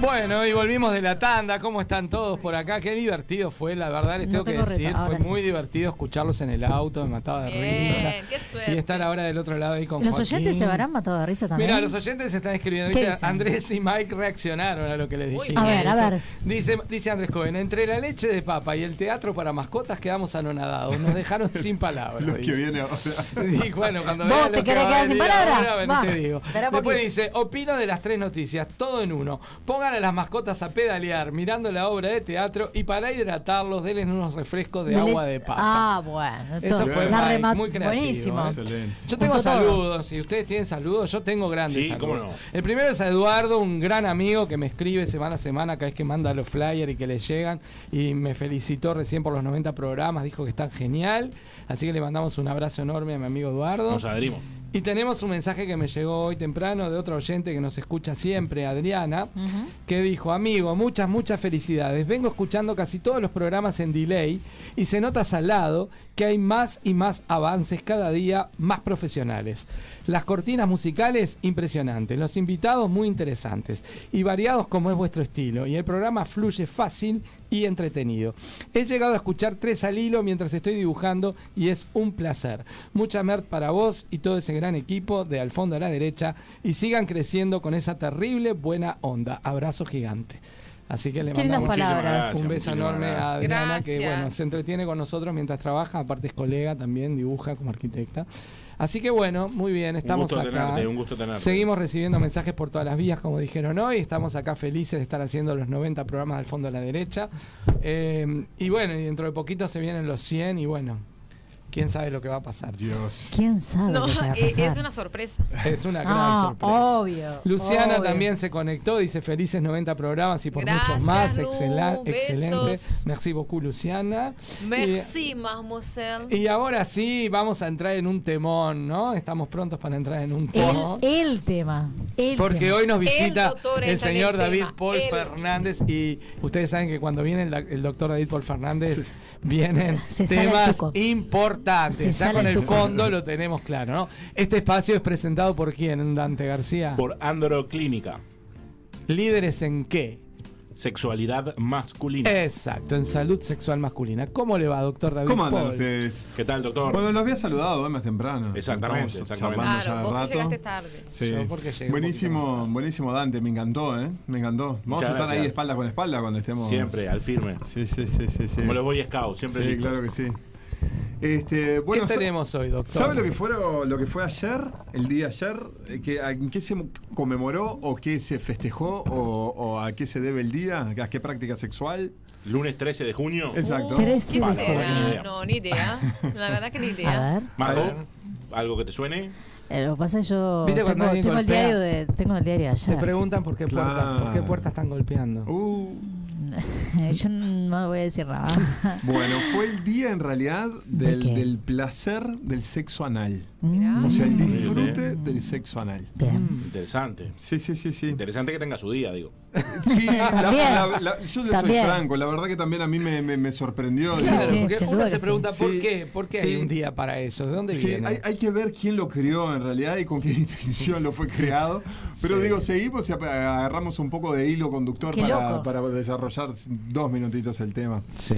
Speaker 2: Bueno, y volvimos de la tanda. ¿Cómo están todos por acá? Qué divertido fue, la verdad, les tengo
Speaker 3: No
Speaker 2: que
Speaker 3: tengo
Speaker 2: decir.
Speaker 3: reta,
Speaker 2: Fue
Speaker 3: ahora sí.
Speaker 2: muy divertido escucharlos en el auto, me mataba de
Speaker 3: Bien,
Speaker 2: risa.
Speaker 3: qué suerte.
Speaker 2: Y estar ahora del otro lado ahí con
Speaker 7: Los
Speaker 2: Joaquín.
Speaker 7: oyentes se habrán matado de risa también.
Speaker 2: Mira, los oyentes están escribiendo.
Speaker 7: ¿Qué
Speaker 2: ¿viste?
Speaker 7: dicen?
Speaker 2: Andrés y Mike reaccionaron a lo que les dije.
Speaker 7: A ver, a ver.
Speaker 2: Dice, dice Andrés Cohen, entre la leche de papa y el teatro para mascotas quedamos anonadados. Nos dejaron sin palabras.
Speaker 5: Los que
Speaker 2: dice.
Speaker 5: viene ahora.
Speaker 2: Y bueno, cuando
Speaker 7: ¿Vos
Speaker 2: vea
Speaker 7: te
Speaker 2: lo que
Speaker 7: querés
Speaker 2: va a
Speaker 7: quedar sin
Speaker 2: venir
Speaker 7: palabras?
Speaker 2: ahora, ven,
Speaker 7: Va,
Speaker 2: te digo.
Speaker 7: espera un
Speaker 2: Después
Speaker 7: poquito.
Speaker 2: dice, opino de las tres noticias, todo en uno. Pongan a las mascotas a pedalear mirando la obra de teatro y para hidratarlos denles unos refrescos de
Speaker 7: Le-
Speaker 2: agua de papa.
Speaker 7: Ah, bueno.
Speaker 2: Eso
Speaker 7: to-
Speaker 2: fue
Speaker 7: la
Speaker 2: Mike,
Speaker 7: remat-
Speaker 2: muy creativo.
Speaker 7: Buenísimo.
Speaker 2: ¿eh? Yo tengo
Speaker 7: Juntó todo.
Speaker 2: saludos, si ustedes tienen saludos, yo tengo grandes
Speaker 15: Sí,
Speaker 2: saludos.
Speaker 15: cómo no.
Speaker 2: El primero es a Eduardo, un gran amigo que me escribe semana a semana cada vez que manda los flyers y que le llegan y me felicitó recién por los 90 programas, dijo que están genial, así que le mandamos un abrazo enorme a mi amigo Eduardo.
Speaker 15: Nos adherimos.
Speaker 2: Y tenemos un mensaje que me llegó hoy temprano de otra oyente que nos escucha siempre, Adriana, que dijo, amigo, muchas, muchas felicidades. Vengo escuchando casi todos los programas en delay y se nota salado que hay más y más avances cada día más profesionales. Las cortinas musicales impresionantes, los invitados muy interesantes y variados como es vuestro estilo y el programa fluye fácil y entretenido. He llegado a escuchar tres al hilo mientras estoy dibujando y es un placer. Mucha merd para vos y todo ese gran equipo de al fondo a la derecha y sigan creciendo con esa terrible buena onda. Abrazo gigante. Así que le
Speaker 7: Qué lindas
Speaker 2: mandamos
Speaker 7: palabras.
Speaker 2: un beso
Speaker 7: Muchísimas
Speaker 2: enorme a
Speaker 7: gracias.
Speaker 2: Adriana que
Speaker 7: Gracias.
Speaker 2: bueno, se entretiene con nosotros mientras trabaja, aparte es colega también, dibuja como arquitecta. Así que bueno, muy bien, estamos
Speaker 15: gusto
Speaker 2: acá.
Speaker 15: tenerte, un gusto tenerte.
Speaker 2: Seguimos recibiendo mensajes por todas las vías, como dijeron hoy. Estamos acá felices de estar haciendo los 90 programas del fondo a la derecha. Eh, y bueno, y dentro de poquito se vienen los 100 y bueno, quién sabe lo que va a pasar.
Speaker 5: Dios.
Speaker 7: ¿Quién sabe
Speaker 6: No,
Speaker 7: lo que va a
Speaker 6: eh, es,
Speaker 7: pasar?
Speaker 6: una sorpresa.
Speaker 2: Es una gran
Speaker 7: Ah,
Speaker 2: sorpresa.
Speaker 7: obvio,
Speaker 2: Luciana
Speaker 7: obvio.
Speaker 2: también se conectó, dice felices 90 programas y por muchos
Speaker 6: Gracias,
Speaker 2: más.
Speaker 6: Lu,
Speaker 2: Excela- excelente.
Speaker 6: besos.
Speaker 2: Merci beaucoup, Luciana.
Speaker 6: Merci, mademoiselle.
Speaker 2: Y, y ahora sí, vamos a entrar en un temón, ¿no? Estamos prontos para entrar en un
Speaker 7: El,
Speaker 2: temón.
Speaker 7: el tema. el
Speaker 2: Porque
Speaker 7: tema.
Speaker 2: hoy nos visita
Speaker 6: doctor
Speaker 2: el
Speaker 6: entra en el
Speaker 2: señor David
Speaker 6: tema,
Speaker 2: Paul
Speaker 6: el-
Speaker 2: Fernández y ustedes saben que cuando viene el, da- el doctor David Paul Fernández vienen
Speaker 7: Se sale el
Speaker 2: temas
Speaker 7: tuco.
Speaker 2: importantes.
Speaker 7: Se
Speaker 2: ya
Speaker 7: sale
Speaker 2: con
Speaker 7: el
Speaker 2: el
Speaker 7: tuco.
Speaker 2: fondo lo tenemos claro, ¿no? Este espacio es presentado por quién, Dante García.
Speaker 15: Por Andro Clínica.
Speaker 2: Líderes en qué?
Speaker 15: Sexualidad masculina.
Speaker 2: Exacto, en salud sexual masculina. ¿Cómo le va, doctor David
Speaker 5: ¿Cómo andan
Speaker 2: Paul?
Speaker 5: ustedes?
Speaker 15: ¿Qué tal, doctor?
Speaker 5: Bueno, los había saludado hoy más temprano.
Speaker 15: Exactamente,
Speaker 5: Estamos
Speaker 15: exactamente.
Speaker 5: charlando
Speaker 6: Claro,
Speaker 5: ya de
Speaker 6: vos
Speaker 5: rato.
Speaker 6: que llegaste tarde.
Speaker 5: Sí.
Speaker 2: Yo porque llegué un
Speaker 5: buenísimo, buenísimo Dante, me encantó, ¿eh? Me encantó. Vamos
Speaker 15: Muchas
Speaker 5: a estar
Speaker 15: gracias.
Speaker 5: ahí espalda con espalda cuando estemos.
Speaker 15: Siempre, al firme.
Speaker 5: Sí, sí, sí, sí. sí.
Speaker 15: Como los Boy Scouts, siempre
Speaker 5: Sí,
Speaker 15: listo.
Speaker 5: claro que sí. Este, bueno,
Speaker 2: ¿Qué
Speaker 5: sa-
Speaker 2: tenemos hoy, doctor?
Speaker 5: ¿Sabe lo que, fueron, lo que fue ayer, el día de ayer? Eh, que- a- ¿En qué se conmemoró o qué se festejó o, o a qué se debe el día? ¿A qué práctica sexual?
Speaker 15: Lunes 13 de junio.
Speaker 5: Exacto.
Speaker 6: Uh, ¿Qué
Speaker 15: Bueno, ni
Speaker 6: será?
Speaker 15: idea.
Speaker 6: No, ni idea. La verdad que ni
Speaker 7: A
Speaker 6: idea.
Speaker 7: ver.
Speaker 15: Mago, ¿algo que te suene?
Speaker 7: Eh, Lo que pasa es que yo
Speaker 2: ¿Viste cuando
Speaker 7: tengo,
Speaker 2: alguien
Speaker 7: tengo el
Speaker 2: golpea?
Speaker 7: diario de, tengo el diario de
Speaker 2: Te
Speaker 7: ayer.
Speaker 2: preguntan por qué puertas, por qué
Speaker 5: Claro.
Speaker 2: puertas están golpeando.
Speaker 7: Eh, Yo no voy a decir nada.
Speaker 5: Bueno, fue el día en realidad del,
Speaker 7: qué?
Speaker 5: del placer del sexo anal.
Speaker 7: Mm.
Speaker 5: O sea, el
Speaker 15: Fíjate.
Speaker 5: disfrute del sexo anal. Mm.
Speaker 7: Bien.
Speaker 15: Interesante.
Speaker 5: Sí, sí, sí, sí.
Speaker 15: Interesante que tenga su día, digo.
Speaker 5: Sí, la-
Speaker 7: También.
Speaker 5: la- la- yo le soy
Speaker 7: También.
Speaker 5: franco, la verdad que también a mí me, me- me sorprendió.
Speaker 7: Sí,
Speaker 5: digo,
Speaker 2: Claro,
Speaker 7: sí,
Speaker 2: porque
Speaker 7: sin
Speaker 2: uno
Speaker 7: duda
Speaker 2: se
Speaker 7: que
Speaker 2: pregunta
Speaker 5: sí.
Speaker 2: por qué, por qué
Speaker 5: Sí.
Speaker 2: hay un día para eso, ¿de dónde
Speaker 5: Sí,
Speaker 2: viene?
Speaker 5: hay, hay que ver quién lo creó en realidad y con qué intención lo fue creado. Pero digo, seguimos y ap- agarramos un poco de hilo conductor
Speaker 7: Qué
Speaker 5: para,
Speaker 7: loco.
Speaker 5: para desarrollar dos minutitos el tema.
Speaker 2: Sí.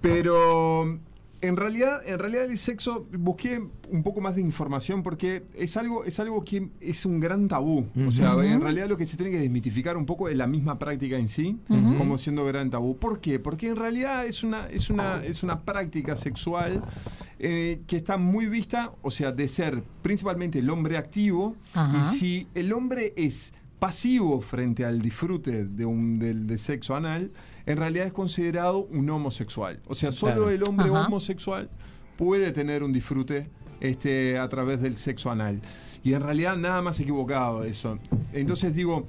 Speaker 5: Pero en realidad, en realidad el sexo, busqué un poco más de información porque es algo, es algo que es un gran tabú. O sea,
Speaker 7: Ujú.
Speaker 5: en realidad lo que se tiene que desmitificar un poco es la misma práctica en sí,
Speaker 7: Ujú.
Speaker 5: como siendo gran tabú. ¿Por qué? Porque en realidad es una, es una, es una práctica sexual eh, que está muy vista, o sea, de ser principalmente el hombre activo.
Speaker 7: Ajá.
Speaker 5: Y si el hombre es pasivo frente al disfrute de un, del de sexo anal, en realidad es considerado un homosexual. O sea, solo
Speaker 2: Claro.
Speaker 5: el hombre
Speaker 2: Ajá.
Speaker 5: homosexual puede tener un disfrute este, a través del sexo anal. Y en realidad nada más equivocado eso. Entonces digo,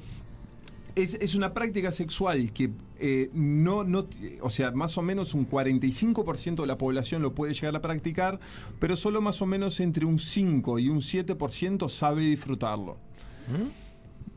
Speaker 5: es, es una práctica sexual que eh, no, no, t- o sea, más o menos un 45% de la población lo puede llegar a practicar, pero solo más o menos entre un 5 y un 7% sabe disfrutarlo.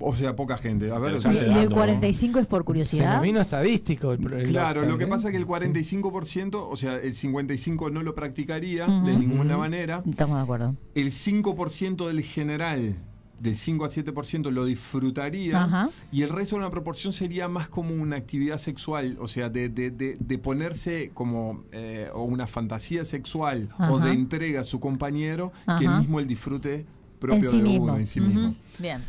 Speaker 5: O sea, poca gente. A ver,
Speaker 7: Y, y el 45 es por curiosidad.
Speaker 2: estadístico. el pro- el
Speaker 5: Claro,
Speaker 2: doctor,
Speaker 5: lo que
Speaker 2: ¿eh?
Speaker 5: pasa es que el 45%, o sea, el 55% no lo practicaría de
Speaker 7: Ujú.
Speaker 5: ninguna manera.
Speaker 7: Estamos de acuerdo.
Speaker 5: El 5% del general, de 5 a 7%, lo disfrutaría.
Speaker 7: Ajá.
Speaker 5: Y el resto de una proporción sería más como una actividad sexual, o sea, de, de- de- de ponerse como eh, o una fantasía sexual o
Speaker 7: Ajá.
Speaker 5: de entrega a su compañero, que
Speaker 7: Ajá.
Speaker 5: mismo el disfrute propio
Speaker 7: en sí
Speaker 5: de
Speaker 7: mismo.
Speaker 5: uno en sí
Speaker 7: Ujú.
Speaker 5: mismo.
Speaker 7: Bien.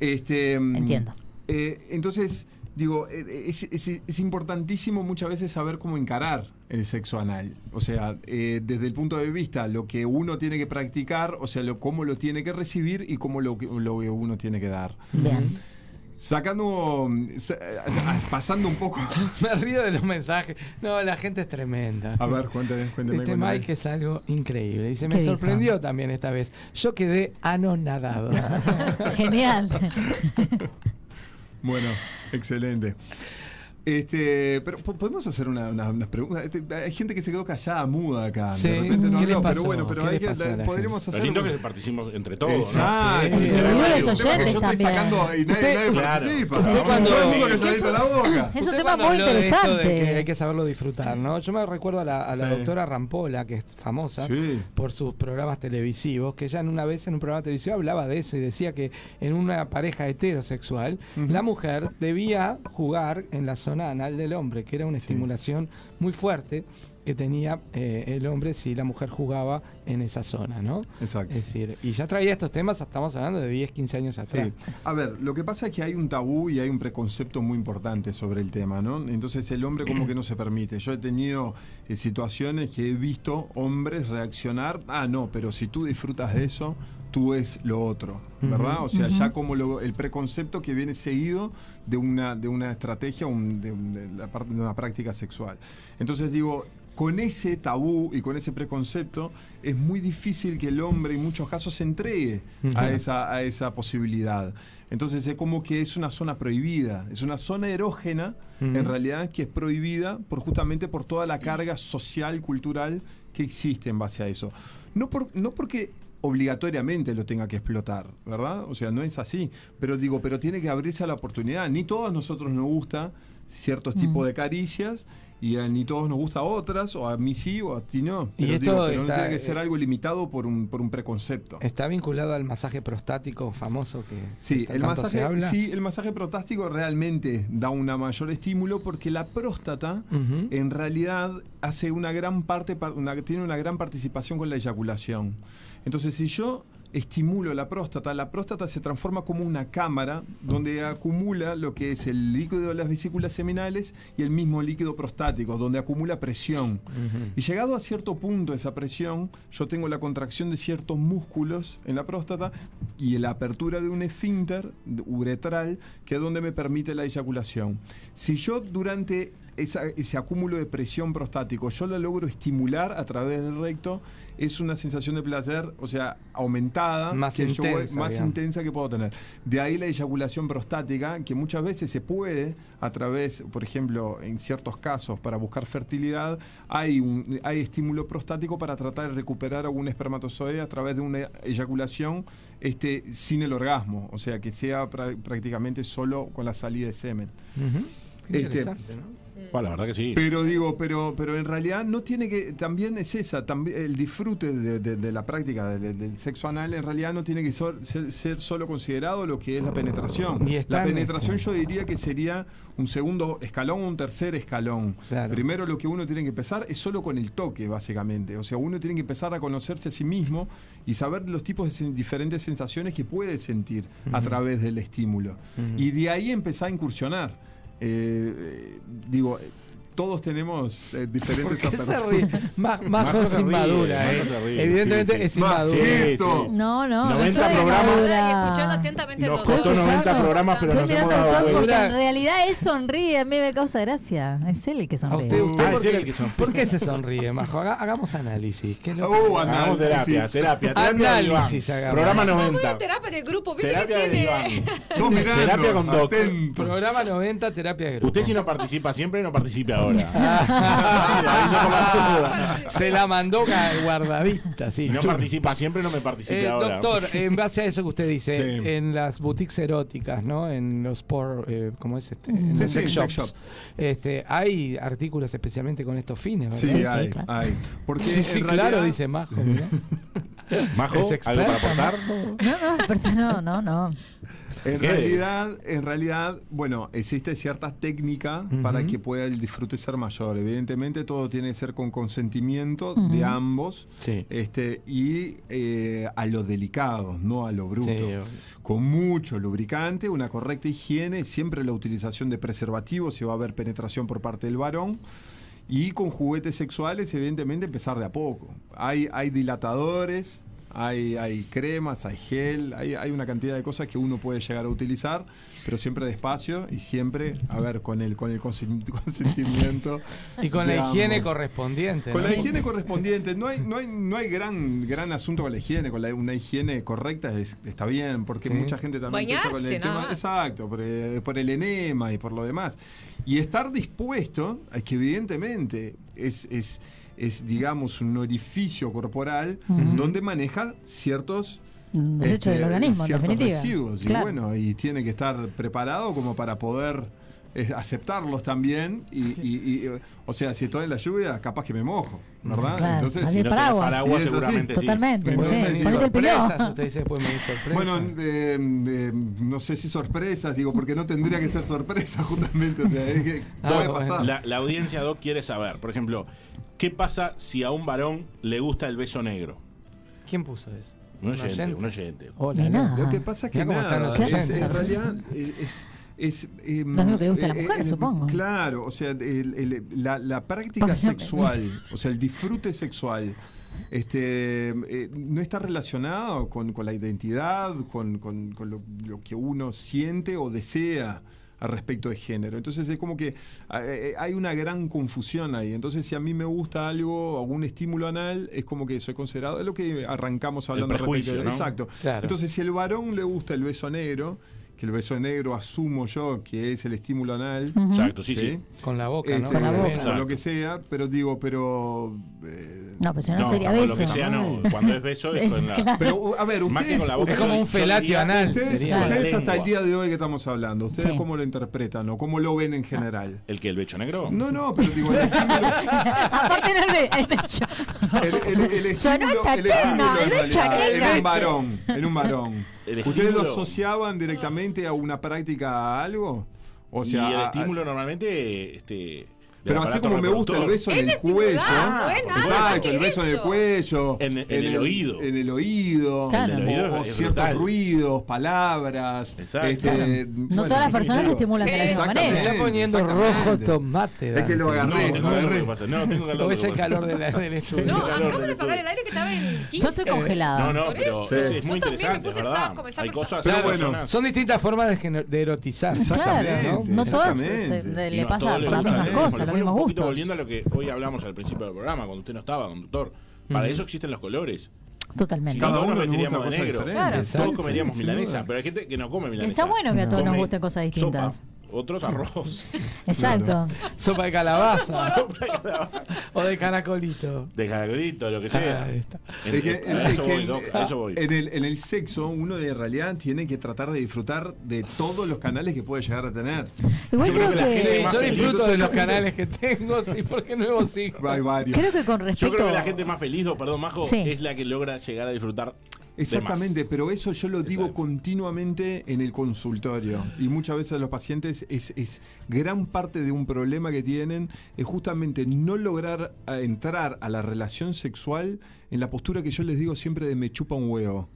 Speaker 5: Este, mm,
Speaker 7: Entiendo.
Speaker 5: eh, entonces, digo, eh, es, es- es importantísimo muchas veces saber cómo encarar el sexo anal. O sea, eh, desde el punto de vista, lo que uno tiene que practicar, o sea, lo, cómo lo tiene que recibir y cómo lo, que- lo que uno tiene que dar.
Speaker 7: Bien.
Speaker 5: Sacando, mm, sa- a- a- pasando un poco.
Speaker 2: Me río de los mensajes. No, la gente es tremenda.
Speaker 5: A ver, cuéntame, cuéntame.
Speaker 2: Este
Speaker 5: cuéntame.
Speaker 2: Mike es algo increíble. Dice, me
Speaker 5: ¿Qué dijo?
Speaker 2: sorprendió también esta vez. Yo quedé anonadado.
Speaker 7: Genial.
Speaker 5: Bueno, excelente. Este, pero po- podemos hacer una- una- unas preguntas. Este, hay gente que se quedó callada, muda acá.
Speaker 2: Sí.
Speaker 5: De repente no
Speaker 2: ¿Qué les
Speaker 5: habló,
Speaker 2: pasó?
Speaker 5: pero bueno, pero
Speaker 2: ¿Qué
Speaker 5: hay
Speaker 2: les
Speaker 5: que-
Speaker 2: pasó a la
Speaker 5: podríamos
Speaker 4: Lo
Speaker 5: hacer.
Speaker 4: lindo
Speaker 5: un-
Speaker 4: que participemos entre todos.
Speaker 5: Exacto.
Speaker 4: ¿no?
Speaker 5: Sí. Pero digo, los
Speaker 4: Un tema que
Speaker 5: oyentes
Speaker 4: yo estoy
Speaker 5: también.
Speaker 4: sacando
Speaker 5: y nadie- nadie participa.
Speaker 2: Usted
Speaker 5: Vamos,
Speaker 2: cuando-
Speaker 5: todo el mundo que se
Speaker 2: Usted
Speaker 5: dedica a la
Speaker 2: cuando-
Speaker 5: boca.
Speaker 7: Es un
Speaker 2: usted
Speaker 7: tema
Speaker 2: cuando
Speaker 7: muy
Speaker 2: habló de esto de
Speaker 7: interesante.
Speaker 2: que hay que saberlo disfrutar, ¿no? Yo me recuerdo a la, a la
Speaker 5: Sí.
Speaker 2: doctora Rampola, que es famosa por sus programas televisivos, que ella en una vez en un programa televisivo hablaba de eso y decía que en una pareja heterosexual, la mujer debía jugar en la zona anal del hombre, que era una estimulación muy fuerte que tenía eh, el hombre si la mujer jugaba en esa zona, ¿no?
Speaker 5: Exacto.
Speaker 2: Es decir, y ya traía estos temas, estamos hablando de 10, 15 años atrás.
Speaker 5: Sí. A ver, lo que pasa es que hay un tabú y hay un preconcepto muy importante sobre el tema, ¿no? Entonces el hombre como que no se permite. Yo he tenido eh, situaciones que he visto hombres reaccionar, ah, no, pero si tú disfrutas de eso, tú es lo otro, ¿verdad?
Speaker 16: Ujú.
Speaker 5: O sea,
Speaker 16: Ujú.
Speaker 5: ya como lo- el preconcepto que viene seguido de una, de una estrategia, un- de, un- de la parte de una práctica sexual. Entonces digo... Con ese tabú y con ese preconcepto es muy difícil que el hombre en muchos casos se entregue a
Speaker 16: Ujú.
Speaker 5: esa esa- a esa posibilidad. Entonces es como que es una zona prohibida, es una zona erógena,
Speaker 16: Ujú.
Speaker 5: en realidad que es prohibida por justamente por toda la carga social, cultural que existe en base a eso. No, por- no porque obligatoriamente lo tenga que explotar, ¿verdad? O sea, no es así. Pero digo, pero tiene que abrirse a la oportunidad. Ni todos nosotros nos gusta ciertos
Speaker 2: Mm.
Speaker 5: tipos de caricias y a ni todos nos gusta otras, o a mí sí, o a ti no.
Speaker 2: Y
Speaker 5: Pero,
Speaker 2: esto
Speaker 5: digo, pero
Speaker 2: está- eh,
Speaker 5: no tiene que ser algo limitado por un, por un preconcepto.
Speaker 2: Está vinculado al masaje prostático famoso que
Speaker 5: Sí,
Speaker 2: que
Speaker 5: el
Speaker 2: tanto se
Speaker 5: masaje,
Speaker 2: habla.
Speaker 5: sí, el masaje prostático realmente da un mayor estímulo porque la próstata
Speaker 2: Ujú.
Speaker 5: en realidad hace una gran parte, par- una- tiene una gran participación con la eyaculación. Entonces, si yo estimulo la próstata, la próstata se transforma como una cámara donde acumula lo que es el líquido de las vesículas seminales y el mismo líquido prostático, donde acumula presión. Y llegado a cierto punto esa presión, yo tengo la contracción de ciertos músculos en la próstata y la apertura de un esfínter de- uretral que es donde me permite la eyaculación. Si yo durante esa- ese acúmulo de presión prostático yo la logro estimular a través del recto, es una sensación de placer, o sea, aumentada,
Speaker 2: Más
Speaker 5: que yo voy-
Speaker 2: intensa,
Speaker 5: más
Speaker 2: digamos.
Speaker 5: intensa que puedo tener. De ahí la eyaculación prostática, que muchas veces se puede, a través, por ejemplo, en ciertos casos, para buscar fertilidad, hay, un, hay estímulo prostático para tratar de recuperar algún espermatozoide a través de una eyaculación este, sin el orgasmo, o sea, que sea pra- prácticamente solo con la salida de semen.
Speaker 4: Qué
Speaker 5: Este,
Speaker 4: interesante, Bueno, la verdad que sí.
Speaker 5: pero digo, pero, pero en realidad no tiene que. También es esa, también el disfrute de, de- de la práctica de- de- del sexo anal en realidad no tiene que so- ser, ser solo considerado lo que es la penetración.
Speaker 2: Y está
Speaker 5: La
Speaker 2: en
Speaker 5: penetración yo diría que sería un segundo escalón, un tercer escalón. Primero lo que uno tiene que empezar es solo con el toque, básicamente. O sea, uno tiene que empezar a conocerse a sí mismo y saber los tipos de sen- diferentes sensaciones que puede sentir a
Speaker 16: Ujú.
Speaker 5: través del estímulo.
Speaker 16: Ujú.
Speaker 5: Y de ahí empezar a incursionar. Eh, eh, digo, eh, todos tenemos eh, diferentes
Speaker 2: ¿Por qué se
Speaker 5: aperturas.
Speaker 2: ríe? Ma- Majo es
Speaker 5: se ríe,
Speaker 2: inmadura,
Speaker 5: Majo
Speaker 2: eh.
Speaker 5: se ríe,
Speaker 2: Evidentemente
Speaker 5: sí, sí.
Speaker 2: es
Speaker 5: Ma,
Speaker 2: inmadura.
Speaker 5: cierto.
Speaker 7: No, no, no
Speaker 15: 90
Speaker 7: soy de
Speaker 15: programas.
Speaker 7: madura.
Speaker 15: Nos costó 90 programas, pero
Speaker 7: Estoy
Speaker 15: nos hemos
Speaker 7: mirando al
Speaker 15: dado
Speaker 7: Tom porque en
Speaker 15: vuelta.
Speaker 7: realidad él sonríe, a mí me causa gracia. Es él el que sonríe.
Speaker 2: ¿Usted, usted
Speaker 15: Ah,
Speaker 2: por,
Speaker 15: es él
Speaker 2: qué,
Speaker 15: el que sonríe.
Speaker 2: por qué se sonríe, Majo? Haga- hagamos análisis. ¿Qué es lo que-
Speaker 15: Uh, Hagamos terapia, terapia, terapia del
Speaker 2: Análisis
Speaker 15: Iván.
Speaker 2: hagamos.
Speaker 15: Programa
Speaker 6: Bueno,
Speaker 15: 90.
Speaker 6: terapia de grupo, ¿viste
Speaker 15: Terapia
Speaker 6: que
Speaker 15: de Iván.
Speaker 6: tiene?
Speaker 15: Terapia con Doc.
Speaker 2: Programa 90, terapia de grupo.
Speaker 15: Usted si no participa siempre, no participe ahora.
Speaker 2: Se la mandó ca- guardadita. Sí,
Speaker 15: si no
Speaker 2: chum.
Speaker 15: participa siempre, no me participe
Speaker 2: Eh,
Speaker 15: ahora.
Speaker 2: doctor, en base a eso que usted dice, en las boutiques eróticas, ¿no? En los por, eh, ¿cómo es este? En
Speaker 5: Sí,
Speaker 2: los
Speaker 5: sí, sex
Speaker 2: sex shops.
Speaker 5: shop.
Speaker 2: Este, hay artículos especialmente con estos fines, ¿verdad?
Speaker 5: Sí, hay, hay. Porque
Speaker 2: sí, sí,
Speaker 5: en
Speaker 2: claro,
Speaker 5: realidad-
Speaker 2: dice Majo. mirá.
Speaker 15: Majo,
Speaker 2: Es
Speaker 15: ¿algo para
Speaker 2: experta,
Speaker 15: aportar?
Speaker 2: Majo.
Speaker 7: No, no, experta no, no, no.
Speaker 5: En
Speaker 15: ¿Qué?
Speaker 5: realidad, en realidad, bueno, existe cierta técnica para que pueda el disfrute ser mayor. Evidentemente, todo tiene que ser con consentimiento de
Speaker 15: Ujú.
Speaker 5: ambos. Este, y eh, a lo delicado, no a lo bruto.
Speaker 2: Sí, obvio.
Speaker 5: con mucho lubricante, una correcta higiene, siempre la utilización de preservativos, si va a haber penetración por parte del varón. Y con juguetes sexuales, evidentemente, empezar de a poco. Hay, hay dilatadores, hay, hay cremas, hay gel, hay, hay una cantidad de cosas que uno puede llegar a utilizar, pero siempre despacio y siempre, a ver, con el, con el consen- consentimiento.
Speaker 2: Y con
Speaker 5: de
Speaker 2: la higiene
Speaker 5: ambos.
Speaker 2: correspondiente.
Speaker 5: Con
Speaker 2: ¿no?
Speaker 5: la higiene correspondiente, no hay, no hay, no hay gran, gran asunto con la higiene, con la- una higiene correcta es- está bien, porque
Speaker 2: Sí.
Speaker 5: mucha gente también piensa con el
Speaker 6: Bañarse, nada
Speaker 5: tema.
Speaker 6: más.
Speaker 5: Exacto, por, eh, por el enema y por lo demás. Y estar dispuesto, a que evidentemente es, es, es, digamos, un orificio corporal
Speaker 7: Ujú.
Speaker 5: donde maneja ciertos
Speaker 7: Un desecho
Speaker 5: este,
Speaker 7: Mm, del organismo, en
Speaker 5: ciertos
Speaker 7: definitiva.
Speaker 5: residuos. Y
Speaker 7: Claro.
Speaker 5: bueno, y tiene que estar preparado como para poder eh, aceptarlos también. Y, y- y, eh, o sea, si estoy en la lluvia, capaz que me mojo, ¿verdad?
Speaker 7: Claro, así
Speaker 5: si
Speaker 7: el
Speaker 5: no tenés
Speaker 7: paraguas.
Speaker 5: es así.
Speaker 7: seguramente sí. Totalmente,
Speaker 5: Entonces,
Speaker 7: sí.
Speaker 5: digo,
Speaker 7: Ponete el
Speaker 2: Sorpresas,
Speaker 7: pilón.
Speaker 2: Usted dice después me di sorpresa.
Speaker 5: Bueno, eh, eh, no sé si sorpresas, digo, porque no tendría que ser sorpresa justamente. O sea, es que
Speaker 2: Ah,
Speaker 6: Ah,
Speaker 5: puede pasar.
Speaker 15: La, la audiencia Doc quiere saber, por ejemplo, ¿qué pasa si a un varón le gusta el beso negro?
Speaker 2: ¿Quién puso eso?
Speaker 15: Un oyente, un oyente.
Speaker 2: Hola, no.
Speaker 5: Lo que pasa es que
Speaker 2: Mirá cómo están
Speaker 5: nada,
Speaker 2: los
Speaker 5: es-
Speaker 2: oyentes.
Speaker 5: en realidad es... es- es, em,
Speaker 7: No es lo que le gusta a la mujer,
Speaker 5: em,
Speaker 7: supongo.
Speaker 5: Claro, o sea, el- el- la, la práctica sexual, o sea, el disfrute sexual, este, eh, no está relacionado con, con la identidad, con, con- con lo, lo que uno siente o desea al respecto de género. Entonces es como que eh, eh, hay una gran confusión ahí. Entonces si a mí me gusta algo, algún estímulo anal, es como que soy considerado, es lo que arrancamos
Speaker 15: El
Speaker 5: hablando al respecto.
Speaker 15: prejuicio, ¿no?
Speaker 5: Exacto.
Speaker 2: Claro.
Speaker 5: Entonces, si el varón le gusta el beso negro, que el beso negro asumo yo que es el estímulo anal.
Speaker 15: Ujú. Exacto, sí, sí.
Speaker 2: Con la boca, ¿no?
Speaker 5: Este,
Speaker 2: Con la boca.
Speaker 5: o lo que sea, pero digo, pero. eh,
Speaker 7: No, pues si no, no sería
Speaker 15: con
Speaker 7: beso.
Speaker 15: Lo que sea, no. Cuando es beso es con la.
Speaker 7: Claro.
Speaker 5: Pero, a ver,
Speaker 15: Más que
Speaker 5: ustedes.
Speaker 15: con la boca,
Speaker 2: Es como un
Speaker 15: yo- yo
Speaker 2: felatio
Speaker 15: diría-
Speaker 2: anal.
Speaker 5: Ustedes, ustedes
Speaker 2: sería.
Speaker 15: Con la
Speaker 5: hasta el
Speaker 15: lengua.
Speaker 5: día de hoy que estamos hablando, ¿ustedes
Speaker 7: Sí. Ah.
Speaker 5: cómo lo interpretan o cómo lo ven en general?
Speaker 15: ¿El que el beso negro?
Speaker 5: No, no, pero digo, el estímulo.
Speaker 7: Aparte no es de- es de hecho.
Speaker 5: El, el, el
Speaker 7: Sonó
Speaker 5: estímulo,
Speaker 7: esta
Speaker 5: el
Speaker 7: tema,
Speaker 5: estímulo en,
Speaker 7: lo he hecho
Speaker 5: realidad,
Speaker 7: aquí,
Speaker 5: en
Speaker 7: Nacho.
Speaker 5: un varón, en un varón.
Speaker 15: El
Speaker 5: ¿Ustedes lo
Speaker 15: estímulo.
Speaker 5: asociaban directamente a una práctica, a algo? O sea,
Speaker 15: y el
Speaker 5: a- a-
Speaker 15: estímulo normalmente. Este, del
Speaker 5: Pero así
Speaker 15: aparato
Speaker 5: como me gusta el
Speaker 15: reproductor.
Speaker 5: beso en
Speaker 6: Es
Speaker 5: el cuello,
Speaker 6: estimular, ah, bueno,
Speaker 5: exacto,
Speaker 6: ¿qué
Speaker 5: el beso en el
Speaker 6: eso?
Speaker 5: cuello,
Speaker 15: En- en el oído.
Speaker 5: en el oído,
Speaker 7: Claro.
Speaker 15: En el oído
Speaker 5: o,
Speaker 15: es
Speaker 5: o ciertos
Speaker 15: brutal.
Speaker 5: ruidos, palabras,
Speaker 15: Exacto.
Speaker 5: este,
Speaker 15: Claro.
Speaker 7: No
Speaker 5: bueno,
Speaker 7: todas las personas se estimulan de la misma
Speaker 5: Exactamente.
Speaker 2: Se
Speaker 7: manera.
Speaker 2: está poniendo
Speaker 5: Exactamente.
Speaker 2: rojo tomate.
Speaker 5: Es que lo
Speaker 2: Dante.
Speaker 15: No,
Speaker 5: agarré,
Speaker 15: tengo
Speaker 5: lo
Speaker 15: calor,
Speaker 5: agarré.
Speaker 15: ¿qué pasa? No, tengo calor.
Speaker 2: O es
Speaker 15: ¿qué
Speaker 2: el
Speaker 15: pasa?
Speaker 2: calor de la- del estudio.
Speaker 6: No,
Speaker 15: calor del
Speaker 6: acabamos de apagar
Speaker 15: estudio.
Speaker 6: el aire que estaba en 15.
Speaker 7: Yo estoy
Speaker 2: Eh,
Speaker 7: congelada.
Speaker 15: No, no, pero
Speaker 5: Sí.
Speaker 15: es, es muy
Speaker 6: Yo también me
Speaker 15: interesante, es
Speaker 6: puse
Speaker 15: ¿verdad?
Speaker 6: saco, me saco
Speaker 15: Hay
Speaker 6: el
Speaker 15: cosas
Speaker 5: saco. Pero
Speaker 15: personas-
Speaker 5: bueno,
Speaker 2: Son distintas formas de, gener- de erotizar.
Speaker 7: Claro,
Speaker 5: Exactamente,
Speaker 7: no todas
Speaker 5: exactamente.
Speaker 7: se- le
Speaker 15: No,
Speaker 7: pasa
Speaker 15: todo
Speaker 7: por
Speaker 15: le
Speaker 7: las
Speaker 15: gusta,
Speaker 7: mismas
Speaker 15: ¿eh?
Speaker 7: cosas,
Speaker 15: Porque
Speaker 7: los
Speaker 15: fueron
Speaker 7: mismos
Speaker 15: un poquito
Speaker 7: gustos.
Speaker 15: volviendo a lo que hoy hablamos al principio del programa, cuando usted no estaba, conductor. Para eso existen los colores. Si
Speaker 7: Totalmente.
Speaker 5: Cada
Speaker 15: no, todos
Speaker 5: uno
Speaker 15: nos
Speaker 5: le gusta
Speaker 15: vestiríamos de
Speaker 5: cosa
Speaker 15: negro.
Speaker 5: diferente.
Speaker 7: Claro.
Speaker 15: Todos
Speaker 2: Exacto,
Speaker 15: comeríamos
Speaker 2: sí, sin
Speaker 15: milanesa,
Speaker 2: duda.
Speaker 15: pero hay gente que no come milanesa.
Speaker 7: Está bueno que a todos nos
Speaker 15: Come
Speaker 7: gusten cosas distintas.
Speaker 15: sopa, otros arroz.
Speaker 7: Exacto.
Speaker 2: Sopa de calabaza. o de caracolito.
Speaker 15: De caracolito, lo que sea.
Speaker 2: Ah, ahí está.
Speaker 15: En-
Speaker 5: Es que-
Speaker 15: Eh, a
Speaker 5: es
Speaker 15: eso
Speaker 5: que
Speaker 15: voy,
Speaker 5: en-
Speaker 15: Doc, a eso voy.
Speaker 5: En el, en el sexo, uno en realidad tiene que tratar de disfrutar de todos los canales que puede llegar a tener.
Speaker 7: Igual
Speaker 15: Yo creo
Speaker 7: creo
Speaker 15: que la
Speaker 7: que.
Speaker 2: Sí,
Speaker 15: gente más
Speaker 2: yo
Speaker 15: feliz.
Speaker 2: disfruto de los canales que tengo, sí, porque no hemos hijos.
Speaker 5: Hay varios.
Speaker 7: Creo que
Speaker 15: Yo
Speaker 7: con
Speaker 15: creo
Speaker 7: respecto.
Speaker 15: que la gente más feliz, o perdón, Majo,
Speaker 7: Sí.
Speaker 15: es la que logra llegar a disfrutar. de
Speaker 5: Exactamente,
Speaker 15: más.
Speaker 5: pero eso yo lo digo
Speaker 15: Exacto.
Speaker 5: continuamente en el consultorio. Y muchas veces los pacientes es, es gran parte de un problema que tienen es justamente no lograr a entrar a la relación sexual en la postura que yo les digo siempre de me chupa un huevo.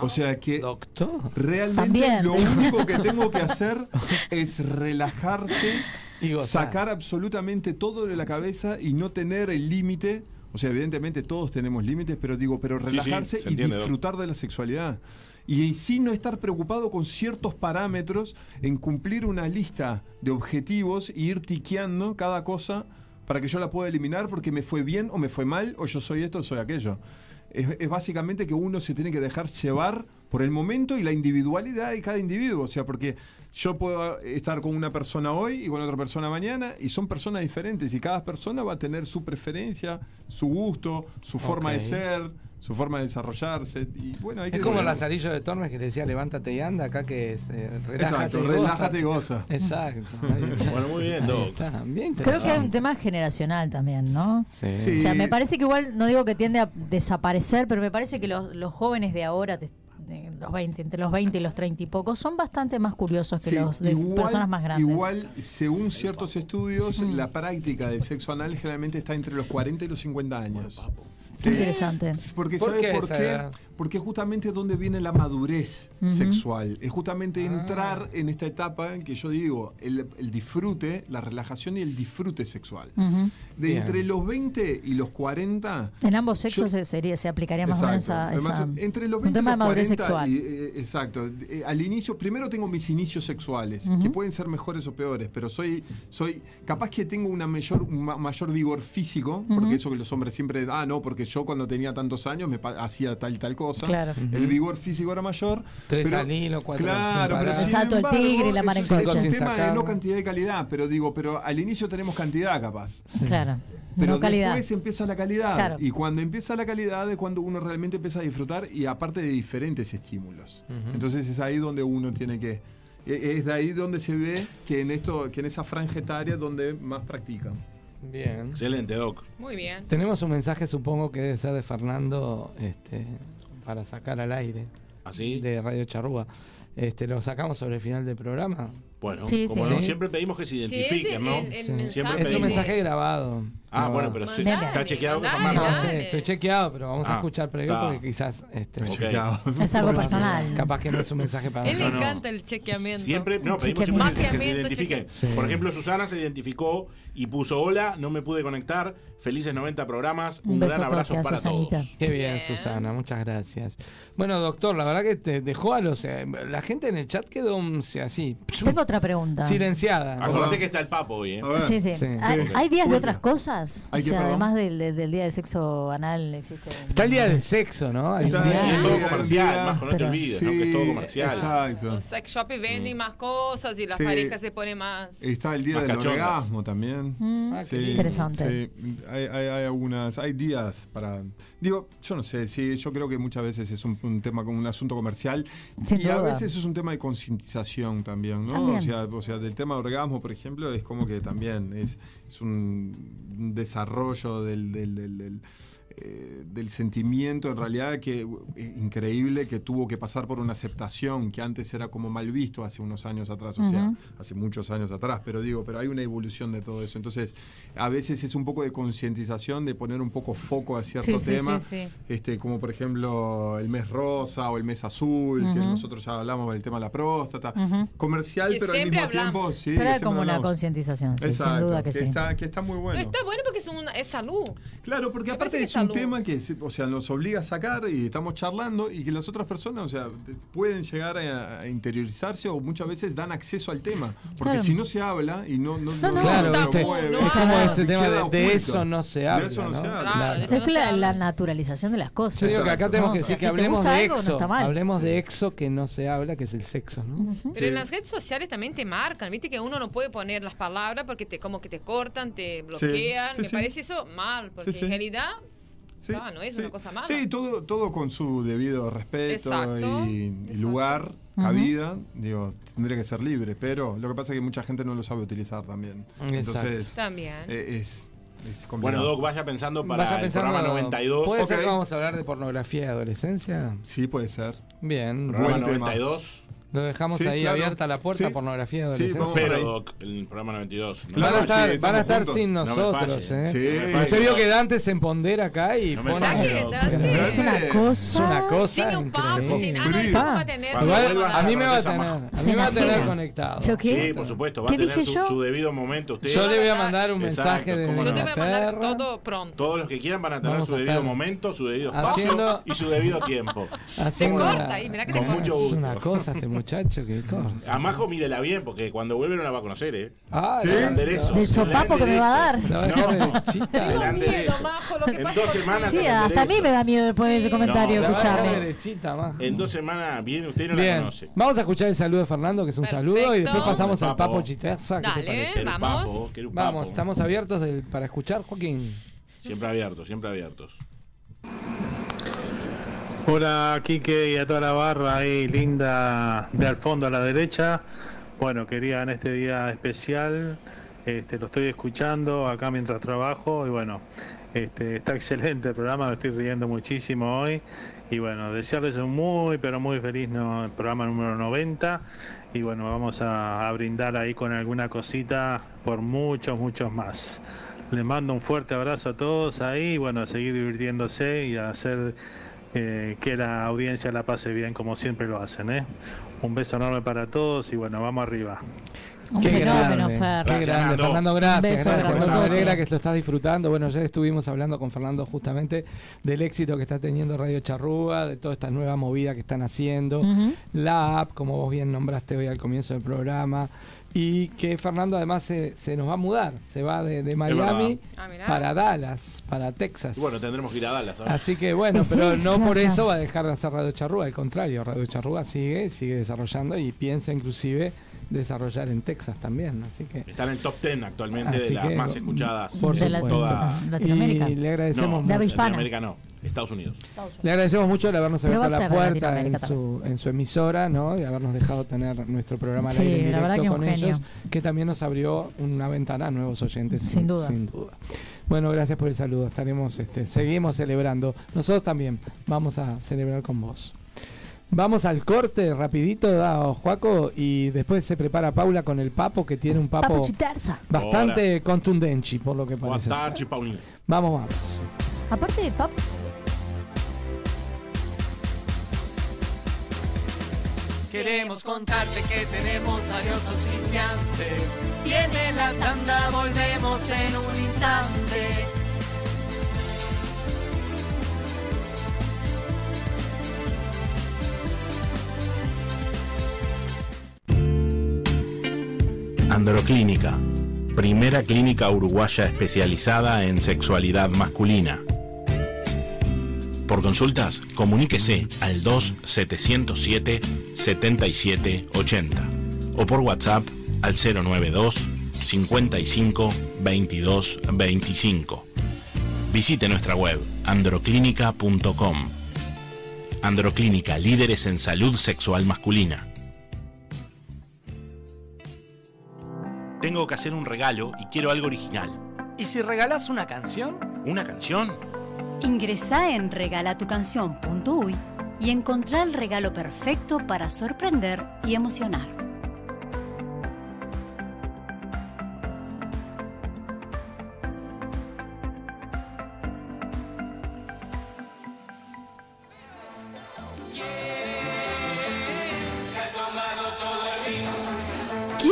Speaker 5: O
Speaker 15: Ah,
Speaker 5: sea que
Speaker 2: Doctor.
Speaker 5: realmente
Speaker 7: También.
Speaker 5: lo único que tengo que hacer es relajarse
Speaker 2: Y gozar.
Speaker 5: sacar absolutamente todo de la cabeza y no tener el límite. O sea, evidentemente todos tenemos límites, pero digo, pero
Speaker 15: Sí, sí,
Speaker 5: relajarse
Speaker 15: se
Speaker 5: y
Speaker 15: entiende, Doc.
Speaker 5: disfrutar de la sexualidad. Y en sí no estar preocupado con ciertos parámetros en cumplir una lista de objetivos y ir tiqueando cada cosa para que yo la pueda eliminar porque me fue bien o me fue mal o yo soy esto o soy aquello. Es, es básicamente que uno se tiene que dejar llevar por el momento y la individualidad de cada individuo. O sea, porque yo puedo estar con una persona hoy y con otra persona mañana y son personas diferentes y cada persona va a tener su preferencia, su gusto, su forma
Speaker 2: Ok.
Speaker 5: de ser, su forma de desarrollarse. Y bueno, hay que
Speaker 2: Es como
Speaker 5: bueno,
Speaker 2: Lazarillo de Tormes que le decía levántate y anda, acá que es eh, relájate,
Speaker 5: Exacto,
Speaker 2: y
Speaker 5: relájate y goza.
Speaker 2: Exacto. ahí está.
Speaker 5: Bueno, muy bien,
Speaker 2: Ahí
Speaker 5: Doc.
Speaker 2: está, bien
Speaker 7: Creo que hay
Speaker 2: interesante.
Speaker 7: un tema generacional también, ¿no?
Speaker 2: Sí.
Speaker 7: O sea, me parece que igual, no digo que tiende a desaparecer, pero me parece que los, los jóvenes de ahora, de- de los 20, entre los 20 y los 30 y pocos, son bastante más curiosos que
Speaker 5: Sí,
Speaker 7: los de
Speaker 5: igual-
Speaker 7: personas más grandes.
Speaker 5: Igual, según ciertos estudios, la práctica del sexo anal generalmente está entre los 40 y los 50 años.
Speaker 7: Qué interesante.
Speaker 5: Porque
Speaker 7: ¿Por
Speaker 5: ¿sabe
Speaker 7: qué
Speaker 5: por
Speaker 7: esa
Speaker 5: qué?
Speaker 7: edad?
Speaker 5: Porque justamente es donde viene la madurez
Speaker 7: Ujú.
Speaker 5: sexual. Es
Speaker 7: Ah.
Speaker 5: justamente entrar en esta etapa en que yo digo el, el disfrute, la relajación y el disfrute sexual.
Speaker 7: Ujú.
Speaker 5: De
Speaker 7: Bien.
Speaker 5: entre los 20 y los 40,
Speaker 7: En ambos sexos
Speaker 5: Yo-
Speaker 7: se, sería, se aplicaría más o
Speaker 5: Exacto.
Speaker 7: menos a,
Speaker 5: Además,
Speaker 7: esa-
Speaker 5: entre los
Speaker 7: un
Speaker 5: 20 y
Speaker 7: tema de
Speaker 5: los
Speaker 7: madurez
Speaker 5: 40
Speaker 7: sexual.
Speaker 5: y, eh, exacto. Eh, al inicio, primero tengo mis inicios sexuales,
Speaker 7: Ujú.
Speaker 5: que pueden ser mejores o peores, pero soy, soy capaz que tengo una mayor, un ma- mayor vigor físico, porque
Speaker 7: Ujú.
Speaker 5: eso que los hombres siempre, ah, no, porque yo cuando tenía tantos años me pa- hacía tal y tal cosa.
Speaker 7: Claro.
Speaker 5: El
Speaker 2: Ujú.
Speaker 5: vigor físico era mayor.
Speaker 2: Tres
Speaker 5: pero-
Speaker 2: al hilo, cuatro
Speaker 5: Claro,
Speaker 2: sin
Speaker 5: pero
Speaker 2: parar.
Speaker 5: sin
Speaker 2: El salto
Speaker 7: del
Speaker 5: embargo,
Speaker 7: tigre y la mar en
Speaker 5: es, es
Speaker 7: coche.
Speaker 5: un tema de no
Speaker 7: Sacado.
Speaker 5: cantidad y calidad, pero digo, pero al inicio tenemos cantidad capaz.
Speaker 7: Claro.
Speaker 5: Pero
Speaker 7: no calidad.
Speaker 5: después empieza la calidad.
Speaker 7: Claro.
Speaker 5: Y cuando empieza la calidad es cuando uno realmente empieza a disfrutar y aparte de diferentes estímulos.
Speaker 2: Ujú.
Speaker 5: Entonces es ahí donde uno tiene que. e- Es de ahí donde se ve que en esto, que en esa franja etaria es donde más practican.
Speaker 2: Bien.
Speaker 15: Excelente, Doc.
Speaker 6: Muy bien.
Speaker 2: Tenemos un mensaje, supongo que debe ser de Fernando, este, para sacar al aire.
Speaker 5: ¿Ah,
Speaker 15: ¿Así?
Speaker 2: De Radio Charrúa. Este, lo sacamos sobre el final del programa.
Speaker 15: Bueno, Sí, como sí, no, sí. siempre pedimos que se Sí, ese identifiquen, ¿no? el- el Siempre mensaje.
Speaker 2: es un
Speaker 15: pedimos.
Speaker 2: mensaje grabado.
Speaker 15: Ah,
Speaker 2: grabado.
Speaker 15: bueno, pero sí, Mandale, está chequeado que mandale.
Speaker 2: No,
Speaker 15: Fernando.
Speaker 2: sí, estoy chequeado, pero vamos a
Speaker 15: Ah,
Speaker 2: escuchar previo
Speaker 15: está.
Speaker 2: porque quizás este,
Speaker 15: Ok. Chequeado.
Speaker 7: Es algo personal.
Speaker 2: Capaz que no es un mensaje para
Speaker 6: Él le
Speaker 2: nosotros.
Speaker 6: encanta el chequeamiento.
Speaker 15: Siempre, no, pedimos siempre que se- que se
Speaker 6: Mapeamiento,
Speaker 15: identifiquen.
Speaker 2: Sí.
Speaker 15: Por ejemplo, Susana se identificó y puso hola, no me pude conectar. Felices 90 programas. Un, gran abrazo para todos.
Speaker 2: Qué bien, Susana, muchas gracias. Bueno, doctor, la verdad que te dejó a los. eh, la gente en el chat quedó mm, se- así,
Speaker 7: Tengo otra pregunta.
Speaker 2: silenciada. ¿no?
Speaker 15: Acordate que está el papo hoy, ¿eh?
Speaker 7: Sí, sí. ¿Hay,
Speaker 2: Ah, Sí.
Speaker 7: hay días de otras cosas?
Speaker 2: Hay
Speaker 7: o
Speaker 2: que-
Speaker 7: sea,
Speaker 2: perdón.
Speaker 7: además del, del- del día del sexo anal existe...
Speaker 2: Está el día del sexo, ¿no? Hay un
Speaker 5: Está-
Speaker 2: día-
Speaker 15: Es todo comercial, Majo, no te olvides, ¿no? Que es todo comercial.
Speaker 5: Exacto.
Speaker 6: Los sex shop venden más cosas y las
Speaker 5: Sí.
Speaker 6: parejas se ponen más.
Speaker 5: Está el día
Speaker 15: Más
Speaker 5: del
Speaker 15: cachondas.
Speaker 5: orgasmo también.
Speaker 7: Mm. Ah, qué interesante.
Speaker 5: sí. Hay, hay- hay algunas, hay días para. Digo, yo no sé, sí, yo creo que muchas veces es un, un tema como un asunto comercial.
Speaker 7: Sin
Speaker 5: y a
Speaker 7: duda.
Speaker 5: veces es un tema de concientización también, ¿no?
Speaker 7: También.
Speaker 5: O sea, o sea, del tema de orgasmo, por ejemplo, es como que también es, es un un desarrollo del, del- del- del, eh, del sentimiento, en realidad, que eh, increíble que tuvo que pasar por una aceptación que antes era como mal visto hace unos años atrás, o sea,
Speaker 16: Ujú.
Speaker 5: hace muchos años atrás, pero digo, pero hay una evolución de todo eso. Entonces, a veces es un poco de concientización, de poner un poco foco a cierto
Speaker 16: sí,
Speaker 5: tema,
Speaker 16: sí, sí.
Speaker 5: Este, como por ejemplo el mes rosa o el mes azul, que
Speaker 7: Ujú.
Speaker 5: nosotros ya hablamos del tema de la próstata,
Speaker 7: Ujú.
Speaker 5: comercial,
Speaker 6: Que
Speaker 5: pero al
Speaker 6: siempre
Speaker 5: mismo
Speaker 6: hablamos.
Speaker 5: tiempo, sí.
Speaker 7: Pero
Speaker 5: que
Speaker 7: es como
Speaker 5: siempre
Speaker 7: una
Speaker 5: hablamos.
Speaker 7: concientización, sí, sin
Speaker 5: Exacto,
Speaker 7: duda que sí.
Speaker 5: Está, que está muy bueno.
Speaker 6: No, está bueno porque es, una, es salud.
Speaker 5: Claro, porque aparte
Speaker 6: que
Speaker 5: es un
Speaker 6: salud.
Speaker 5: tema que se- o sea, nos obliga a sacar y estamos charlando y que las otras personas o sea, te- pueden llegar a, a interiorizarse o muchas veces dan acceso al tema. Porque
Speaker 2: Claro.
Speaker 5: si no se habla y no, no, no,
Speaker 2: no, Claro,
Speaker 5: lo
Speaker 2: viste,
Speaker 5: promueve,
Speaker 2: es como
Speaker 5: queda
Speaker 2: ese tema de- de
Speaker 5: oculto.
Speaker 2: eso no se
Speaker 5: De eso
Speaker 2: habla,
Speaker 5: no,
Speaker 2: ¿no?
Speaker 5: se habla.
Speaker 2: Claro.
Speaker 7: Es que la, la naturalización de las cosas.
Speaker 2: Yo digo que acá tenemos
Speaker 7: No,
Speaker 2: que
Speaker 7: o
Speaker 2: decir
Speaker 7: sea,
Speaker 2: que
Speaker 7: si te
Speaker 2: hablemos
Speaker 7: gusta
Speaker 2: de
Speaker 7: algo,
Speaker 2: exo.
Speaker 7: no está mal.
Speaker 2: hablemos de exo que no se habla, que es el sexo, ¿no?
Speaker 6: Pero en las redes sociales también te marcan, viste que uno no puede poner las palabras porque te como que te cortan, te bloquean.
Speaker 5: sí,
Speaker 6: Me
Speaker 5: sí.
Speaker 6: parece eso mal, porque
Speaker 5: Sí, sí.
Speaker 6: en realidad
Speaker 5: Sí,
Speaker 6: ah, no es una cosa mala.
Speaker 5: Sí, todo, todo con su debido respeto
Speaker 6: Exacto,
Speaker 5: y, y lugar,
Speaker 6: Ujú.
Speaker 5: cabida. Digo, tendría que ser libre, pero lo que pasa es que mucha gente no lo sabe utilizar también.
Speaker 2: Exacto.
Speaker 5: Entonces,
Speaker 6: También.
Speaker 5: eh, es, es
Speaker 15: Bueno,
Speaker 5: complicado.
Speaker 15: Doc, vaya pensando para
Speaker 2: Vas a
Speaker 15: el
Speaker 2: pensar,
Speaker 15: programa
Speaker 2: no,
Speaker 15: 92.
Speaker 2: ¿Puede ser
Speaker 15: Ok.
Speaker 2: que vamos a hablar de pornografía y adolescencia?
Speaker 5: Sí, puede ser.
Speaker 2: Bien.
Speaker 15: Programa
Speaker 2: Buen tema.
Speaker 15: 92.
Speaker 2: Lo dejamos
Speaker 17: Sí,
Speaker 2: ahí
Speaker 17: claro.
Speaker 2: abierta la puerta
Speaker 17: Sí.
Speaker 2: pornografía de
Speaker 17: Sí,
Speaker 2: adolescencia.
Speaker 17: vamos pero Doc, el programa 92.
Speaker 2: van a
Speaker 17: me
Speaker 2: estar,
Speaker 17: falle,
Speaker 2: van
Speaker 17: estamos
Speaker 2: a estar
Speaker 17: juntos.
Speaker 2: sin
Speaker 17: No me
Speaker 2: nosotros.
Speaker 17: falle.
Speaker 2: eh.
Speaker 17: Sí.
Speaker 2: Usted vio que Dante se empodera acá y
Speaker 17: me
Speaker 2: pone-
Speaker 17: falle,
Speaker 2: Pero Es una cosa. Es una cosa increíble.
Speaker 6: ah, no, después va a tener-
Speaker 2: Igual,
Speaker 6: Cuando vuelva
Speaker 2: a mí
Speaker 6: la
Speaker 2: me va a
Speaker 6: princesa
Speaker 2: tener,
Speaker 6: Maja.
Speaker 2: a mí
Speaker 6: Se
Speaker 2: me va a
Speaker 6: enajena.
Speaker 2: tener conectado.
Speaker 6: ¿Yo qué?
Speaker 4: Sí, por supuesto, va a
Speaker 6: ¿Qué
Speaker 4: tener
Speaker 6: dije
Speaker 4: su,
Speaker 6: yo?
Speaker 4: su debido momento. Usted,
Speaker 2: Yo le voy a mandar un
Speaker 4: Exacto,
Speaker 2: mensaje de
Speaker 4: cómo no.
Speaker 6: Yo te voy a mandar todo pronto.
Speaker 4: Todos los que quieran van a tener
Speaker 2: Vamos
Speaker 4: su
Speaker 2: a
Speaker 4: debido
Speaker 2: estar
Speaker 4: momento, su debido espacio
Speaker 2: haciendo-
Speaker 4: y su debido tiempo.
Speaker 2: Haciendo
Speaker 4: ¿Cómo no?
Speaker 6: corta ahí, mirá que te
Speaker 4: Con
Speaker 6: corta.
Speaker 4: mucho
Speaker 2: Es
Speaker 4: gusto.
Speaker 2: una cosa este muchacho, qué cosa.
Speaker 4: A Majo mírela bien, porque cuando vuelve no la va a conocer, ¿eh?
Speaker 2: Ah,
Speaker 4: Se
Speaker 2: ¿sí?
Speaker 4: la enderezo,
Speaker 2: Del
Speaker 4: se la
Speaker 7: sopapo que me va a
Speaker 4: enderezo.
Speaker 2: dar.
Speaker 4: No,
Speaker 2: No,
Speaker 4: se la enderezo. En dos semanas se
Speaker 7: Sí,
Speaker 4: la
Speaker 7: hasta a mí
Speaker 4: enderezo.
Speaker 7: me da miedo después de ese comentario,
Speaker 4: No, la verdad
Speaker 7: escucharme.
Speaker 4: que- En dos semanas viene usted y no la
Speaker 2: Bien,
Speaker 4: conoce.
Speaker 2: vamos a escuchar el saludo de Fernando, que es un saludo, y después pasamos al Papo Chiteza. ¿qué te
Speaker 6: Dale,
Speaker 2: parece?
Speaker 6: El vamos. papo,
Speaker 4: quiero un
Speaker 2: Vamos,
Speaker 4: papo.
Speaker 2: estamos abiertos del- para escuchar, Joaquín.
Speaker 4: Siempre abiertos, siempre abiertos.
Speaker 10: Hola Quique y a toda la barra ahí linda de al fondo a la derecha. Bueno, quería en este día especial, este, lo estoy escuchando acá mientras trabajo y bueno, este, está excelente el programa, me estoy riendo muchísimo hoy y bueno, desearles un muy pero muy feliz no, programa número 90 y bueno, vamos a, a brindar ahí con alguna cosita por muchos, muchos más. Les mando un fuerte abrazo a todos ahí y bueno, a seguir divirtiéndose y a hacer eh, que la audiencia la pase bien como siempre lo hacen. ¿eh? Un beso enorme para todos y bueno, vamos arriba.
Speaker 7: Un
Speaker 2: Qué
Speaker 7: fenómeno,
Speaker 2: grande,
Speaker 7: Fer.
Speaker 2: Qué grande, Fernando,
Speaker 7: Un
Speaker 2: gracias.
Speaker 7: beso
Speaker 2: gracias.
Speaker 7: grande.
Speaker 2: Bueno, Me alegra que lo estás disfrutando. Bueno, ayer estuvimos hablando con Fernando justamente del éxito que está teniendo Radio Charrúa, de toda esta nueva movida que están haciendo,
Speaker 18: Ujú.
Speaker 2: la app, como vos bien nombraste hoy al comienzo del programa, y que Fernando además se, se nos va a mudar, se va de, de Miami
Speaker 4: verdad. Ah, mirá.
Speaker 2: para Dallas, para Texas.
Speaker 4: Y bueno, tendremos que ir a Dallas. ¿sabes?
Speaker 2: Así que bueno,
Speaker 4: Y sí,
Speaker 2: pero no
Speaker 4: ¿qué
Speaker 2: por
Speaker 4: vas a
Speaker 2: eso va a dejar de hacer Radio Charrúa, al contrario, Radio Charrúa sigue, sigue desarrollando y piensa inclusive desarrollar en Texas también, así que
Speaker 4: Está en el top 10 actualmente de
Speaker 2: Así
Speaker 4: las
Speaker 2: que,
Speaker 4: más escuchadas
Speaker 2: por
Speaker 4: en
Speaker 2: supuesto.
Speaker 4: toda
Speaker 2: Latinoamérica. Y le agradecemos
Speaker 4: no,
Speaker 2: mucho. De habla hispana.
Speaker 4: Latinoamérica no, Estados Unidos.
Speaker 2: le agradecemos mucho el habernos
Speaker 7: Pero
Speaker 2: abierto
Speaker 7: va a
Speaker 2: la
Speaker 7: ser
Speaker 2: puerta en
Speaker 7: Latinoamérica
Speaker 2: su, en su emisora, ¿no? Y habernos dejado tener nuestro programa al
Speaker 7: Sí,
Speaker 2: aire en
Speaker 7: la verdad
Speaker 2: directo
Speaker 7: que un
Speaker 2: con ellos,
Speaker 7: genio.
Speaker 2: que también nos abrió una ventana a nuevos oyentes.
Speaker 7: Sin duda.
Speaker 2: Bueno, gracias por el saludo. Estaremos, este, seguimos celebrando. Nosotros también vamos a celebrar con vos. Vamos al corte rapidito, da, Juaco, y después se prepara Paula con el papo, que tiene un papo,
Speaker 7: Papo Chitarza.
Speaker 2: bastante contundente, por lo que parece.
Speaker 4: Buenas
Speaker 2: ser.
Speaker 4: tardes, Paulina.
Speaker 2: Vamos, vamos.
Speaker 7: Aparte de Papo.
Speaker 3: Queremos contarte que tenemos varios auspiciantes. Viene la tanda, volvemos en un instante.
Speaker 4: Androclínica, primera clínica uruguaya especializada en sexualidad masculina. Por consultas, comuníquese al 2-707-7780 o por WhatsApp al 092 55 22 25. Visite nuestra web androclínica.com. Androclínica, líderes en salud sexual masculina. Tengo que hacer un regalo y quiero algo original.
Speaker 3: ¿Y si regalás una canción?
Speaker 4: ¿Una canción?
Speaker 12: Ingresá en regalatucanción.uy y encontrá el regalo perfecto para sorprender y emocionar.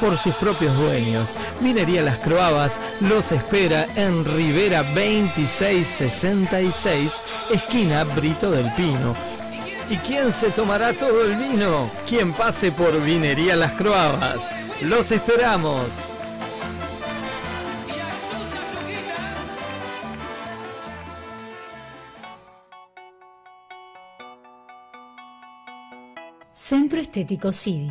Speaker 19: por sus propios dueños. Vinería Las Croabas los espera en Rivera 2666, esquina Brito del Pino. ¿Y quién se tomará todo el vino? Quien pase por Vinería Las Croabas. Los esperamos.
Speaker 12: Centro Estético CIDI.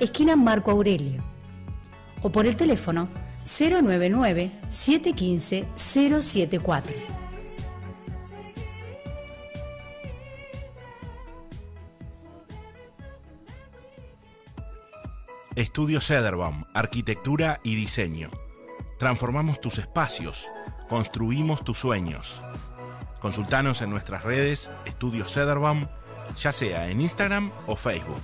Speaker 12: esquina Marco Aurelio. O por el teléfono 099 715 074.
Speaker 15: Estudio Cederbaum, Arquitectura y Diseño. Transformamos tus espacios, construimos tus sueños. Consultanos en nuestras redes Estudio Cederbaum, ya sea en Instagram o Facebook.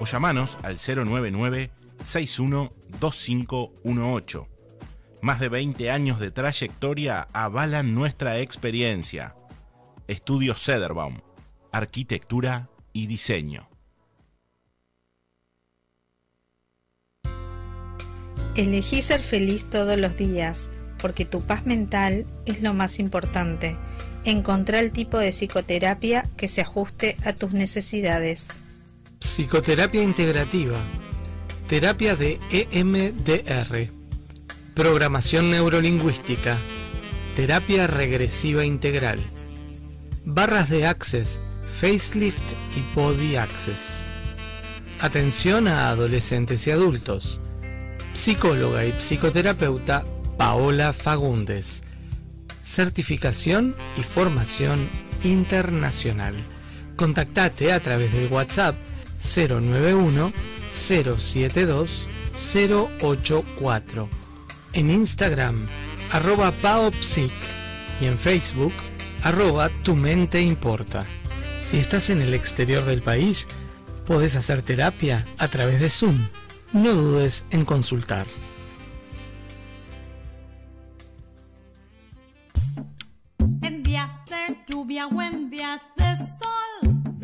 Speaker 15: O llamanos al 099-612518. Más de 20 años de trayectoria avalan nuestra experiencia. Estudio Cederbaum, Arquitectura y Diseño.
Speaker 13: Elegí ser feliz todos los días, porque tu paz mental es lo más importante. Encontrá el tipo de psicoterapia que se ajuste a tus necesidades.
Speaker 2: Psicoterapia integrativa. Terapia de E EMDR. Programación neurolingüística. Terapia regresiva integral. Barras de Access, Facelift y Body Access. Atención a adolescentes y adultos. Psicóloga y psicoterapeuta Paola Fagundes. Certificación y formación internacional. Contactate a través del WhatsApp 091 072 084. En Instagram, arroba paopsic y en Facebook, arroba tu mente importa. Si estás en el exterior del país, podés hacer terapia a través de Zoom. No dudes en consultar.
Speaker 14: En días de lluvia o en días de sol.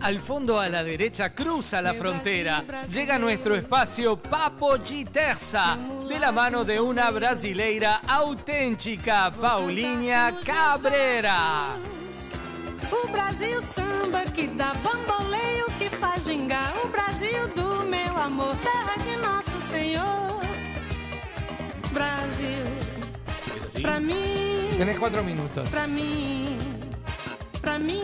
Speaker 2: Al fondo a la derecha cruza la frontera.
Speaker 3: Llega nuestro espacio Papo Giterza, de la mano de una brasileira auténtica, Paulinha Cabrera.
Speaker 14: O Brasil samba que dá bamboleio que faz gingar. O Brasil do meu amor, terra de nosso Senhor. Brasil, pra mim,
Speaker 16: Tenés cuatro
Speaker 2: Tá.
Speaker 16: minutos.
Speaker 14: pra mim, pra mim.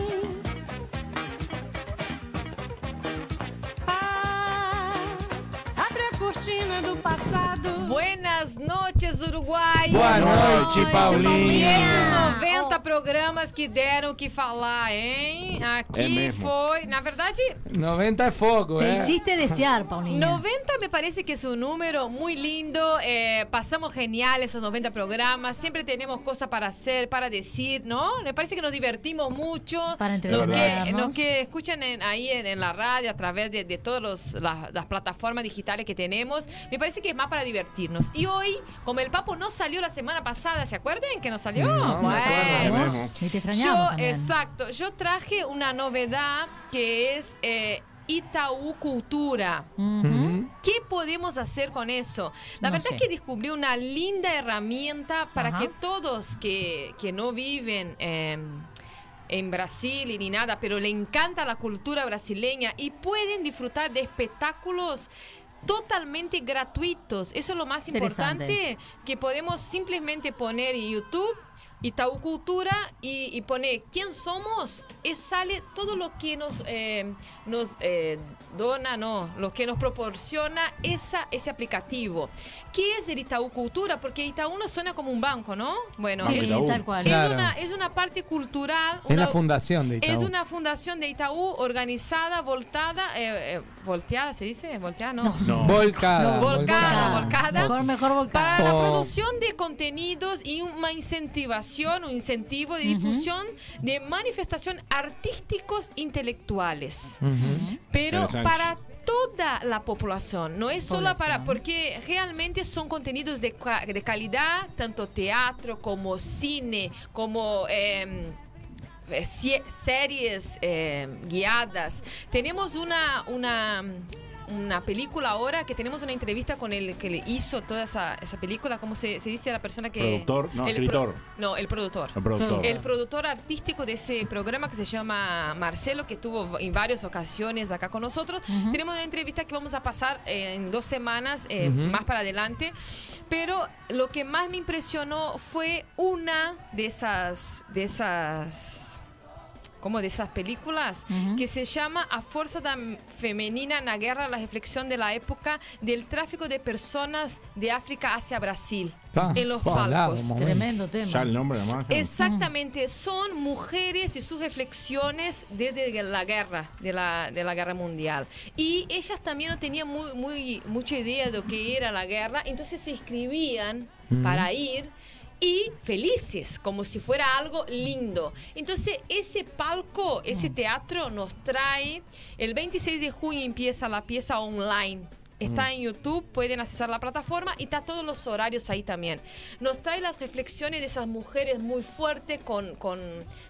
Speaker 14: Ah, abre a cortina do passado.
Speaker 6: Buenas noches, Uruguai.
Speaker 3: Boa noite, Paulinha.
Speaker 6: Esses 90 programas que deram o que falar, hein?
Speaker 16: É
Speaker 6: Aqui
Speaker 16: mesmo.
Speaker 6: foi. Na verdade,
Speaker 16: 90 es foco,
Speaker 7: Te
Speaker 16: eh.
Speaker 7: hiciste desear, Paulina.
Speaker 6: 90 me parece que es un número muy lindo. eh, pasamos genial esos 90 programas. Siempre tenemos cosas para hacer, para decir, ¿no? Me parece que nos divertimos mucho.
Speaker 7: Para
Speaker 6: Los que,
Speaker 7: entretenernos.
Speaker 6: los que escuchan en- ahí en, en la radio, a través de, de todas los- las, las plataformas digitales que tenemos, me parece que es más para divertirnos. Y hoy, como el papo no salió la semana pasada, ¿se acuerdan que no salió?
Speaker 7: No, no se acuerda de
Speaker 6: Bueno.
Speaker 7: vos. Y te extrañamos
Speaker 6: Yo,
Speaker 7: también.
Speaker 6: exacto. Yo traje una novedad que es eh, Itaú Cultura.
Speaker 7: Mm.
Speaker 6: ¿Qué podemos hacer con eso? La
Speaker 7: No
Speaker 6: verdad
Speaker 7: sé.
Speaker 6: es que descubrí una linda herramienta para
Speaker 7: Ajá.
Speaker 6: que todos que, que no viven eh, en Brasil y ni nada, pero le encanta la cultura brasileña y pueden disfrutar de espectáculos totalmente gratuitos. Eso es lo más
Speaker 7: Interesante.
Speaker 6: importante que podemos simplemente poner en YouTube Itaú Cultura y, y pone quién somos, y sale todo lo que nos, eh, nos eh, dona, no, lo que nos proporciona esa, ese aplicativo. ¿Qué es el Itaú Cultura? Porque Itaú no suena como un banco, ¿no? Bueno,
Speaker 16: Banco
Speaker 6: es,
Speaker 16: Itaú. tal cual.
Speaker 6: es
Speaker 16: Claro.
Speaker 6: una, es una parte cultural.
Speaker 16: Es la
Speaker 6: una-
Speaker 16: fundación de Itaú.
Speaker 6: Es una fundación de Itaú organizada, voltada, eh, eh, volteada, ¿se dice? Volteada, no.
Speaker 16: Volcada.
Speaker 6: No, volcada, volcada.
Speaker 7: Mejor,
Speaker 6: Para la
Speaker 16: Oh.
Speaker 6: producción de contenidos y una incentivación, un incentivo de difusión de manifestación artísticos intelectuales. Pero
Speaker 20: Interesante.
Speaker 6: para toda la población, no es solo para, porque realmente son contenidos de, cua- de calidad, tanto teatro como cine, como... em, eh, sie- series eh, guiadas. Tenemos una, una, una película ahora que tenemos una entrevista con el que le hizo toda esa, esa película. ¿Cómo se, se dice la persona que.
Speaker 15: Productor, no,
Speaker 6: el
Speaker 15: escritor.
Speaker 6: no, el productor.
Speaker 15: El productor.
Speaker 6: El productor artístico de ese programa que se llama Marcelo, que estuvo en varias ocasiones acá con nosotros. Tenemos una entrevista que vamos a pasar eh, en dos semanas eh,
Speaker 20: Ujú.
Speaker 6: más para adelante. Pero lo que más me impresionó fue una de esas, de esas, como de esas películas, que se llama A Fuerza da Femenina en la Guerra, la reflexión de la época del tráfico de personas de África hacia Brasil,
Speaker 4: Pa,
Speaker 6: en los
Speaker 4: pa, al lado, un
Speaker 6: palcos.
Speaker 4: Ah, momento. Tremendo tema. Ya el nombre nomás.
Speaker 6: Exactamente, son mujeres y sus reflexiones desde la guerra, de la, de la guerra mundial. Y ellas también no tenían muy, muy, mucha idea de lo que era la guerra, entonces se inscribían
Speaker 20: Mm.
Speaker 6: para ir y felices, como si fuera algo lindo. Entonces, ese palco, ese
Speaker 20: Mm.
Speaker 6: teatro nos trae, el 26 de junio empieza la pieza online. Está
Speaker 20: Mm.
Speaker 6: en YouTube, pueden accesar la plataforma y está todos los horarios ahí también. Nos trae las reflexiones de esas mujeres muy fuertes, con, con,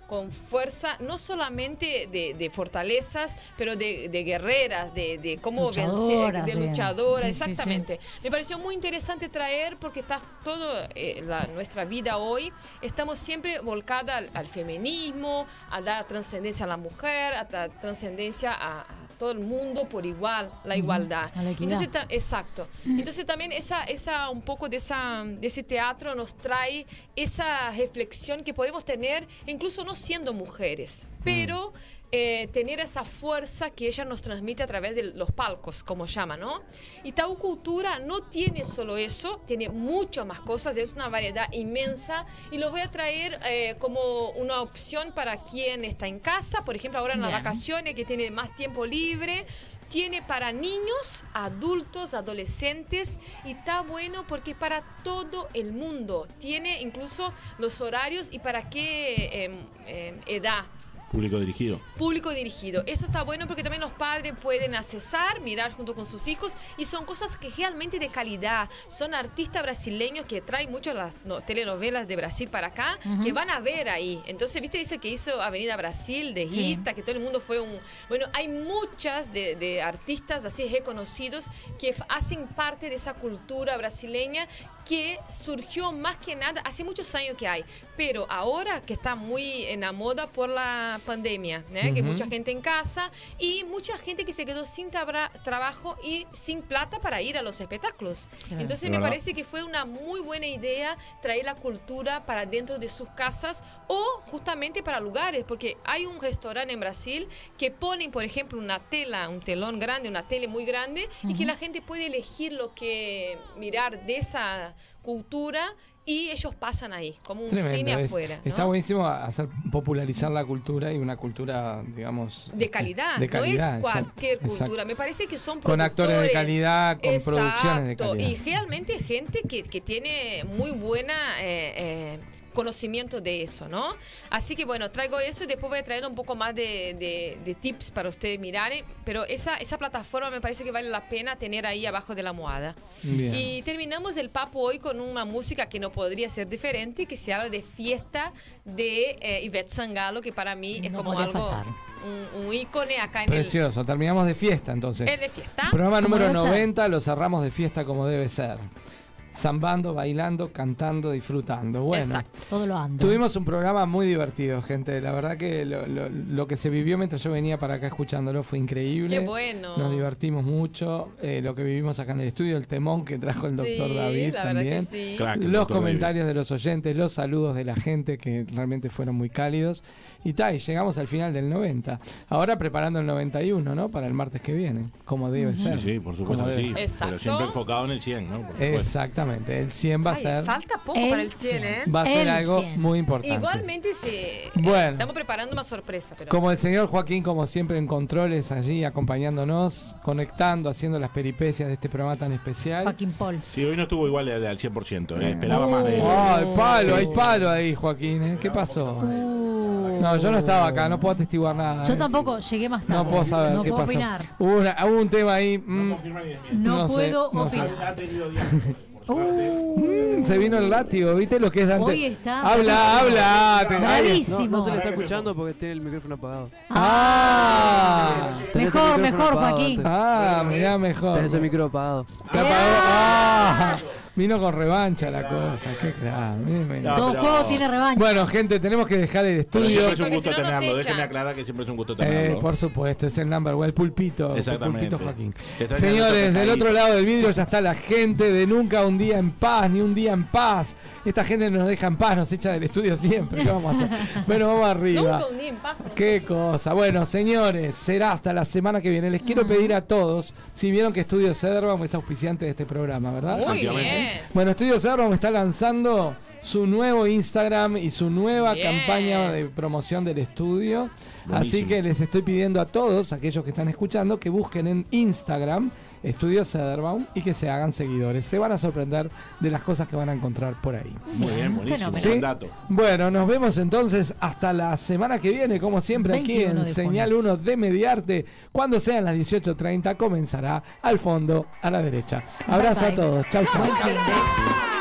Speaker 6: con fuerza, no solamente de, de fortalezas, pero de, de guerreras, de, de cómo
Speaker 20: Luchadoras,
Speaker 6: vencer, de
Speaker 20: vean.
Speaker 6: luchadoras,
Speaker 20: Sí, sí, sí.
Speaker 6: exactamente. Me pareció muy interesante traer porque está toda nuestra vida hoy, estamos siempre volcada al, al feminismo, a dar trascendencia a la mujer, a dar trascendencia a, a todo el mundo por igual, la igualdad.
Speaker 20: a la equidad.
Speaker 6: Entonces, ta- exacto. Entonces también esa, esa, un poco de, esa, de ese teatro nos trae esa reflexión que podemos tener, incluso no siendo mujeres, pero... eh, tener esa fuerza que ella nos transmite a través de los palcos, como llama, ¿no? Itaú Cultura no tiene solo eso, tiene muchas más cosas, es una variedad inmensa y lo voy a traer eh, como una opción para quien está en casa, por ejemplo, ahora en las
Speaker 20: Bien.
Speaker 6: vacaciones, que tiene más tiempo libre, tiene para niños, adultos, adolescentes y está bueno porque es para todo el mundo. Tiene incluso los horarios y para qué em, em, edad.
Speaker 15: Público dirigido.
Speaker 6: Público dirigido. Esto está bueno porque también los padres pueden accesar, mirar junto con sus hijos y son cosas que realmente de calidad. Son artistas brasileños que traen muchas las no, telenovelas de Brasil para acá,
Speaker 20: Ujú.
Speaker 6: que van a ver ahí. Entonces, viste, dice que hizo Avenida Brasil
Speaker 20: Sí.
Speaker 6: de Gita, que todo el mundo fue un... Bueno, hay muchas de, de artistas así reconocidos que f- hacen parte de esa cultura brasileña que surgió más que nada hace muchos años que hay, pero ahora que está muy en la moda por la pandemia, ¿eh? que
Speaker 20: Ujú.
Speaker 6: mucha gente en casa y mucha gente que se quedó sin tabra- trabajo y sin plata para ir a los espectáculos.
Speaker 20: Claro.
Speaker 6: Entonces
Speaker 20: Es
Speaker 6: me
Speaker 20: verdad.
Speaker 6: parece que fue una muy buena idea traer la cultura para dentro de sus casas o justamente para lugares, porque hay un restaurante en Brasil que ponen, por ejemplo, una tela, un telón grande, una tele muy grande y que
Speaker 20: Ujú.
Speaker 6: la gente puede elegir lo que mirar de esa cultura y ellos pasan ahí, como un
Speaker 16: Tremendo,
Speaker 6: cine
Speaker 16: es-
Speaker 6: afuera. ¿no?
Speaker 16: Está buenísimo hacer popularizar la cultura y una cultura, digamos,
Speaker 6: De calidad,
Speaker 16: de calidad,
Speaker 6: no es
Speaker 16: exacto,
Speaker 6: cualquier cultura.
Speaker 16: exacto.
Speaker 6: Me parece que son
Speaker 16: Con actores de
Speaker 6: productores.
Speaker 16: calidad, con
Speaker 6: Exacto,
Speaker 16: producciones de calidad.
Speaker 6: Y realmente gente que, que tiene muy buena eh, eh, conocimiento de eso, ¿no? Así que bueno, traigo eso y después voy a traer un poco más de, de- de tips para ustedes mirarem. Pero esa, esa plataforma me parece que vale la pena tener ahí abajo de la almohada.
Speaker 20: Bien.
Speaker 6: Y terminamos el papo hoy con una música que no podría ser diferente, que se habla de fiesta de eh, Ivette Sangalo, que para mí es
Speaker 20: No
Speaker 6: como
Speaker 20: podía
Speaker 6: algo,
Speaker 20: faltar.
Speaker 6: un, un ícone acá en el...
Speaker 16: Precioso, terminamos de fiesta entonces.
Speaker 6: Es de fiesta.
Speaker 16: Programa
Speaker 6: Como
Speaker 16: número
Speaker 6: debe ser.
Speaker 16: 90 lo cerramos de fiesta como debe ser.
Speaker 2: zambando, bailando, cantando, disfrutando. Bueno.
Speaker 7: Exacto. Todo lo ando.
Speaker 2: Tuvimos un programa muy divertido, gente. La verdad que lo, lo- lo que se vivió mientras yo venía para acá escuchándolo fue increíble.
Speaker 6: Qué bueno.
Speaker 2: Nos divertimos mucho. Eh, lo que vivimos acá en el estudio, el temón que trajo el doctor
Speaker 6: Sí,
Speaker 2: David
Speaker 6: la verdad
Speaker 2: también.
Speaker 6: que sí.
Speaker 4: Crack, el
Speaker 2: los
Speaker 4: Dr.
Speaker 2: comentarios de los oyentes, los saludos de la gente que realmente fueron muy cálidos. Y tal, y llegamos al final del 90. Ahora preparando el 91, ¿no? Para el martes que viene, como debe
Speaker 4: Ujú.
Speaker 2: ser.
Speaker 4: Sí, sí, por supuesto
Speaker 2: Como
Speaker 4: que
Speaker 2: debe
Speaker 4: sí.
Speaker 2: ser.
Speaker 4: Pero siempre enfocado en el 100, ¿no? Por supuesto.
Speaker 2: Exactamente, el 100 va a
Speaker 6: Ay,
Speaker 2: ser.
Speaker 6: Falta poco
Speaker 7: El
Speaker 6: para el 100, ¿eh?
Speaker 2: Va a ser El algo 100. muy importante.
Speaker 6: Igualmente, sí.
Speaker 2: Bueno.
Speaker 6: Estamos preparando una sorpresa, pero.
Speaker 2: Como el señor Joaquín, como siempre, en controles allí, acompañándonos, conectando, haciendo las peripecias de este programa tan especial.
Speaker 7: Joaquín Paul.
Speaker 4: Sí, hoy no estuvo igual al, al 100%, eh, esperaba más de él.
Speaker 2: Oh, hay palo,
Speaker 4: Sí,
Speaker 2: hay
Speaker 4: sí.
Speaker 2: palo ahí, Joaquín. ¿eh? ¿Qué pasó? No, yo no estaba acá, no puedo atestiguar nada.
Speaker 7: Yo
Speaker 2: ¿eh?
Speaker 7: tampoco llegué más tarde.
Speaker 2: No puedo saber
Speaker 7: No
Speaker 2: qué
Speaker 7: puedo
Speaker 2: pasó.
Speaker 7: opinar.
Speaker 2: Hubo, una- hubo un tema ahí. mm,
Speaker 7: No,
Speaker 2: sé,
Speaker 7: puedo
Speaker 2: no sé.
Speaker 7: opinar.
Speaker 2: Mm, se vino el látigo, ¿viste lo que es Dante?
Speaker 7: Hoy está
Speaker 2: Habla,
Speaker 7: bravísimo.
Speaker 2: habla. ah, te-
Speaker 7: Bravísimo.
Speaker 1: No, no se le está
Speaker 7: Pará que
Speaker 1: escuchando porque tiene el micrófono apagado.
Speaker 2: Ah,
Speaker 1: Tenés el micrófono apagado, te-
Speaker 2: Ah, mirá, mejor.
Speaker 1: Tenés el micrófono apagado.
Speaker 2: Te apagó. Ah, vino con revancha la cosa. Qué crack. Mira, mira.
Speaker 7: Todo juego tiene revancha.
Speaker 2: Bueno, gente, tenemos que dejar el
Speaker 4: Pero
Speaker 2: estudio.
Speaker 4: siempre es un gusto tenerlo, déjenme aclarar que siempre es un gusto
Speaker 2: Eh,
Speaker 4: tenerlo.
Speaker 2: por supuesto, es el number one, el pulpito.
Speaker 4: Exactamente.
Speaker 2: El pulpito Joaquín.
Speaker 4: Se extraña mucho
Speaker 2: Señores,
Speaker 4: que
Speaker 2: del
Speaker 4: está
Speaker 2: otro
Speaker 4: ahí.
Speaker 2: lado del vidrio ya está la gente de nunca un día en paz, ni un día en paz. Esta gente no nos deja en paz, nos echa del estudio siempre. ¿Qué vamos a hacer? Bueno, vamos arriba.
Speaker 6: Nunca un día en paz.
Speaker 2: Qué cosa. Bueno, señores, será hasta la semana que viene. Les
Speaker 4: Mm.
Speaker 2: quiero pedir a todos, si vieron que Estudio Cederbaum es auspiciante de este programa, ¿verdad?
Speaker 6: Muy bien.
Speaker 2: Bueno, Estudio Cederbaum está lanzando su nuevo Instagram y su nueva
Speaker 6: Bien.
Speaker 2: campaña de promoción del estudio. Así
Speaker 4: Buenísimo.
Speaker 2: que les estoy pidiendo a todos, aquellos que están escuchando, que busquen en Instagram Estudio Cederbaum y que se hagan seguidores. Se van a sorprender de las cosas que van a encontrar por ahí.
Speaker 4: Muy bien, buenísimo.
Speaker 2: Fenómeno.
Speaker 4: Buen dato.
Speaker 2: Bueno, nos vemos entonces hasta la semana que viene, como siempre, aquí
Speaker 4: 21
Speaker 2: en
Speaker 4: de
Speaker 2: Señal 1 de Mediarte. Cuando sean las 18.30 comenzará al fondo, a la derecha. Abrazo
Speaker 7: Bye,
Speaker 2: a
Speaker 7: bye.
Speaker 2: todos. Chau, chau.
Speaker 7: Gente.